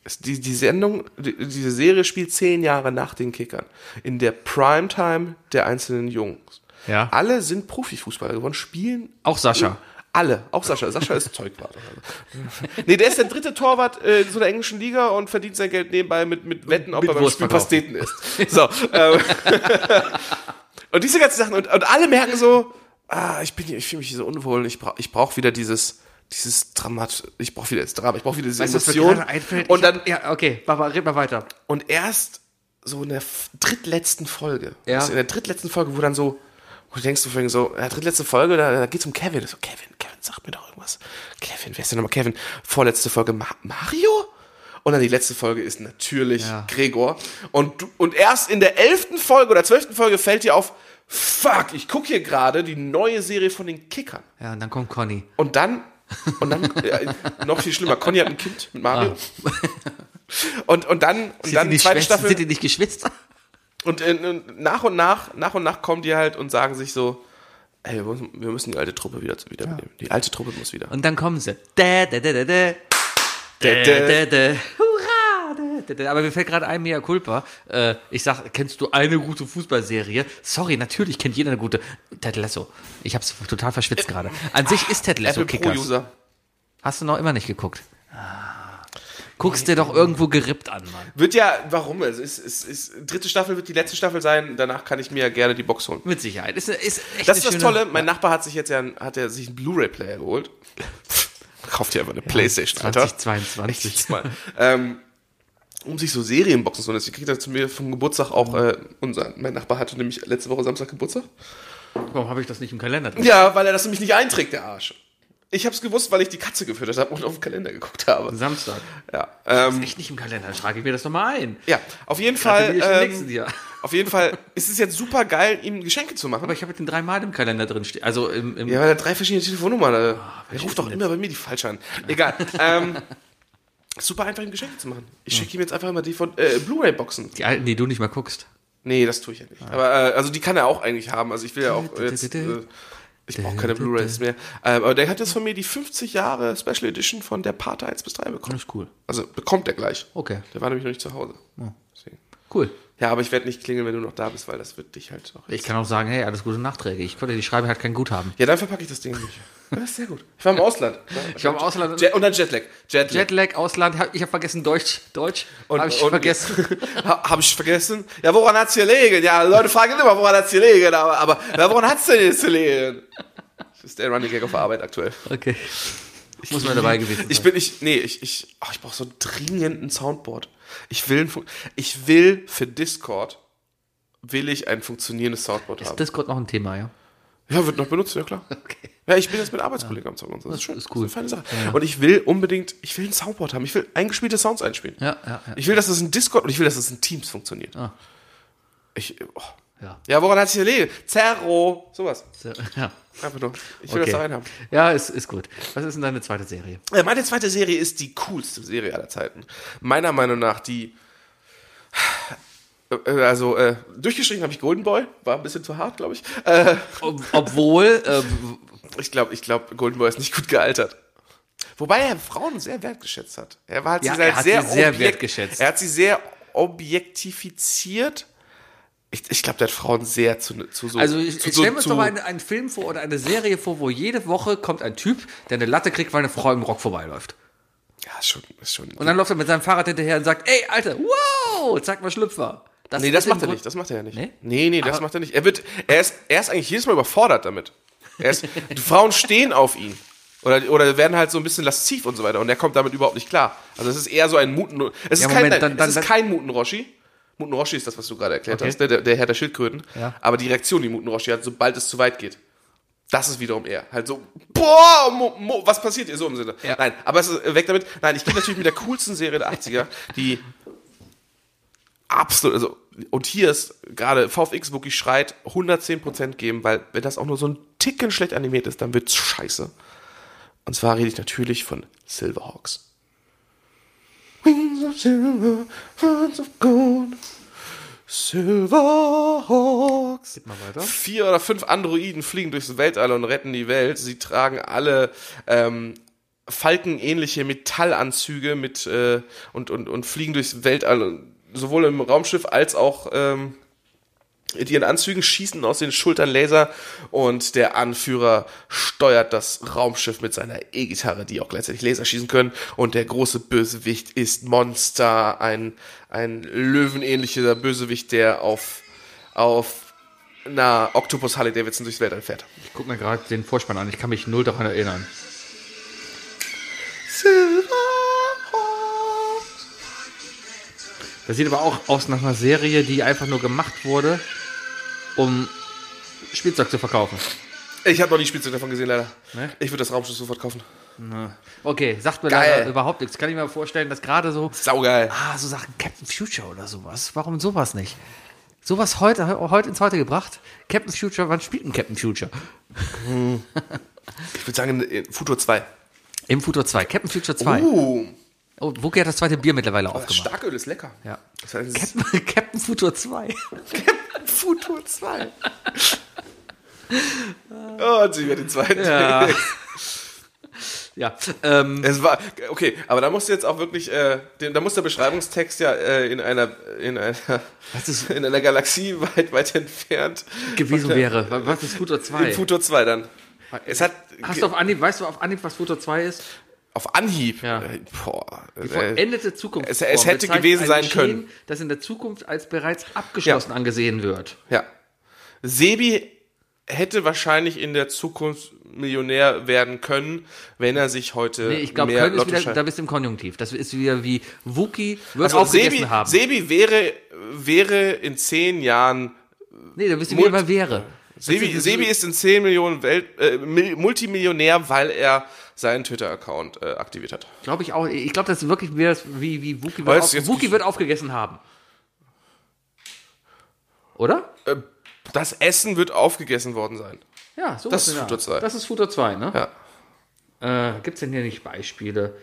S4: Es- Die, die Sendung, die, diese Serie spielt zehn Jahre nach den Kickern. In der Primetime der einzelnen Jungs.
S3: Ja.
S4: Alle sind Profifußballer geworden, spielen
S3: Auch Sascha.
S4: alle, auch Sascha. Sascha ist Zeugwart. nee, der ist der dritte Torwart äh, so der englischen Liga und verdient sein Geld nebenbei mit, mit Wetten, ob
S3: Mit
S4: er beim
S3: Wurst
S4: Spiel
S3: verkaufen.
S4: Pasteten isst. So. Ähm, und diese ganzen Sachen. Und, und alle merken so, ah, ich bin hier, ich fühle mich hier so unwohl. Ich brauche ich brauch wieder dieses, dieses Dramat, ich brauche wieder das Drama, ich brauche wieder diese
S3: Weißt du, was mir
S4: Emotion.
S3: gerade einfällt?
S4: Und
S3: Ich
S4: dann,
S3: hab- ja, okay, Baba, red mal weiter.
S4: und erst so in der f- drittletzten Folge.
S3: Ja.
S4: Also in der drittletzten Folge, wo dann so, wo du denkst du vorhin so, in der drittletzten Folge, da, da geht's um Kevin. So, Kevin, Kevin, sag mir doch irgendwas. Kevin, wer ist denn nochmal Kevin? Vorletzte Folge Ma Mario? Und dann die letzte Folge ist natürlich
S3: Ja.
S4: Gregor. Und, du, und erst in der elften Folge oder zwölften Folge fällt dir auf, fuck, ich gucke hier gerade die neue Serie von den Kickern.
S3: Ja, und dann kommt Conny.
S4: Und dann, und dann *laughs* äh, noch viel schlimmer, Conny hat ein Kind mit Mario.
S3: Ah.
S4: Und, und dann, und
S3: Sind die
S4: dann
S3: nicht
S4: zweite
S3: Schwester,
S4: Staffel.
S3: Sind die nicht Geschwister?
S4: Und äh, nach und nach, nach und nach kommen die halt und sagen sich so, ey, wir müssen, wir müssen die alte Truppe wieder zu wieder Die alte Truppe muss wieder.
S3: Und dann kommen sie. Da, da, da, da, da.
S4: Äh,
S3: Da, da, da. Hurra! Da, da, da. Aber mir fällt gerade ein, mea culpa. Äh, ich sag, kennst du eine gute Fußballserie? Sorry, natürlich kennt jeder eine gute. Ted Lasso. Ich hab's total verschwitzt gerade. An sich ist Ted Lasso
S4: Apple Pro
S3: Kickers.
S4: User. Ah,
S3: Hast du noch immer nicht geguckt? Guckst dir doch irgendwo gerippt an, Mann.
S4: Wird ja, warum? Es ist, es ist, dritte Staffel wird die letzte Staffel sein. Danach kann ich mir ja gerne die Box holen.
S3: Mit Sicherheit. Ist, ist echt
S4: Das ist
S3: eine
S4: das
S3: schöne-
S4: Tolle. Mein Nachbar hat sich jetzt ja, einen- hat ja sich einen Blu-ray-Player geholt. *laughs* Kauft ja einfach eine Playstation, Alter.
S3: 2022.
S4: Mal. ähm, um sich so Serienboxen zu holen. Ich kriege da zu mir vom Geburtstag auch, äh, unser, mein Nachbar hatte nämlich letzte Woche Samstag Geburtstag.
S3: Warum habe ich das nicht im Kalender drin?
S4: Ja, weil er das nämlich nicht einträgt, der Arsch. Ich hab's gewusst, weil ich die Katze gefüttert habe und auf den Kalender geguckt habe.
S3: Samstag.
S4: Ja, ähm,
S3: Echt nicht im Kalender, dann trage ich mir das nochmal ein.
S4: ja auf jeden Fall.
S3: Gratuliere ich zum nächsten
S4: Ähm,
S3: Jahr.
S4: auf jeden Fall ist es jetzt super geil, ihm Geschenke zu machen.
S3: Aber ich habe den dreimal im Kalender drin stehen. Also im, im
S4: Ja, weil er drei verschiedene Telefonnummern. äh,
S3: Ah,
S4: er ruft doch immer bei mir die falsch an. Egal. ähm,
S3: *laughs*
S4: super einfach, ihm Geschenke zu machen. Ich schicke ihm jetzt einfach mal die von äh, Blu-ray-Boxen.
S3: die alten, die du nicht mal guckst.
S4: Nee, das tue ich ja nicht.
S3: Ah.
S4: Aber äh, also die kann er auch eigentlich haben. Also ich will ja auch jetzt. Äh, ich brauche keine Blu-rays mehr. Ähm, aber der hat jetzt von mir die 50 Jahre Special Edition von der Pate 1 bis 3 bekommen.
S3: Das ist cool.
S4: Also bekommt er gleich.
S3: Okay.
S4: Der war nämlich noch nicht zu Hause. Deswegen.
S3: Cool.
S4: Ja, aber ich werde nicht klingeln, wenn du noch da bist, weil das wird dich halt noch.
S3: Ich kann auch sagen, hey, alles gute Nachträge. Ich konnte die Schreibe hat kein Guthaben.
S4: Ja, dann verpacke ich das Ding
S3: *laughs*
S4: nicht. Ja, Das ist sehr gut. Ich war im Ausland.
S3: Ich war im Ausland.
S4: Jet, und dann Jetlag. Jetlag.
S3: Jetlag, Ausland, hab, ich habe vergessen Deutsch. Deutsch
S4: Und-
S3: habe ich
S4: und- *laughs*
S3: vergessen.
S4: Ha- Hab ich vergessen? Ja, woran hat's gelegen? Ja, Leute fragen immer, woran hat's gelegen, aber, aber ja, woran hat's denn jetzt gelegen? Das ist der Running Gag auf der Arbeit aktuell.
S3: Okay. Ich muss mal dabei gewesen sein.
S4: Ich bin, ich, nee, ich, ich, ach, ich brauche so dringend ein Soundboard. Ich will, ein, fun- ich will für Discord, will ich ein funktionierendes Soundboard
S3: ist
S4: haben.
S3: Discord noch ein Thema, ja?
S4: Ja, wird noch benutzt, ja klar.
S3: *laughs* Okay.
S4: Ja, ich bin jetzt mit Arbeitskollegen am Zocken und so. Das ist schön.
S3: ist cool.
S4: Das ist eine feine Sache. Und ich will unbedingt, ich will ein Soundboard haben. Ich will eingespielte Sounds einspielen.
S3: Ja, ja, ja.
S4: Ich will, dass das in Discord und ich will, dass das in Teams funktioniert. Ich, oh.
S3: Ja.
S4: ja, woran hat sich erledigt? Zerro, sowas.
S3: So, ja.
S4: Einfach nur. Ich will das da reinhaben.
S3: Ja, ist, ist gut. Was ist denn deine zweite Serie?
S4: Äh, Meine zweite Serie ist die coolste Serie aller Zeiten. Meiner Meinung nach die. Äh, Also, äh, durchgestrichen habe ich Golden Boy. War ein bisschen zu hart, glaube ich. Äh,
S3: Ob, obwohl, ähm,
S4: ich glaube, ich glaub, Golden Boy ist nicht gut gealtert. Wobei er Frauen sehr wertgeschätzt hat. Er war halt
S3: Ja,
S4: sie halt
S3: er hat
S4: sehr,
S3: sie sehr
S4: objek-
S3: wertgeschätzt.
S4: Er hat sie sehr objektifiziert. Ich, ich glaube, der hat Frauen sehr zu, zu so.
S3: also ich,
S4: zu,
S3: ich stell mir jetzt
S4: so-
S3: doch mal einen, einen Film vor oder eine Serie vor, wo jede Woche kommt ein Typ, der eine Latte kriegt, weil eine Frau im Rock vorbeiläuft.
S4: Ja, ist schon, ist schon.
S3: Und dann läuft er mit seinem Fahrrad hinterher und sagt, ey, Alter, wow, zeig mal Schlüpfer.
S4: Nee, das
S3: ist
S4: macht
S3: im
S4: er
S3: Grund-
S4: nicht. Das macht er ja nicht.
S3: Nee?
S4: Nee, nee, das macht er nicht. Er, wird, er, ist, er ist eigentlich jedes Mal überfordert damit.
S3: *laughs*
S4: Er ist, die Frauen stehen auf ihn. Oder, oder werden halt so ein bisschen lasziv und so weiter. Und er kommt damit überhaupt nicht klar. Also es ist eher so ein Muten... Es ist
S3: Ja,
S4: kein,
S3: Moment,
S4: nein,
S3: dann- dann-
S4: es
S3: dann-
S4: ist kein Mutenroschi. Mutenroschi ist das, was du gerade erklärt
S3: Okay.
S4: hast. ne? Der, der Herr der Schildkröten.
S3: Ja.
S4: Aber die Reaktion, die Mutenroschi hat, sobald es zu weit geht. Das ist wiederum er. Halt so, boah, mo, mo, was passiert hier so im Sinne?
S3: Ja.
S4: Nein, aber es ist weg damit. Nein, ich gehe natürlich mit der coolsten Serie der 80er, die absolut, also, und hier ist gerade VFX wirklich schreit, 110% geben, weil wenn das auch nur so ein Ticken schlecht animiert ist, dann wird's scheiße. Und zwar rede ich natürlich von Silverhawks. Wings of silver, hands of gold. Silverhawks. Vier oder fünf Androiden fliegen durchs Weltall und retten die Welt. Sie tragen alle ähm, falkenähnliche Metallanzüge mit äh, und, und, und fliegen durchs Weltall, und sowohl im Raumschiff als auch ähm, mit ihren Anzügen, schießen aus den Schultern Laser und der Anführer steuert das Raumschiff mit seiner E-Gitarre, die auch gleichzeitig Laser schießen können. Und der große Bösewicht ist Monster, ein, ein löwenähnlicher Bösewicht, der auf, auf einer Octopus Harley Davidson durchs Weltall fährt.
S3: Ich guck mir gerade den Vorspann an, ich kann mich null daran erinnern.
S4: Silverhawks.
S3: Das sieht aber auch aus nach einer Serie, die einfach nur gemacht wurde, um Spielzeug zu verkaufen.
S4: Ich habe noch nie Spielzeug davon gesehen, leider.
S3: Ne?
S4: Ich würde das Raumschiff sofort kaufen.
S3: Okay, sagt mir
S4: Geil.
S3: leider überhaupt nichts. Kann ich mir vorstellen, dass gerade so,
S4: Saugeil.
S3: ah, so Sachen Captain Future oder sowas. Warum sowas nicht? Sowas heute, he- heute ins Heute gebracht. Captain Future, wann spielt ein Captain Future?
S4: Ich würde sagen, in Futur 2.
S3: Im Future 2. Captain Future 2.
S4: Uh,
S3: Oh, Wookie hat das zweite Bier mittlerweile
S4: das
S3: aufgemacht.
S4: Starköl ist lecker.
S3: Ja.
S4: Das heißt, es ist
S3: Captain, *laughs* Captain Future 2.
S4: Futur 2.
S3: *laughs*
S4: Oh, und sie wird den zweiten.
S3: Ja, ähm,
S4: Es war, okay, aber da musst du jetzt auch wirklich, äh, den, da muss der Beschreibungstext ja äh, in einer, in einer,
S3: ist-
S4: *laughs* in einer Galaxie weit, weit entfernt.
S3: gewesen wäre. Wa- Was ist Future
S4: In
S3: 2?
S4: Futur 2 dann. Es hat,
S3: Hast du auf Anhieb, weißt du auf Anhieb, was Future 2 ist?
S4: auf Anhieb.
S3: Ja.
S4: Äh, boah,
S3: Die
S4: äh,
S3: vollendete Zukunft.
S4: es- es hätte gewesen sein können.
S3: Das in der Zukunft als bereits abgeschlossen angesehen wird.
S4: ja. Sebi hätte wahrscheinlich in der Zukunft Millionär werden können, wenn er sich heute
S3: Nee, ich glaube,
S4: mehr
S3: Köln ist
S4: Lotto
S3: wieder, da bist du im Konjunktiv. Das ist wieder wie Wookie wird
S4: also
S3: auch
S4: Sebi,
S3: gegessen haben.
S4: Sebi wäre, wäre in zehn Jahren
S3: nee, da bist du wieder
S4: Mult-
S3: bei Wäre.
S4: Sebi, Sebi ist in 10 Millionen Welt, äh, Mil- Multimillionär, weil er seinen Twitter-Account äh, aktiviert hat.
S3: Glaube ich auch. Ich glaube, das ist wirklich wieder das- wie, wie Wookie wird,
S4: Weißt du,
S3: auf,
S4: jetzt-
S3: Wookie wird aufgegessen haben. Oder?
S4: Äh, das Essen wird aufgegessen worden sein.
S3: Ja, so was
S4: Das ist
S3: in der
S4: Futter
S3: Art.
S4: zwei.
S3: Das ist Futter 2, ne?
S4: Ja.
S3: Äh, Gibt es denn hier nicht Beispiele?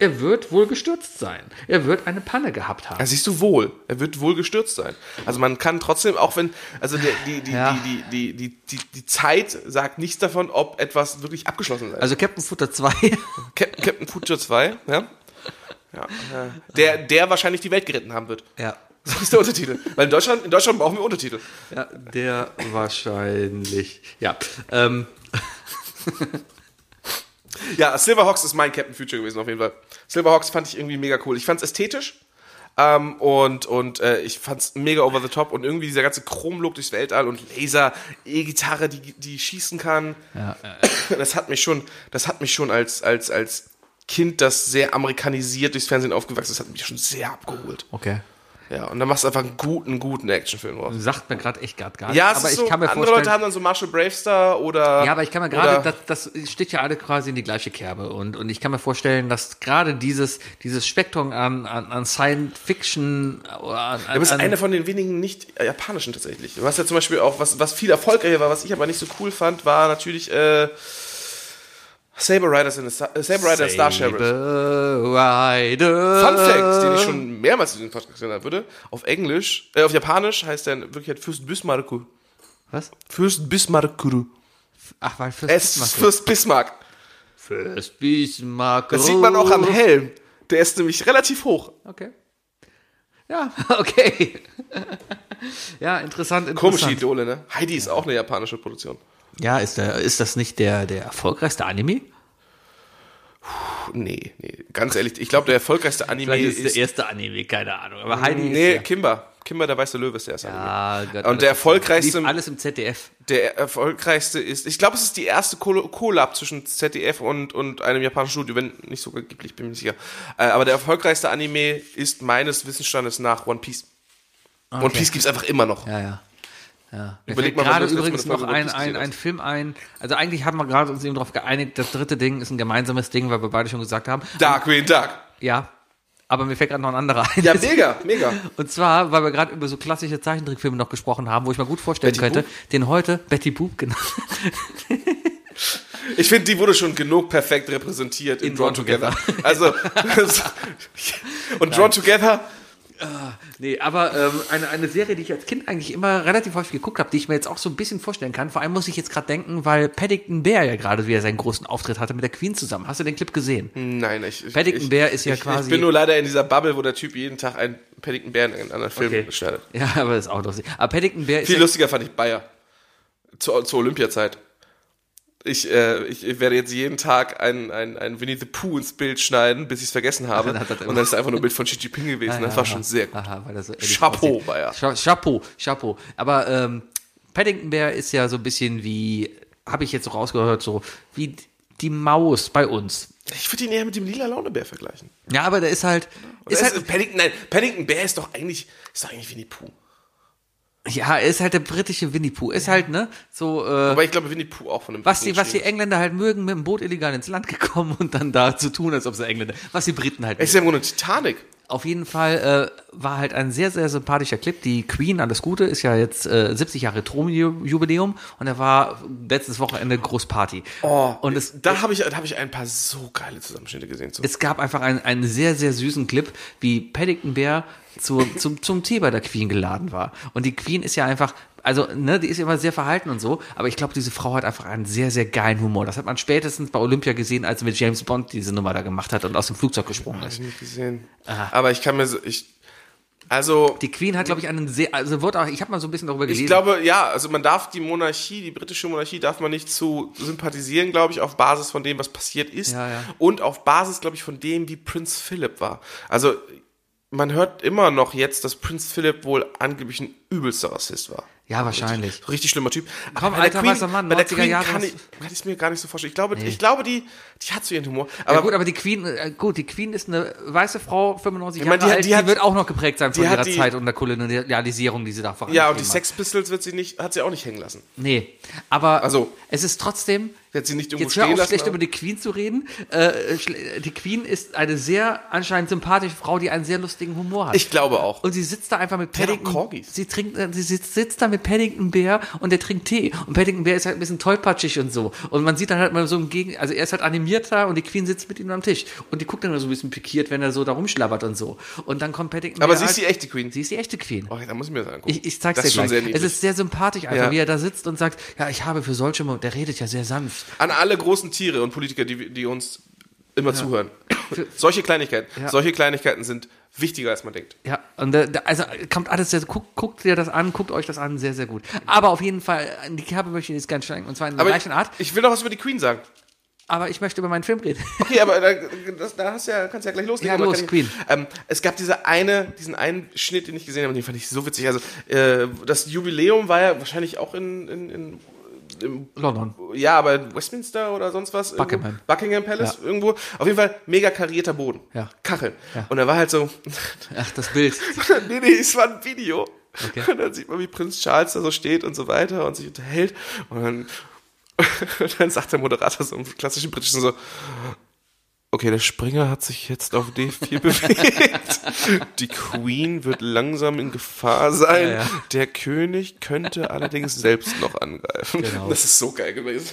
S3: Er wird wohl gestürzt sein. Er wird eine Panne gehabt haben.
S4: Da siehst du wohl. Er wird wohl gestürzt sein. Also man kann trotzdem, auch wenn, also der, die, die,
S3: Ja.
S4: die, die, die, die, die, die Zeit sagt nichts davon, ob etwas wirklich abgeschlossen sein. Also
S3: Also Captain Futter
S4: *laughs*
S3: 2.
S4: Captain, Captain Future 2, ja. Ja, äh, der, der wahrscheinlich die Welt gerettet haben wird.
S3: ja.
S4: Das ist der Untertitel. Weil in Deutschland, in Deutschland brauchen wir Untertitel.
S3: Ja, der wahrscheinlich. Ja. Ähm,
S4: Ja, Silverhawks ist mein Captain Future gewesen auf jeden Fall. Silverhawks fand ich irgendwie mega cool. Ich fand's ästhetisch ähm, und und äh, ich fand's mega over the top und irgendwie dieser ganze Chromlook durchs Weltall und Laser, E-Gitarre, die die schießen kann. Das hat mich schon, das hat mich schon als als als Kind, das sehr amerikanisiert durchs Fernsehen aufgewachsen ist, hat mich schon sehr abgeholt.
S3: okay.
S4: Ja, und dann machst du einfach einen guten, guten Actionfilm raus.
S3: Sagt mir gerade echt grad gar nicht.
S4: Ja, es
S3: aber
S4: ist
S3: ich
S4: so,
S3: kann mir
S4: andere
S3: vorstellen.
S4: Leute haben dann so Marshall Bravestar oder
S3: ja, aber ich kann mir
S4: oder-
S3: gerade, das, das steht ja alle quasi in die gleiche Kerbe. Und, und ich kann mir vorstellen, dass gerade dieses, dieses Spektrum an, an, an Science Fiction oder an,
S4: Du
S3: an,
S4: bist einer
S3: an
S4: von den wenigen nicht äh, japanischen tatsächlich. Was ja zum Beispiel auch, was, was viel erfolgreicher war, was ich aber nicht so cool fand, war natürlich äh, Saber Riders in the Star, äh, Saber Rider and Star Sheriff.
S3: Rider.
S4: Fun Fact, den ich schon mehrmals in diesem Podcast genannt würde, auf Englisch, äh, auf Japanisch heißt der in Wirklichkeit Fürst Bismarck.
S3: Was?
S4: Fürst Bismarck.
S3: Ach, weil Fürst
S4: Es ist
S3: Bismarck.
S4: Fürst Bismarck.
S3: Fürst Bismarck.
S4: Das sieht man auch
S3: Oh.
S4: am Helm. Der ist nämlich relativ hoch.
S3: Okay. Ja, *laughs* okay. ja, interessant, interessant.
S4: Komische Idole, ne? Heidi ist auch eine japanische Produktion.
S3: Ja, ist, der, ist das nicht der, der erfolgreichste Anime?
S4: Puh, nee, nee. Ganz ehrlich, ich glaube, der erfolgreichste Anime
S3: Vielleicht ist
S4: ist
S3: der erste Anime, keine Ahnung. Aber Heidi
S4: Nee,
S3: ist
S4: Kimber. Kimber, der weiße Löwe ist der erste. Anime.
S3: Ah, Gott,
S4: Und der
S3: lief
S4: erfolgreichste,
S3: alles im ZDF.
S4: der erfolgreichste ist, ich glaube, es ist die erste Kol- Collab zwischen ZDF und, und einem japanischen Studio, wenn nicht sogar angeblich, bin ich mir nicht sicher. Äh, aber der erfolgreichste Anime ist meines Wissensstandes nach One Piece. One Piece gibt's einfach immer noch.
S3: Ja, ja. ja. Mir
S4: Überleg
S3: fällt
S4: mal, wann
S3: gerade
S4: du das letzte Mal
S3: übrigens noch
S4: eine Folge One
S3: ein,
S4: Piece
S3: ein,
S4: gesehen
S3: ein
S4: hast.
S3: Film ein. Also eigentlich haben wir gerade uns eben darauf geeinigt, das dritte Ding ist ein gemeinsames Ding, weil wir beide schon gesagt haben.
S4: Dark Darkwing Duck.
S3: Ja. Aber mir fällt gerade noch ein anderer ein. *laughs*
S4: Ja, mega, mega.
S3: Und zwar, weil wir gerade über so klassische Zeichentrickfilme noch gesprochen haben, wo ich mir gut vorstellen
S4: Betty
S3: könnte,
S4: Boop?
S3: den heute Betty Boop genannt.
S4: Ich finde, die wurde schon genug perfekt repräsentiert in, Drawn Together. *laughs* Also, und Drawn Together,
S3: *laughs* Nee, aber ähm, eine, eine Serie, die ich als Kind eigentlich immer relativ häufig geguckt habe, die ich mir jetzt auch so ein bisschen vorstellen kann. Vor allem muss ich jetzt gerade denken, weil Paddington Bear ja gerade wieder seinen großen Auftritt hatte mit der Queen zusammen. Hast du den Clip gesehen?
S4: nein, ich, ich,
S3: Paddington
S4: ich,
S3: Bear ist ja
S4: ich,
S3: quasi-
S4: ich bin nur leider in dieser Bubble, wo der Typ jeden Tag einen Paddington Bären in einen anderen Film schneidet.
S3: Ja, aber ist auch lustig. Aber Paddington Bear ist
S4: Viel
S3: ja,
S4: lustiger fand ich Bayer. Zur, zur Olympiazeit. Ich, äh, ich, ich werde jetzt jeden Tag ein, ein, ein Winnie the Pooh ins Bild schneiden, bis ich es vergessen habe.
S3: Dann *laughs* hat das
S4: Und dann ist einfach nur ein Bild von Xi Jinping gewesen. das war schon sehr gut.
S3: Aha, weil das so ähnlich
S4: Chapeau,
S3: aussieht.
S4: Bayer.
S3: Cha Chapeau, Chapeau. Aber ähm, Paddington Bear ist ja so ein bisschen wie, habe ich jetzt so rausgehört, so wie die Maus bei uns.
S4: Ich würde ihn eher mit dem lila Launebär vergleichen.
S3: Ja, aber der ist halt, ist
S4: Oder
S3: halt,
S4: Paddington, nein, Paddington Bär ist doch eigentlich, ist doch eigentlich Winnie Pooh.
S3: ja, er ist halt der britische Winnie Pooh. Ist halt, ne, so, äh,
S4: Aber ich glaube, Winnie Pooh auch von einem
S3: Was
S4: Prinzen
S3: die, was die
S4: geschrieben
S3: Engländer halt mögen, mit dem Boot illegal ins Land gekommen und dann da zu tun, als ob sie Engländer. Was die Briten halt.
S4: ist. Es ist ja im Grunde Titanic.
S3: Auf jeden Fall äh, war halt ein sehr, sehr sympathischer Clip. Die Queen, alles Gute, ist ja jetzt äh, 70 Jahre Thronjubiläum und da war letztes Wochenende Großparty. Oh, und es,
S4: Da habe ich, da hab ich ein paar so geile Zusammenschnitte gesehen. Zu.
S3: es gab einfach einen, einen sehr, sehr süßen Clip, wie Paddington Bear zu, zum, zum Tee bei der Queen geladen war. Und die Queen ist ja einfach, also, ne, die ist immer sehr verhalten und so, aber ich glaube, diese Frau hat einfach einen sehr, sehr geilen Humor. Das hat man spätestens bei Olympia gesehen, als sie mit James Bond diese Nummer da gemacht hat und aus dem Flugzeug gesprungen ist.
S4: nicht gesehen. Aber ich kann mir so, ich, Also,
S3: Die Queen hat, glaube ich, einen sehr, also wird auch, ich habe mal so ein bisschen darüber gelesen.
S4: ich glaube, ja, also man darf die Monarchie, die britische Monarchie, darf man nicht zu sympathisieren, glaube ich, auf Basis von dem, was passiert ist.
S3: Ja, ja.
S4: Und auf Basis, glaube ich, von dem, wie Prinz Philip war. Also, man hört immer noch jetzt, dass Prinz Philip wohl angeblich ein übelster Rassist war.
S3: ja, wahrscheinlich.
S4: Richtig schlimmer Typ.
S3: Komm,
S4: bei der
S3: alter weißer Mann,
S4: bei der
S3: 90er
S4: Queen
S3: Jahre
S4: kann
S3: was-
S4: ich, kann ich mir gar nicht so vorstellen. Ich glaube, ich glaube die, die hat so ihren Humor. Aber
S3: ja gut, aber die Queen, äh, gut, die Queen ist eine weiße Frau, 95
S4: meine,
S3: Jahre
S4: die hat-
S3: alt,
S4: die
S3: die,
S4: hat-
S3: wird auch noch geprägt sein von
S4: die hat
S3: ihrer
S4: die-
S3: Zeit und der Kolonialisierung, die sie da vorangetrieben
S4: ja, und die
S3: hat.
S4: Sex Pistols wird sie nicht, hat sie auch nicht hängen lassen.
S3: Nee, aber
S4: Also-
S3: es ist trotzdem,
S4: Wird sie nicht irgendwo
S3: jetzt hör
S4: stehen
S3: auf,
S4: lassen.
S3: schlecht
S4: aber-
S3: über die Queen zu reden. Äh, schle- die Queen ist eine sehr anscheinend sympathische Frau, die einen sehr lustigen Humor hat.
S4: ich glaube auch.
S3: und sie sitzt da einfach mit
S4: hat auch
S3: Paddington.
S4: Corgis.
S3: Sie trinkt, äh, sie sitzt, sitzt da mit Paddington Bär und der trinkt Tee. Und Paddington Bär ist halt ein bisschen tollpatschig und so. Und man sieht dann halt mal so im Gegen, also er ist halt animiert da und die Queen sitzt mit ihm am Tisch. Und die guckt dann so ein bisschen pikiert, wenn er so da rumschlabbert und so. Und dann kommt Paddington
S4: aber
S3: Bear
S4: sie ist die
S3: halt-
S4: echte Queen.
S3: Sie ist die echte Queen.
S4: Oh, da muss ich mir das angucken.
S3: Ich, ich zeig's
S4: das
S3: dir
S4: ist schon
S3: gleich.
S4: sehr
S3: es
S4: niedlich.
S3: ist sehr sympathisch, einfach,
S4: Ja.
S3: wie er da sitzt und sagt, ja, ich habe für solche Momente, der redet ja sehr sanft.
S4: An alle großen Tiere und Politiker, die, die uns immer zuhören. Solche Kleinigkeiten.
S3: Ja.
S4: Solche Kleinigkeiten sind wichtiger, als man denkt.
S3: Ja, und da, da, also kommt alles sehr, guckt, guckt dir das an, guckt euch das an, sehr, sehr gut. Aber auf jeden Fall, in die Kerbe möchte ich jetzt ganz steigen, und zwar in der
S4: Aber
S3: gleichen Art,
S4: ich will noch was über die Queen sagen.
S3: aber ich möchte über meinen Film reden.
S4: Okay, aber da, das, da hast du ja, kannst du ja gleich loslegen.
S3: Ja,
S4: aber
S3: los,
S4: kann ich,
S3: Queen.
S4: Ähm, es gab diese eine, diesen einen Schnitt, den ich gesehen habe, und den fand ich so witzig. Also äh, das Jubiläum war ja wahrscheinlich auch in, in, in
S3: *laughs* London.
S4: ja, aber Westminster oder sonst was. irgendwo.
S3: Buckingham.
S4: Buckingham Palace
S3: Ja.
S4: irgendwo. Auf jeden Fall mega karierter Boden.
S3: Ja.
S4: Kacheln.
S3: Ja.
S4: Und da war halt so, *laughs*
S3: Ach, das *laughs* Bild.
S4: nee, nee, es war ein Video.
S3: Okay.
S4: Und dann sieht man, wie Prinz Charles da so steht und so weiter und sich unterhält. Und dann, *laughs* und dann sagt der Moderator so im klassischen Britischen so, okay, der Springer hat sich jetzt auf
S3: *laughs*
S4: D4 bewegt. Die Queen wird langsam in Gefahr sein.
S3: Ja, ja.
S4: Der König könnte allerdings selbst noch angreifen.
S3: Genau.
S4: Das ist so geil gewesen.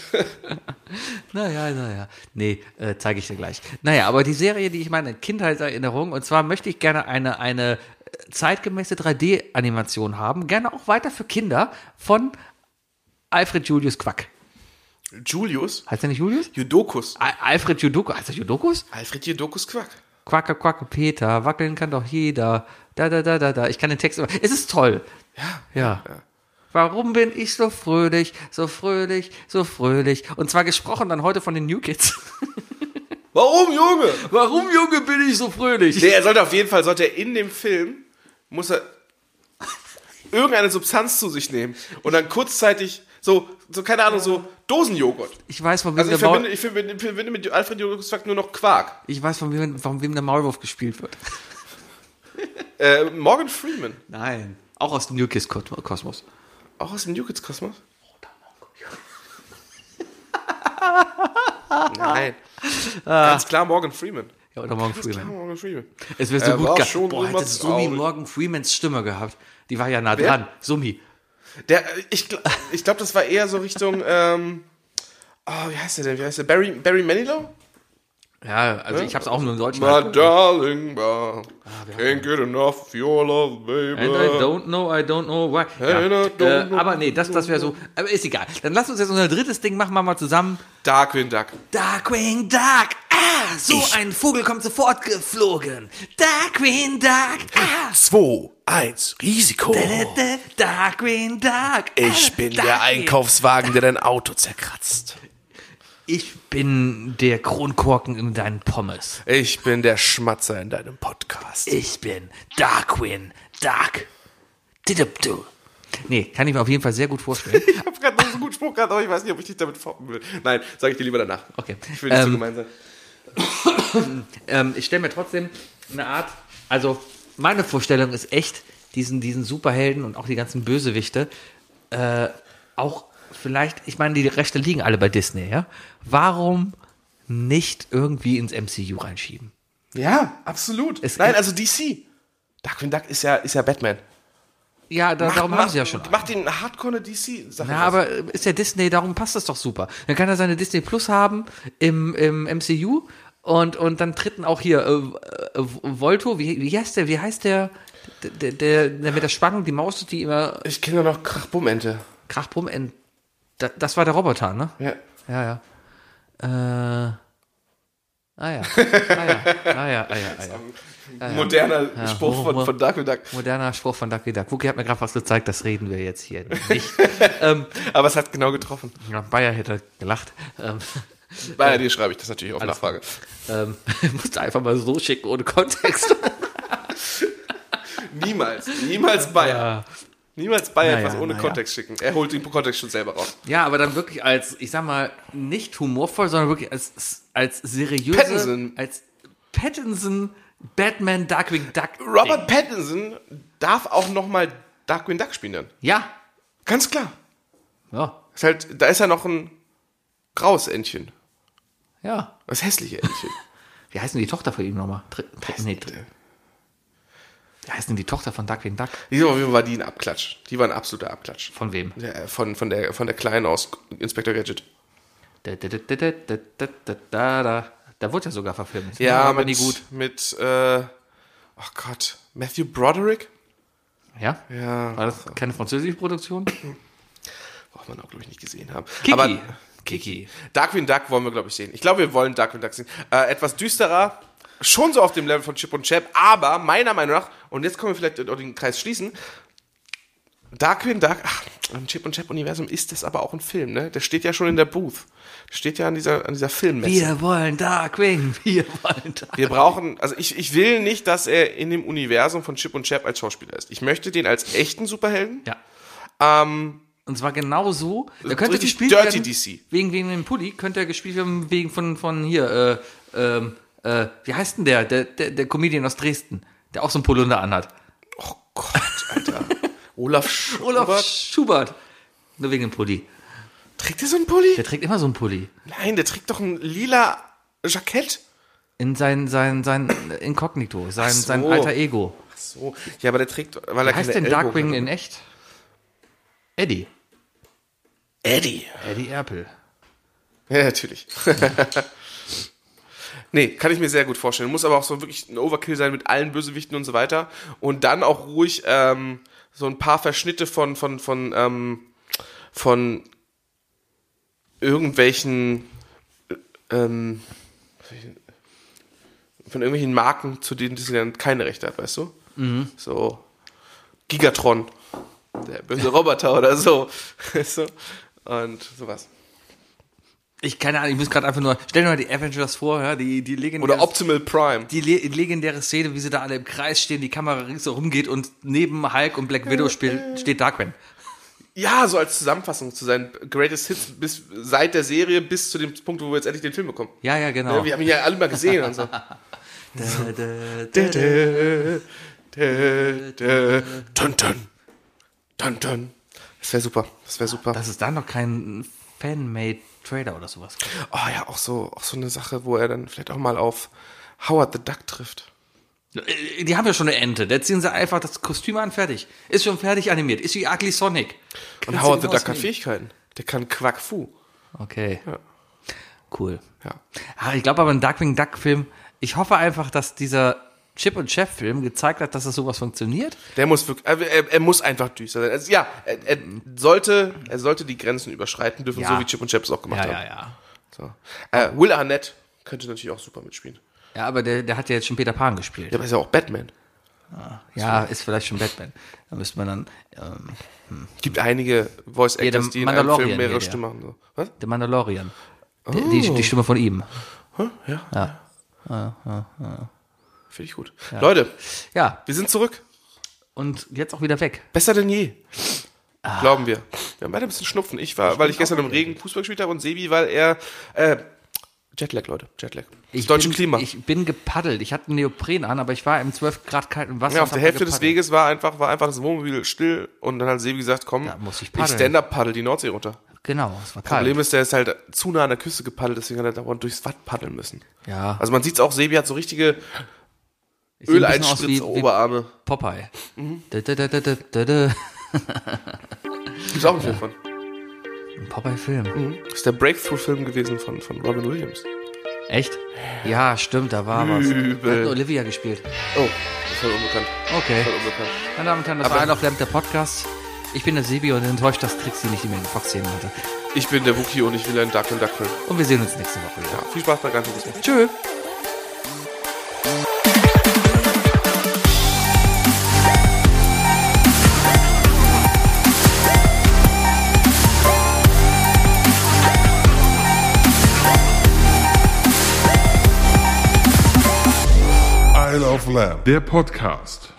S3: Naja, naja. Nee, äh, zeige ich dir gleich. Naja, aber die Serie, die ich meine, Kindheitserinnerung, und zwar möchte ich gerne eine, eine äh, zeitgemäße 3D-Animation haben, gerne auch weiter für Kinder, von Alfred Julius Quack.
S4: Julius
S3: Heißt er nicht Julius?
S4: Judokus.
S3: Al- Alfred Judokus, heißt er Judokus?
S4: Alfred Judokus Quack.
S3: Quacke, quacke, Peter, wackeln kann doch jeder. Da, da, da, da, da. Ich kann den Text immer. Es ist toll. Ja. Ja. Warum bin ich so fröhlich, so fröhlich, so fröhlich? Und zwar gesprochen dann heute von den New Kids.
S4: Warum, Junge?
S3: *laughs* Warum, Junge, bin ich so fröhlich?
S4: Nee, er sollte auf jeden Fall, sollte er in dem Film, muss er irgendeine Substanz zu sich nehmen und dann kurzzeitig so, so keine Ahnung, so Dosenjoghurt.
S3: Ich weiß, von wem
S4: Also
S3: der
S4: ich
S3: Maul,
S4: verbinde, ich verbinde, verbinde mit Alfred Joghurt sagt nur noch Quark.
S3: ich weiß, von wem, von wem der Maulwurf gespielt wird.
S4: Äh, Morgan Freeman,
S3: Nein. Auch aus dem New Kids Ko- Kosmos.
S4: auch aus dem New Kids Kosmos. Nein. Ganz klar Morgan Freeman.
S3: Ja, oder Morgan
S4: Ganz klar
S3: Freeman.
S4: Morgan Freeman.
S3: Es wäre so
S4: Er war
S3: gut
S4: schon
S3: gehabt. Boah,
S4: immer
S3: hätte Sumi
S4: traurig.
S3: Morgan Freemans Stimme gehabt. Die war ja nah
S4: Wer?
S3: dran. Sumi.
S4: Der, äh, ich gl- ich glaube, das war eher so Richtung, ähm, oh, wie heißt der denn? Wie heißt der? Barry, Barry Manilow?
S3: Ja, also ich hab's auch nur in Deutsch.
S4: My darling, uh, can't get enough of your love, baby.
S3: And I don't know, I don't know why.
S4: And I
S3: Ja.
S4: don't
S3: Äh, aber nee, das, das wäre so. Aber ist egal. Dann lass uns jetzt unser drittes Ding machen, machen wir mal zusammen.
S4: Darkwing Duck.
S3: Darkwing Duck. Ah, so ein Vogel kommt sofort geflogen. Darkwing Duck. Ah.
S6: 2, 1, Risiko.
S3: Äh, Darkwing Duck. Ah,
S6: Ich bin der Einkaufswagen, der dein Auto zerkratzt.
S3: Ich bin der Kronkorken in deinen Pommes.
S4: Ich bin der Schmatzer in deinem Podcast.
S3: Ich bin Darkwin Dark. Didipdu. Nee, kann ich mir auf jeden Fall sehr gut vorstellen.
S4: Ich habe gerade noch so einen guten Spruch gehabt, aber ich weiß nicht, ob ich dich damit foppen will. Nein, sage ich dir lieber danach.
S3: Okay.
S4: Ich will nicht so
S3: Ähm,
S4: gemein sein.
S3: ähm, ich stelle mir trotzdem eine Art, also meine Vorstellung ist echt, diesen, diesen Superhelden und auch die ganzen Bösewichte, äh, auch vielleicht, ich meine, die Rechte liegen alle bei Disney, ja? Warum nicht irgendwie ins MCU reinschieben?
S4: Ja, absolut.
S3: Es
S4: Nein,
S3: gibt-
S4: also DC. Darkwing Duck ist ja, ist ja Batman.
S3: Ja, da, darum haben sie ja schon.
S4: Macht den Hardcore DC-Sache.
S3: Na, aber äh, ist ja Disney, darum passt das doch super. Dann kann er seine Disney Plus haben im, im MCU und, und dann tritten auch hier äh, äh, Volto, wie, wie heißt der, wie heißt der, der, der, der mit der Spannung, die Maus, die immer
S4: ich kenne noch Krachbumente.
S3: Krachbumm, ent- da, das war der Roboter, ne?
S4: Ja.
S3: Ja, ja. Äh, Ah ja. Ah ja. Ah ja. Ah ja. Ah ja.
S4: Moderner Spruch
S3: wo-
S4: von,
S3: wo-
S4: von Darkwing Duck.
S3: Moderner Spruch von Ducky Duck. Wookie hat mir gerade was gezeigt, das reden wir jetzt hier nicht. ähm,
S4: Aber es hat genau getroffen.
S3: ja, Bayer hätte gelacht. Ähm,
S4: Bei dir schreibe ich das natürlich auf Nachfrage.
S3: ähm, *laughs* musste einfach mal so schicken, ohne Kontext. *laughs*
S4: Niemals, niemals Bayer. Niemals Bayer
S3: Naja,
S4: etwas ohne
S3: naja.
S4: Kontext schicken. Er holt den Kontext schon selber raus.
S3: ja, aber dann wirklich als, ich sag mal, nicht humorvoll, sondern wirklich als, als seriöse,
S4: Pattinson.
S3: als Pattinson, Batman, Darkwing Duck.
S4: Robert Pattinson darf auch nochmal Darkwing Duck spielen dann.
S3: Ja.
S4: Ganz klar.
S3: Ja.
S4: Ist halt, da ist ja noch ein graues Entchen.
S3: Ja.
S4: Das hässliche *laughs* Entchen.
S3: Wie heißt denn die Tochter von ihm nochmal? Tr- Tr- nee, Tr- Wie heißt denn die Tochter von Darkwing Duck?
S4: Diese Woche war die ein Abklatsch. Die war ein absoluter Abklatsch.
S3: Von wem?
S4: Der, von, von, der, von der Kleinen aus Inspector Gadget.
S3: Da, da, da, da, da, da, da, da, da, da. Da wurde ja sogar verfilmt.
S4: Ja,
S3: aber
S4: mit,
S3: nie gut.
S4: mit, äh, oh Gott, Matthew Broderick?
S3: Ja?
S4: Ja,
S3: War das keine französische Produktion?
S4: braucht man auch, glaube ich, nicht gesehen haben.
S3: Kiki.
S4: Aber
S3: Kiki.
S4: Darkwing Duck wollen wir, glaube ich, sehen. Ich glaube, wir wollen Darkwing Duck sehen. Äh, etwas düsterer, schon so auf dem Level von Chip und Chap, aber meiner Meinung nach, und jetzt können wir vielleicht auch den Kreis schließen, Darkwing Duck, ach, im Chip und Chap-Universum ist das aber auch ein Film, ne? Der steht ja schon in der Booth. Der steht ja an dieser, an dieser Filmmesse.
S3: Wir wollen Darkwing. Wir wollen Darkwing.
S4: Wir brauchen, also ich, ich will nicht, dass er in dem Universum von Chip und Chap als Schauspieler ist. Ich möchte den als echten Superhelden.
S3: Ja. Und zwar genau so. Da könnte
S4: richtig
S3: gespielt
S4: dirty
S3: werden.
S4: DC.
S3: Wegen, wegen dem Pulli könnte er gespielt werden wegen von, von hier, äh, ähm, äh, wie heißt denn der? Der, der? der Comedian aus Dresden, der auch so einen Polunder anhat.
S4: Oh Gott,
S3: *laughs*
S4: Alter. Olaf Schubert.
S3: Olaf Schubert. Nur wegen dem Pulli.
S4: Trägt der so einen Pulli?
S3: Der trägt immer so einen Pulli.
S4: Nein, der trägt doch ein lila Jackett.
S3: In sein, sein, sein äh, Inkognito, sein,
S4: so.
S3: sein alter Ego.
S4: Ach so. Ja, aber der trägt, weil er
S3: Wie heißt denn
S4: keine
S3: Darkwing
S4: Ellbogen
S3: in echt? Eddie.
S4: hat. Eddie.
S3: Eddie Erpel.
S4: Ja, natürlich. *laughs* nee, kann ich mir sehr gut vorstellen. Muss aber auch so wirklich ein Overkill sein mit allen Bösewichten und so weiter. Und dann auch ruhig ähm, so ein paar Verschnitte von, von, von, ähm, von irgendwelchen ähm, von irgendwelchen Marken, zu denen Disneyland keine Rechte hat, weißt du? So Gigatron, der böse Roboter oder so. *laughs* Weißt du? Und sowas.
S3: Ich keine Ahnung, ich muss gerade einfach nur, stell dir mal die Avengers vor, ja, die, die legendäre,
S4: Oder Optimal Prime.
S3: die le legendäre Szene, wie sie da alle im Kreis stehen, die Kamera ringsherum geht und neben Hulk und Black Widow spiel, steht Darkwing.
S4: Ja, so als Zusammenfassung zu seinen Greatest Hits bis seit der Serie bis zu dem Punkt, wo wir jetzt endlich den Film bekommen.
S3: Ja, ja, genau.
S4: Ne, Wir haben ihn ja alle mal gesehen und so.
S3: Da, da, da.
S4: *laughs* Dä, dä, dä, dun, dun. Dun, dun. Das wäre super. Das wäre super.
S3: Dass es da noch keinen Fan-Made Trailer oder sowas gibt.
S4: Oh ja, auch so, auch so eine Sache, wo er dann vielleicht auch mal auf Howard the Duck trifft.
S3: Äh, Die haben ja schon eine Ente. Da ziehen sie einfach das Kostüm an, fertig. Ist schon fertig animiert. Ist wie Ugly Sonic.
S4: Und
S3: Kannst du
S4: Howard the
S3: den
S4: Duck hat
S3: ausnehmen?
S4: Fähigkeiten. Der kann Quack Fu.
S3: Okay. Cool.
S4: Ja.
S3: Ah, ich glaube aber ein Darkwing Duck Film, ich hoffe einfach, dass dieser Chip und Chef Film gezeigt hat, dass das sowas funktioniert.
S4: Der muss wirklich, er, er, er muss einfach düster sein. Also, ja, er, er sollte, er sollte die Grenzen überschreiten dürfen,
S3: Ja.
S4: so wie Chip und Chap es auch gemacht haben.
S3: ja.
S4: So. Äh, Will Arnett könnte natürlich auch super mitspielen.
S3: Ja, aber der, der hat ja jetzt schon Peter Pan gespielt.
S4: Der ist ja auch Batman.
S3: Ja, ist vielleicht schon Batman. Da müsste man dann ähm,
S4: Gibt einige Voice
S3: der
S4: Actors, die in einem
S3: Mandalorian
S4: Film mehrere
S3: geht, ja.
S4: Stimmen machen. So. Was?
S3: der Mandalorian. Die- Die,
S4: Oh.
S3: die Stimme von ihm.
S4: Ja.
S3: Ja.
S4: Finde ich gut. Leute,
S3: Ja,
S4: wir sind zurück.
S3: und jetzt auch wieder weg.
S4: Besser denn je. Glauben wir. Wir haben beide ein bisschen Schnupfen. Ich war, weil ich gestern im Regen Fußball gespielt habe und Sebi, weil er, äh, Jetlag, Leute, Jetlag. Das
S3: Ich
S4: deutsche
S3: bin,
S4: Klima.
S3: Ich bin gepaddelt. Ich hatte einen Neopren an, aber ich war im 12 Grad kalten Wasser.
S4: Ja,
S3: und
S4: auf der
S3: hab da
S4: Hälfte des
S3: gepaddelt.
S4: Weges war einfach, war einfach das Wohnmobil still und dann hat Sebi gesagt, komm,
S3: Da muss ich
S4: ich
S3: paddeln.
S4: Stand-Up-Paddel die Nordsee runter.
S3: Genau, es war kalt.
S4: Problem ist, der ist halt zu nah an der Küste gepaddelt, deswegen hat er dauernd durchs Watt paddeln müssen.
S3: ja,
S4: Also man sieht's auch, Sebi hat so richtige
S3: ich seh ein bisschen aus wie-
S4: Öleinspritzer
S3: wie
S4: Oberarme.
S3: Popeye.
S4: Mhm.
S3: Da, da, da, da, da, da, da.
S4: Gibt's auch einen Film von.
S3: Ein Popeye-Film.
S4: Ist der Breakthrough-Film gewesen von, von Robin Williams.
S3: Echt? Ja, stimmt, da war was. Da
S4: Übel.
S3: hat Olivia gespielt.
S4: Oh, ist voll unbekannt.
S3: Okay.
S4: Voll unbekannt.
S3: Meine Damen und Herren, das war Isle of Lamp, der Podcast. Ich bin der Sebi und enttäuscht, dass Trixie nicht die Megan Fox sehen wollte.
S4: Ich bin der Wookie und ich will einen Duck and Duck Film.
S3: Und wir sehen uns nächste Woche wieder.
S4: Ja, viel Spaß bei ganzen Disney.
S3: Tschüss.
S5: Thank
S7: Love Lab, der Podcast.